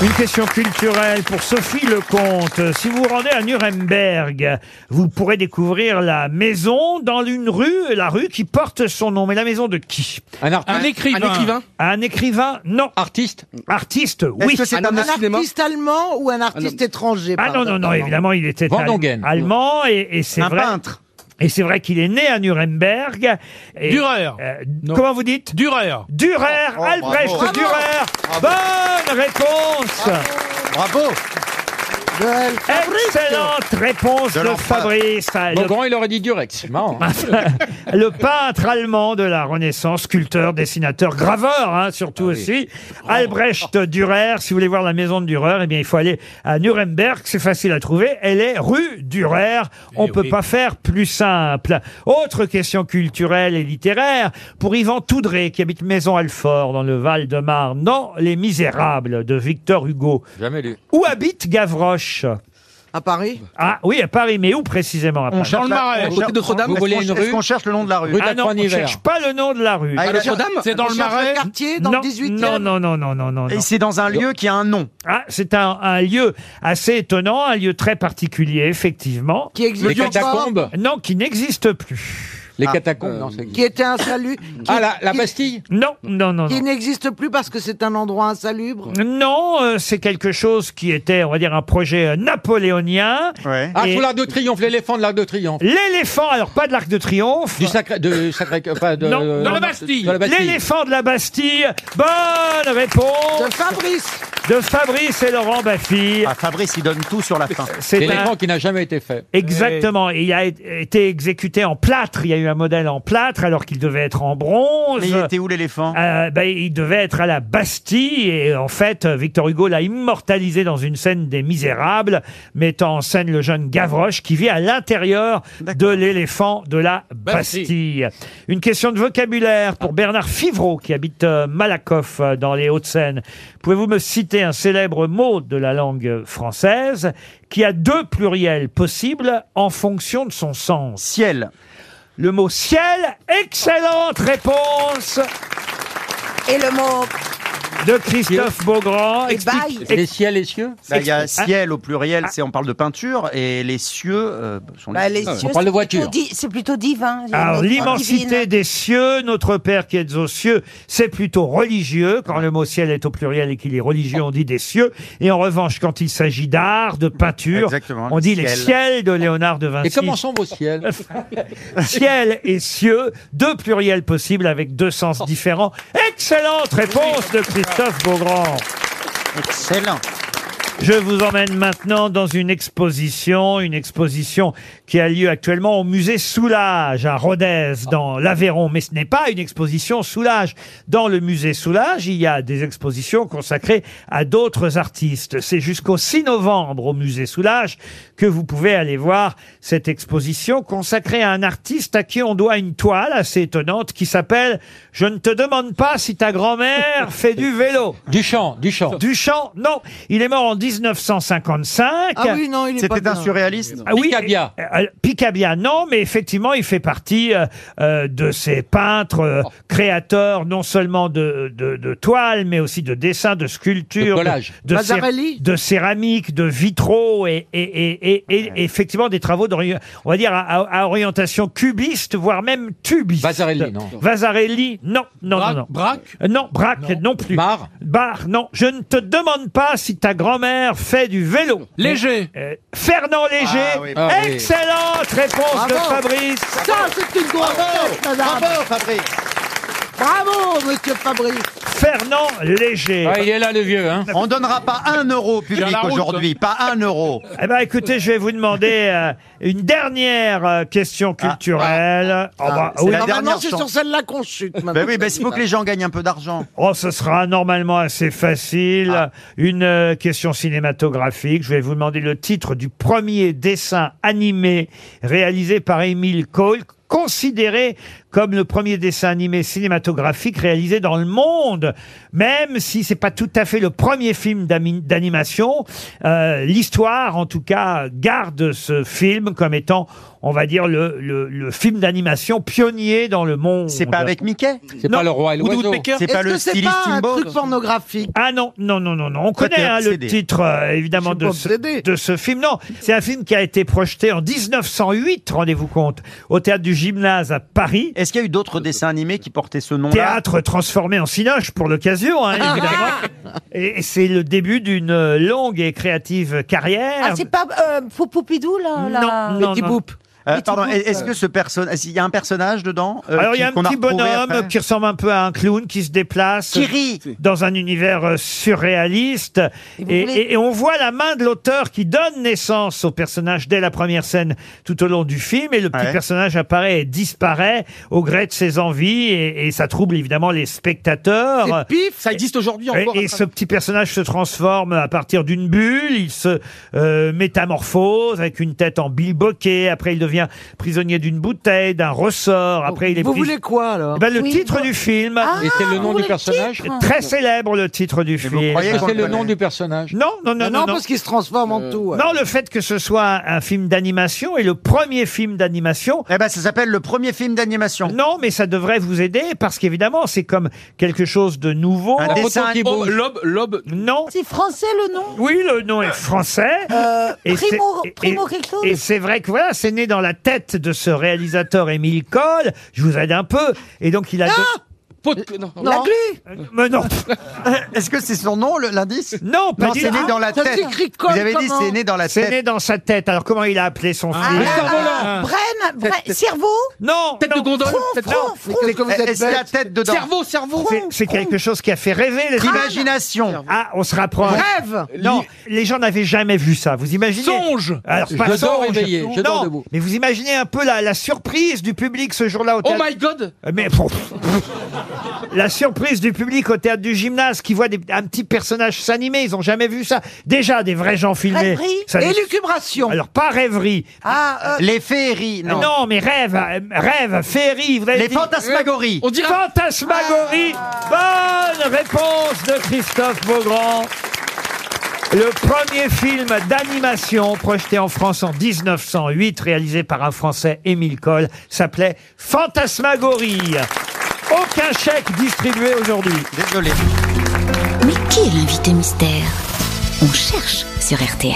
Une question culturelle pour Sophie Lecomte. Si vous vous rendez à Nuremberg, vous pourrez découvrir la maison dans une rue, la rue qui porte son nom. Mais la maison de qui un, Un écrivain. un écrivain Un écrivain, non. Artiste Artiste, oui. Ah artiste allemand ou un artiste étranger Ah non, pardon, non, non, pardon. évidemment, il était Van al- Dongen. allemand et, et c'est Un vrai. peintre. Et c'est vrai qu'il est né à Nuremberg. Et, Dürer. euh, comment vous dites Dürer. Dürer, Oh, oh, Albrecht bravo. Dürer. Bonne réponse. Bravo. Excellente réponse de, Fabrice. Le- Bon, il aurait dit Durex, c'est marrant. hein. le peintre allemand de la Renaissance, sculpteur, dessinateur, graveur, hein, Ah surtout aussi. Oh. Albrecht Dürer. Si vous voulez voir la maison de Dürer, eh bien, il faut aller à Nuremberg. C'est facile à trouver. Elle est rue Dürer. On Eh peut pas faire plus simple. Autre question culturelle et littéraire pour Yvan Toudré, qui habite Maison-Alfort, dans le Val-de-Marne. Non, Les Misérables de Victor Hugo. Jamais lu. Où habite Gavroche à Paris Ah oui, à Paris, mais où précisément à On Paris cherche Dans le la- Marais. on cherche- Côté de Notre-Dame. Vous Est-ce voulez qu'on- une est-ce rue qu'on cherche le nom de la rue Rue de la Ah non, on ne Croix-Nivert. cherche pas le nom de la rue. Ah, il À cherche- Notre-Dame C'est dans on le cherche le Marais quartier, dans le Non, 18e. Non, non, non, non, non, non. Et c'est dans un lieu qui a un nom. Ah, c'est un, un lieu assez étonnant, un lieu très particulier, effectivement. Qui existe Les encore catacombes Non, qui n'existe plus. Les catacombes, non, c'est- Qui était insalubre. Ah, la- la Bastille Non, non, non. Qui non. n'existe plus parce que c'est un endroit insalubre. Non, euh, c'est quelque chose qui était, on va dire, un projet euh, napoléonien. Ah, Et sous l'Arc de Triomphe, l'éléphant de l'Arc de Triomphe. L'éléphant, alors pas de l'Arc de Triomphe. Du sacré, de sacré, enfin, de, Non, euh, dans la de- dans la Bastille. L'éléphant de la Bastille. Bonne réponse. De Fabrice. De Fabrice et Laurent Baffy. Ah, Fabrice, il donne tout sur la fin. C'est un- L'éléphant qui n'a jamais été fait. Exactement. Et Il a é- été exécuté en plâtre. Il y a eu un modèle en plâtre alors qu'il devait être en bronze. Mais il était où l'éléphant Euh, ben, il devait être à la Bastille et en fait, euh, Victor Hugo l'a immortalisé dans une scène des Misérables, mettant en scène le jeune Gavroche qui vit à l'intérieur de l'éléphant de la Bastille. Une question de vocabulaire pour Bernard Fivreau qui habite euh, Malakoff euh, dans les Hauts-de-Seine. Pouvez-vous me citer un célèbre mot de la langue française qui a deux pluriels possibles en fonction de son sens Ciel. Le mot ciel, excellente réponse Et le mot de Christophe Beaugrand. Explique- Ah. Les ciels, les cieux Bah, Il y a Explique- ciel au pluriel, c'est on parle de peinture, et les cieux euh, sont Bah, les cieux, c'est plutôt di- C'est plutôt divin. Alors, Une autre divine. l'immensité des cieux, notre Père qui êtes aux cieux, c'est plutôt religieux. Quand le mot ciel est au pluriel et qu'il est religieux, on dit des cieux. Et en revanche, quand il s'agit d'art, de peinture, Exactement, on le dit les ciel. ciels de Léonard de Vinci. Et comment sont vos ciels Ciel et cieux, deux pluriels possibles avec deux sens différents. Excellente réponse de Christophe Beaugrand. Excellent. Je vous emmène maintenant dans une exposition, une exposition qui a lieu actuellement au musée Soulage à Rodez dans l'Aveyron. Mais ce n'est pas une exposition Soulage. Dans le musée Soulage, il y a des expositions consacrées à d'autres artistes. C'est jusqu'au 6 novembre au musée Soulage que vous pouvez aller voir cette exposition consacrée à un artiste à qui on doit une toile assez étonnante qui s'appelle Je ne te demande pas si ta grand-mère fait du vélo. Duchamp, Duchamp. Duchamp, non. Il est mort en 1955. Ah oui, non, il est C'était pas un bien. surréaliste Ah oui, Picabia. Picabia, non, mais effectivement, il fait partie euh, euh, de ces peintres euh, créateurs, non seulement de, de, de toiles, mais aussi de dessins, de sculptures, De collages. cér- Vasarely de céramique, de vitraux et, et, et, et- et- et effectivement des travaux, d'ori- on va dire, à, à- à orientation cubiste, voire même tubiste. Vasarely, non. Vasarely, non, non, non, non. Braque Euh, Non, Braque, non, plus. Bar Bar, non. Je ne te demande pas si ta grand-mère fait du vélo. Léger. Euh, Fernand Léger. Ah oui, ah oui. Excellente réponse de Bravo. Fabrice. Ça, c'est une grosse tête, madame. Bravo, Fabrice. Bravo, monsieur Fabrice. Fernand (laughs) Léger. Ah, il est là, le vieux. Hein. On donnera pas un euro au public la route, aujourd'hui, pas un euro. Eh ben, écoutez, je vais vous demander euh, une dernière euh, question Ah, culturelle. Oh, bah, oui. Normalement, c'est sur celle-là qu'on chute. Ben oui, ben il faut que les gens gagnent un peu d'argent. Ah. Oh, ce sera normalement assez facile. Une euh, question cinématographique. Je vais vous demander le titre du premier dessin animé réalisé par Émile Cole, considéré comme le premier dessin animé cinématographique réalisé dans le monde, même si c'est pas tout à fait le premier film d'ami- d'animation. euh, L'histoire, en tout cas, garde ce film comme étant, on va dire, le, le- le film d'animation pionnier dans le monde. C'est pas avec Mickey C'est pas le roi et l'oiseau. C'est pas le styliste Timbaud pornographique Ah non, non, non, non, non. On Toi, t'es connaît hein, le obsédé. titre, euh, évidemment, Je suis de ce, de ce film. Non, c'est un film qui a été projeté en 1908, rendez-vous compte, au théâtre du Gymnase à Paris. Est-ce qu'il y a eu d'autres dessins animés qui portaient ce nom-là Théâtre transformé en cinoche pour l'occasion, (laughs) hein, évidemment. et c'est le début d'une longue et créative carrière. Ah, c'est pas euh, Pou- Poupidou, là, là non, non. Euh, Petit pardon, Boop. est-ce que ce personnage, est-ce qu'il y a un personnage dedans euh, Alors il y a un qui- qu'on petit retrouvé bonhomme après qui ressemble un peu à un clown qui se déplace Qui rit. dans un univers euh, surréaliste et, vous voulez- et- et on voit la main de l'auteur qui donne naissance au personnage dès la première scène tout au long du film et le petit Ouais. personnage apparaît et disparaît au gré de ses envies et, et ça trouble évidemment les spectateurs. Ça existe aujourd'hui euh, Et, encore. et ce petit personnage se transforme à partir d'une bulle, il se euh, métamorphose avec une tête en bilboquet, après il devient prisonnier d'une bouteille, d'un ressort, après il est Vous pris- voulez quoi, alors Eh ben, le titre du film. Ah, Et c'est le nom du personnage Très célèbre le titre du film. Est-ce que Ah, C'est le nom du personnage. Non, non, non, non, non. parce qu'il se transforme en Euh, tout. Non, le fait que ce soit un- un film d'animation et le premier film d'animation. Eh ben, ça s'appelle le premier film d'animation. Non, mais ça devrait vous aider parce qu'évidemment, c'est comme quelque chose de nouveau. Un La dessin photo qui animé. bouge. L'aube, l'aube. Non. C'est français, le nom Oui, le nom est français. Euh, c'est- Primo- et- Primo et- quelque chose Et c'est vrai que voilà, c'est né dans la tête de ce réalisateur Émile Coll. Je vous aide un peu. Et donc il a. Ah Non. Euh, Mais non. Est-ce que c'est son nom, le- l'indice Non, pas Non, du c'est né tout. dans la Ça tête. s'écrit Coll, Vous avez dit, comment c'est né dans la C'est tête. né dans sa tête. Alors comment il a appelé son Ah, film ah, Braine, Braine- cerveau Non. Tête de gondole. Est-ce qu'il y a tête dedans cerveau. C'est quelque chose qui a fait rêver les L'imagination. Ah, on se rapproche. Rêve Non, les gens n'avaient jamais vu ça. Vous imaginez Songe Alors pas Je dors songe. éveillé, je Non, dors debout. Mais vous imaginez un peu la, la surprise du public ce jour-là au Oh théâtre. my god Eh, mais la surprise du public au théâtre du gymnase qui voit des- un petit personnage s'animer, ils ont jamais vu ça. Déjà des vrais gens filmés. Rêverie Ça les- Élucubration. Alors pas rêverie. Ah, euh, Les féeries, non. Non, mais rêve, euh, rêve, féerie. Vous avez Les dit- fantasmagories. On dirait Ah. Fantasmagorie. Bonne réponse de Christophe Beaugrand. Le premier film d'animation projeté en France en 1908, réalisé par un Français, Émile Coll, s'appelait Fantasmagorie. Aucun chèque distribué aujourd'hui. Désolé. Mais qui est l'invité mystère On cherche sur RTL.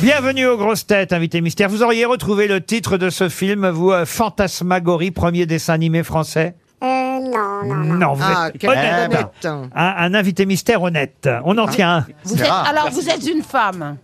Bienvenue aux grosses têtes, invité mystère. Vous auriez retrouvé le titre de ce film, vous, euh, Fantasmagorie, premier dessin animé français Euh, non, non. Non, vous Ah, êtes quel honnête. honnête. Un, un invité mystère honnête. On en tient un. vous êtes, rare. alors, vous êtes une femme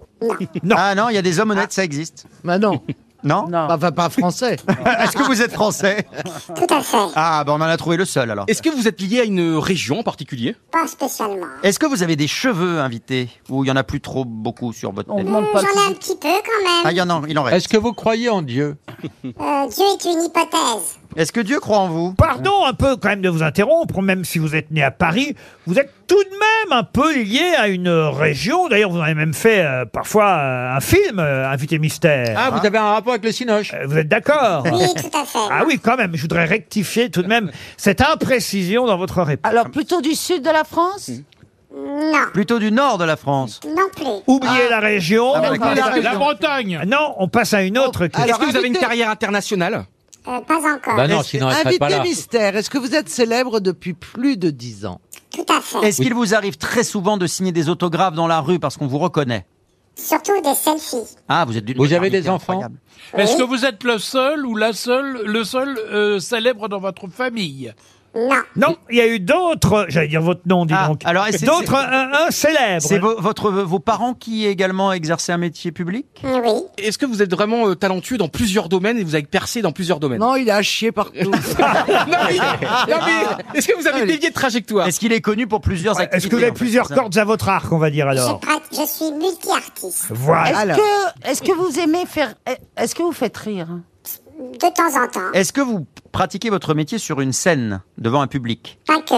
Non. Ah non, il y a des hommes honnêtes, ça existe. Bah non. Non Bah, Enfin, pas français. (laughs) Est-ce que vous êtes français Tout à fait, Ah, ben on en a trouvé le seul alors. Est-ce que vous êtes lié à une région en particulier pas spécialement. Est-ce que vous avez des cheveux invités Ou il y en a plus trop beaucoup sur votre On tête demande pas J'en le ai un physique. petit peu quand Ah, même. il y en a, il en reste. Est-ce que vous croyez en Dieu Euh, Dieu est une hypothèse. Est-ce que Dieu croit en vous Pardon un peu quand même de vous interrompre, même si vous êtes né à Paris, vous êtes tout de même un peu lié à une région. D'ailleurs, vous en avez même fait euh, parfois euh, un film, euh, Invité Mystère. Hein Ah, vous avez un rapport avec le Cinoche Euh, Vous êtes d'accord Oui, tout à fait. Ah oui, quand même, je voudrais rectifier tout de même cette imprécision dans votre réponse. Alors, plutôt du sud de la France Non, Plutôt du nord de la France. non plus. Oubliez la région. Ah, d'accord. Oh, Oubliez la région. La Bretagne. Non, on passe à une autre question. Est-ce que vous avez une carrière internationale Euh, pas encore. Bah non, sinon elle serait Invité pas là. mystère, est-ce que vous êtes célèbre depuis plus de 10 ans Tout à fait. Est-ce qu'il vous arrive très souvent de signer des autographes dans la rue parce qu'on vous reconnaît (laughs) Surtout des selfies. Ah, vous êtes d'une Vous avez éternité des enfants incroyable. Est-ce que vous êtes le seul ou la seule, le seul euh, célèbre dans votre famille Non. Non, il y a eu d'autres, j'allais dire votre nom, dis donc. Ah, alors, et c'est- d'autres c'est- un, un célèbres. C'est vo- votre, vos parents qui également exerçaient un métier public Oui. Est-ce que vous êtes vraiment euh, talentueux dans plusieurs domaines et vous avez percé dans plusieurs domaines Non, il a chié partout. (laughs) non, mais, non, Ah. mais est-ce que vous avez dévié de trajectoire Est-ce qu'il est connu pour plusieurs activités euh, Est-ce que vous avez plusieurs cordes à votre arc, on va dire alors Je, prat- je suis multi-artiste. Voilà. Est-ce Alors. que, est-ce que vous aimez faire. Est-ce que vous faites rire De temps en temps. Est-ce que vous pratiquez votre métier sur une scène devant un public Pas que.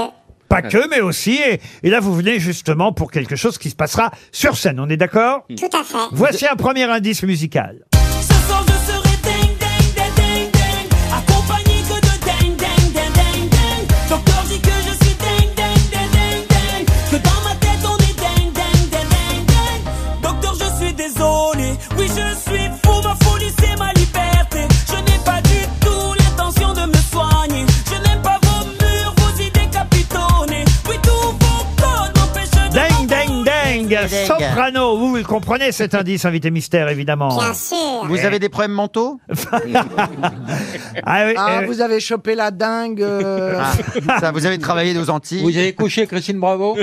Pas que, mais aussi. Et, et là, vous venez justement pour quelque chose qui se passera sur scène. On est d'accord Mm. Tout à fait. Voici un premier indice musical. Ce soir je serai ding ding ding ding ding Accompagné que de ding ding ding ding ding Docteur dit que je suis ding ding ding ding ding Que dans ma tête on est ding ding ding ding ding Docteur je suis désolé, oui je suis fou, ma folie c'est ma liberté Je n'ai pas du tout l'intention de me soigner Je n'aime pas vos murs, vos idées capitonnées Oui tous vos codes m'empêchent de Ding, ding, ding Ding. Soprano Vous, vous le comprenez (laughs) cet indice, invité mystère, évidemment. Bien sûr. Vous avez des problèmes mentaux (laughs) Ah oui, Ah, euh, vous avez chopé la dingue. (laughs) euh, Ah, ça, Vous avez travaillé aux Antilles Vous avez couché Christine Bravo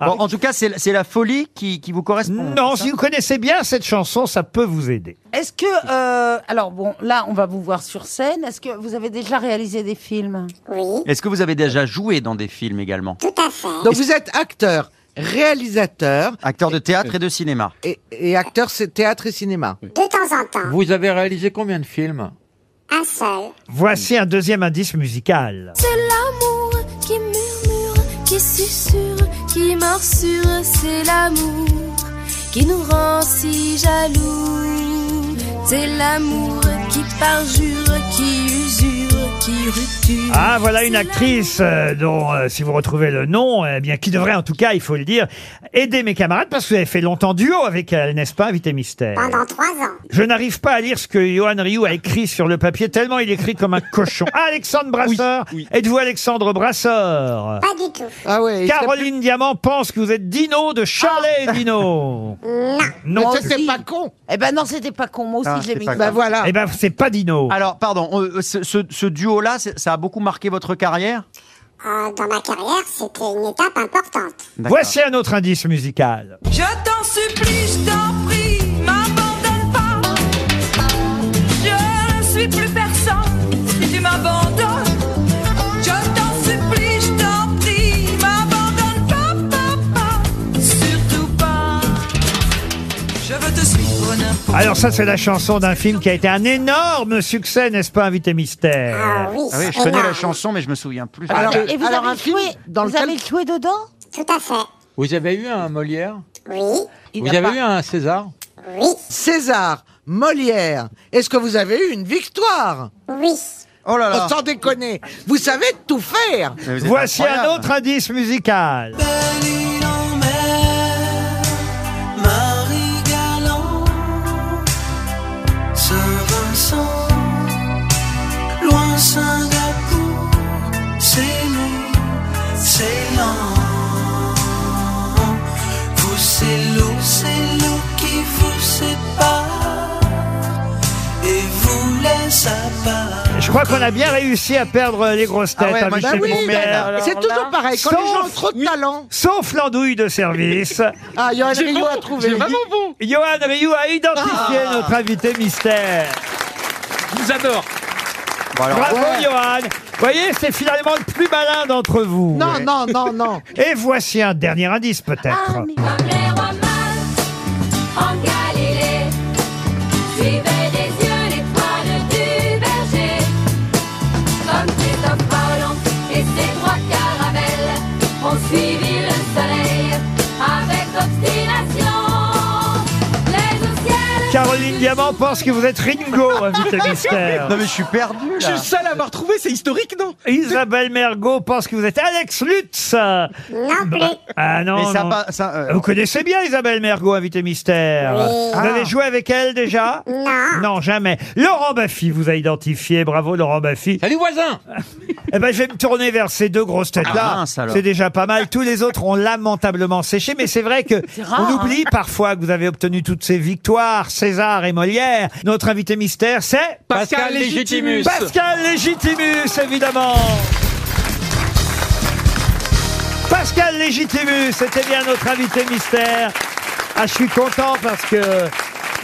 Bon, En tout cas, c'est c'est la folie qui, qui vous correspond. Non, si vous connaissez bien cette chanson, ça peut vous aider. Est-ce que. euh, alors bon, là, on va vous voir sur scène. Est-ce que vous avez déjà réalisé des films Oui. Est-ce que vous avez déjà joué dans des films également Tout à fait. Donc vous êtes acteur, réalisateur Acteur de théâtre et de cinéma. et, et acteur c'est théâtre et cinéma. Ah, De temps en temps. Vous avez réalisé combien de films Un seul. Voici un deuxième indice musical. C'est l'amour qui murmure, qui susurre, qui morsure. C'est l'amour qui nous rend si jaloux. C'est l'amour qui parjure, qui usure, qui rupture. Ah, voilà une actrice euh, dont, euh, si vous retrouvez le nom, eh bien, qui devrait, en tout cas, il faut le dire, aider mes camarades, parce que vous avez fait longtemps duo avec elle, n'est-ce pas, Invité Mystère Pendant trois ans. Je n'arrive pas à lire ce que Johan Rioux a écrit sur le papier, tellement il écrit (laughs) comme un cochon. Ah, Alexandre Brasseur Êtes-vous Alexandre Brasseur Pas du tout. Ah ouais. il s'appelle- Caroline Diamant pense que vous êtes Dino de Charlet Ah. et Dino Non Moi plus. aussi. con. Eh ben non, c'était pas con. Moi aussi, Ah, je l'ai c'est mis. pas Bah voilà. Eh ben, c'est pas Dino Alors, pardon, euh, ce, ce- ce duo-là, c'est- ça a beaucoup marqué votre carrière Euh, dans ma carrière, c'était une étape importante. (laughs) D'accord. Voici un autre indice musical. Je t'en supplie, je t'en prie, m'abandonne pas. Je ne suis plus personne si tu m'abandonnes. Je t'en supplie, je t'en prie, m'abandonne pas, papa. Surtout pas. Je veux te suivre n'importe Alors ça, c'est la chanson d'un film qui a été un énorme succès, n'est-ce pas, Invité Mystère Ah oui, Ah oui, je énorme. connais la chanson, mais je me souviens plus. Ah. Alors, Et vous alors avez un film joué dans Vous lequel avez joué dedans Tout à fait. Vous avez eu un Molière Oui, il Vous n'a avez pas- eu un César Euh. oui, César, Molière. Est-ce que vous avez eu une victoire oui. Oh là là Oh, Sans déconner. Vous savez tout faire. Mais vous êtes Voici un incroyable. autre indice musical. Belle île en mer, Marie Galant, Saint-Vincent, loin Singapour, c'est nous, c'est lent. Vous, c'est l'eau, c'est l'eau qui vous sépare et vous laisse à part. Je crois qu'on a bien réussi à perdre les grosses têtes, Ah ouais, moi, invité Bah oui, Mystère. mais c'est toujours pareil. Quand les gens ont Sauf- trop de talent. Sauf l'andouille de service. Ah, Yoann Rio a trouvé. Johan Rioux a identifié Ah. notre invité mystère. Je vous adore. Bon, alors, Bravo ouais. Johan Vous voyez, c'est finalement le plus malin d'entre vous. Non, non, non, non. Et voici un dernier indice peut-être. Comme les rois mages en Galilée, suivaient des yeux l'étoile du berger. Comme Christophe Colomb et ses trois caravelles ont suivi le soleil avec obstination. Les au ciel, Caroline Caroline Diamant pense que vous êtes Ringo, invité mystère. Non, mais je suis perdu, là. Je suis le seul à avoir trouvé, c'est historique, non Isabelle Mergot pense que vous êtes Alex Lutz. Non plus. Ah non. Mais ça non. va- ça, euh, Vous connaissez bien Isabelle Mergot, invité mystère. Oui. Vous avez joué avec elle déjà Non. Non, jamais. Laurent Baffy vous a identifié. Bravo, Laurent Baffy. Salut, voisin. eh ben, je vais me tourner vers ces deux grosses Ah, têtes-là. mince, alors. c'est déjà pas mal. Tous les autres ont lamentablement séché, mais c'est vrai que C'est rare, hein. on oublie parfois que vous avez obtenu toutes ces victoires, César et Molière. Notre invité mystère, c'est Pascal Légitimus. Pascal Légitimus, évidemment. Pascal Légitimus, c'était bien notre invité mystère. Ah, je suis content parce que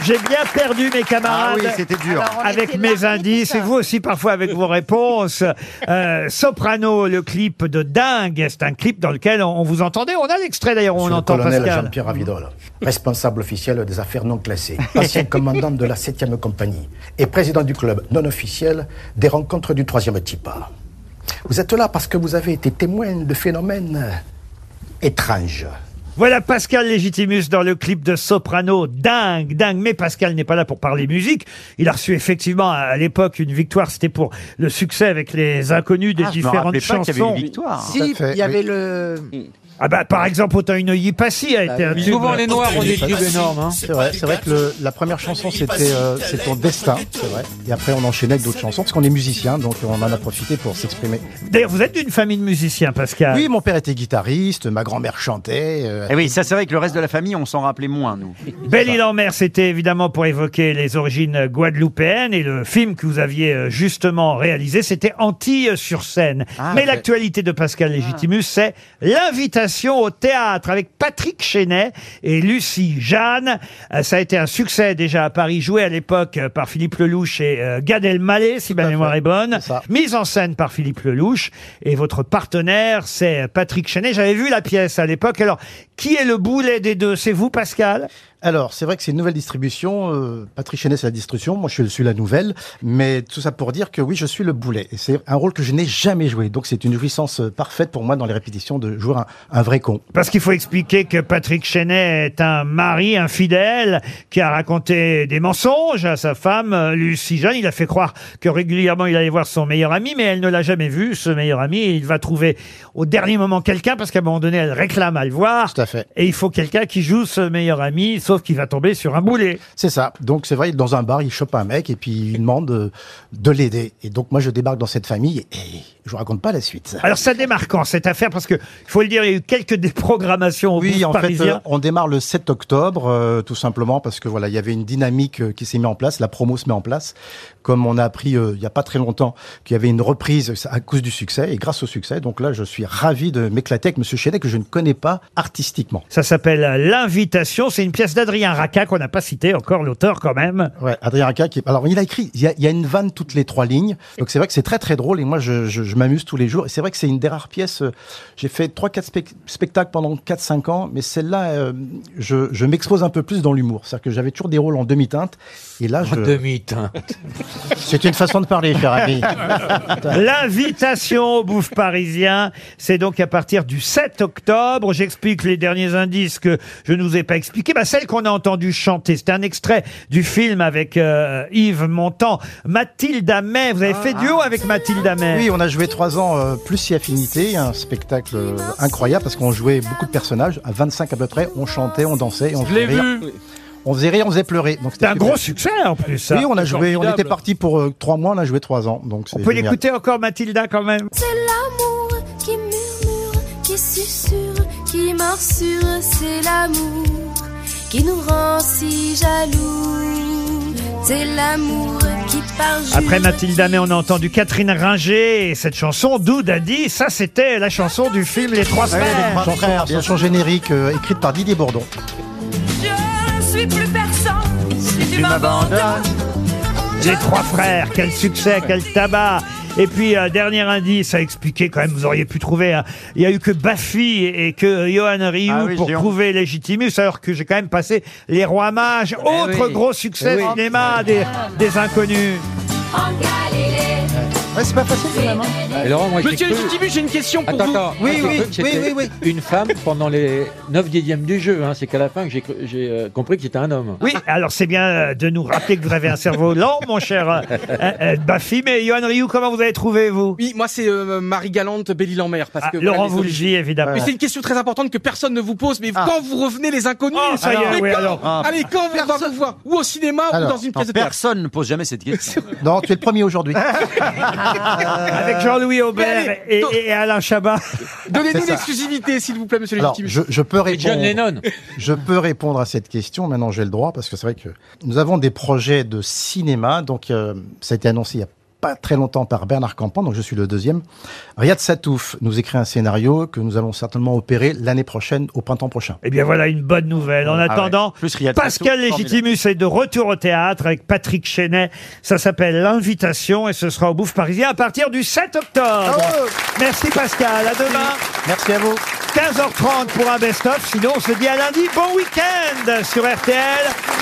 j'ai bien perdu mes camarades Ah oui, c'était dur. Alors, on avec mes indices et vous aussi parfois avec vos réponses. Euh, Soprano, le clip de dingue, c'est un clip dans lequel on, on vous entendait. On a l'extrait d'ailleurs, où on Monsieur le entend colonel Pascal. Mm-hmm. Jean-Pierre Ravidol, responsable officiel des affaires non classées, (laughs) ancien commandant de la 7e compagnie et président du club non officiel des rencontres du 3e type. Vous êtes là parce que vous avez été témoin de phénomènes étranges. Voilà Pascal Légitimus dans le clip de Soprano. Dingue, dingue. Mais Pascal n'est pas là pour parler musique. Il a reçu effectivement à l'époque une victoire. C'était pour le succès avec les inconnus des Ah, je me différentes rappelais pas chansons. qu'il y avait une victoire. Tout à Si, il y avait le. Ah bah par exemple, autant une œillie passy Bah a été un tube. hein. C'est hein. vrai, c'est vrai que le- la première chanson c'était euh, C'est ton destin, c'est vrai. Et après on enchaînait avec d'autres chansons parce qu'on est musicien donc on en a profité pour s'exprimer. D'ailleurs, vous êtes d'une famille de musiciens, Pascal. Oui, mon père était guitariste, ma grand-mère chantait. euh, Eh oui, ça c'est vrai que le reste de la famille, on s'en rappelait moins, nous. Belle île en mer, c'était évidemment pour évoquer les origines guadeloupéennes et le film que vous aviez euh, justement réalisé, c'était Antilles sur scène. Mais ouais. l'actualité de Pascal Légitimus, c'est l'invitation au théâtre avec Patrick Chenet et Lucie Jeanne. Euh, Ça a été un succès déjà à Paris, joué à l'époque euh, par Philippe Lelouch et euh, Gad Elmaleh, si ma mémoire est bonne. Mise en scène par Philippe Lelouch et votre partenaire, c'est euh, Patrick Chenet. J'avais vu la pièce à l'époque. Alors, qui est le boulet des deux C'est vous, Pascal Alors, c'est vrai que c'est une nouvelle distribution. euh, Patrick Chenet, c'est la distribution. Moi, je suis la nouvelle. Mais tout ça pour dire que oui, je suis le boulet. Et c'est un rôle que je n'ai jamais joué. Donc, c'est une jouissance euh, parfaite pour moi dans les répétitions de jouer un, un vrai con. Parce qu'il faut expliquer que Patrick Chenet est un mari infidèle qui a raconté des mensonges à sa femme, euh, Lucie Jeanne. Il a fait croire que régulièrement il allait voir son meilleur ami, mais elle ne l'a jamais vu, ce meilleur ami. Et il va trouver au dernier moment quelqu'un, parce qu'à un moment donné, elle réclame à le voir. Tout à fait. Et il faut quelqu'un qui joue ce meilleur ami, sauf qu'il va tomber sur un boulet. C'est ça. Donc, c'est vrai, dans un bar, il chope un mec et puis il demande euh, de l'aider. Et donc, moi, je débarque dans cette famille et je vous raconte pas la suite. Alors ça démarre quand cette affaire Parce que, il faut le dire, il y a eu quelques (laughs) déprogrammations au Oui, Bouffe en fait, parisien. euh, on démarre le 7 octobre, euh, tout simplement parce que voilà, il y avait une dynamique euh, qui s'est mise en place, la promo se met en place. Comme on a appris euh, il n'y a pas très longtemps qu'il y avait une reprise euh, à cause du succès et grâce au succès, donc là, je suis ravi de m'éclater avec Monsieur Chenet que je ne connais pas artistiquement. Ça s'appelle L'Invitation. C'est une pièce d'Adrien Raca qu'on n'a pas cité encore l'auteur quand même. Ouais, Adrien Raca qui. Alors, il a écrit. Il y a, il y a une vanne toutes les trois lignes. Donc, c'est vrai que c'est très très drôle. Et moi, je, je- je m'amuse tous les jours. Et c'est vrai que c'est une des rares pièces. euh, J'ai fait trois quatre spec- spectacles pendant 4 cinq ans, mais celle-là, euh, je, je m'expose un peu plus dans l'humour. C'est-à-dire que j'avais toujours des rôles en demi-teinte. Et là, je. demi-teinte. C'est une façon de parler, cher (laughs) ami. L'invitation au bouffe parisien, c'est donc à partir du 7 octobre. J'explique les derniers indices que je ne vous ai pas expliqués. Bah, celle qu'on a entendue chanter, c'est un extrait du film avec euh, Yves Montand. Mathilda May, vous avez fait duo avec Mathilda May. Oui, on a joué trois ans euh, plus si affinité, un spectacle euh, incroyable parce qu'on jouait beaucoup de personnages. À 25 à peu près, on chantait, on dansait, et on Je faisait l'ai rire. vu. On faisait rire, on faisait pleurer. Donc C'était un gros succès en plus. ça. Oui, on a joué, on Formidable. était parti pour euh, trois mois, on a joué trois ans. Donc On peut l'écouter encore Mathilda quand même. C'est l'amour qui murmure, qui susurre, qui morsure. C'est l'amour qui nous rend si jaloux. C'est l'amour qui parle. Après Mathilda May, on a entendu Catherine Ringer et cette chanson, Doudadi. Ça, c'était la chanson du film Les Trois Frères. Chanson, chanson générique euh, écrite par Didier Bourdon. Je suis plus personne, si tu m'abandonnes. Les trois frères, quel succès, quel tabac et puis, euh, dernier indice à expliquer, quand même, vous auriez pu trouver, hein. il y a eu que Baffy et que Johan Ryu Ah oui, pour Gion. trouver Légitimus, alors que j'ai quand même passé Les Rois Mages, autre Eh oui. gros succès Eh oui. cinéma des, des inconnus. En Galilée, Ouais, c'est pas facile quand même. hein. Et Laurent, moi, j'ai Monsieur cru- Titibu, j'ai une question pour Attends, vous. attends. Oui, Moi, j'ai oui, cru que oui, c'était oui, oui. Une femme pendant les 9 dixièmes du jeu. hein. C'est qu'à la fin que j'ai cru- j'ai euh, compris que c'était un homme. Oui, alors c'est bien euh, de nous rappeler que vous avez un cerveau lent, mon cher euh, euh, Baffy. Mais Johan Rioux, comment vous avez trouvé, vous Oui, moi c'est euh, Marie Galante Bélil en mer parce Ah, que Laurent les vous le origines- dit, évidemment. Mais c'est une question très importante que personne ne vous pose. Mais quand vous revenez, les inconnus, Oh, ça y est, mais oui, quand- alors. Ah. allez quand on va vous voir ou au cinéma Ah, ou dans une pièce de théâtre. personne ne pose jamais cette (laughs) question. Non, tu es le premier aujourd'hui. (laughs) (laughs) Avec Jean-Louis Aubert Mais et, et Alain Chabat. (laughs) Donnez-nous C'est ça. l'exclusivité, s'il vous plaît, Monsieur Alors, Légitime. je, je peux Et John répondre. Lennon. (laughs) Je peux répondre à cette question. Maintenant, j'ai le droit parce que c'est vrai que nous avons des projets de cinéma. Donc, euh, ça a été annoncé il y a pas très longtemps par Bernard Campan. Donc, je suis le deuxième. Riyad Satouf nous écrit un scénario que nous allons certainement opérer l'année prochaine, au printemps prochain. Eh bien voilà une bonne nouvelle. En Ah ouais. attendant, Plus Riyad Pascal Tatou, Légitimus est de retour au théâtre avec Patrick Chenet. Ça s'appelle L'invitation et ce sera au Bouffe Parisien à partir du 7 octobre. Merci Pascal, à demain. Merci à vous. 15h30 pour un best-of, sinon on se dit à lundi. Bon week-end sur RTL.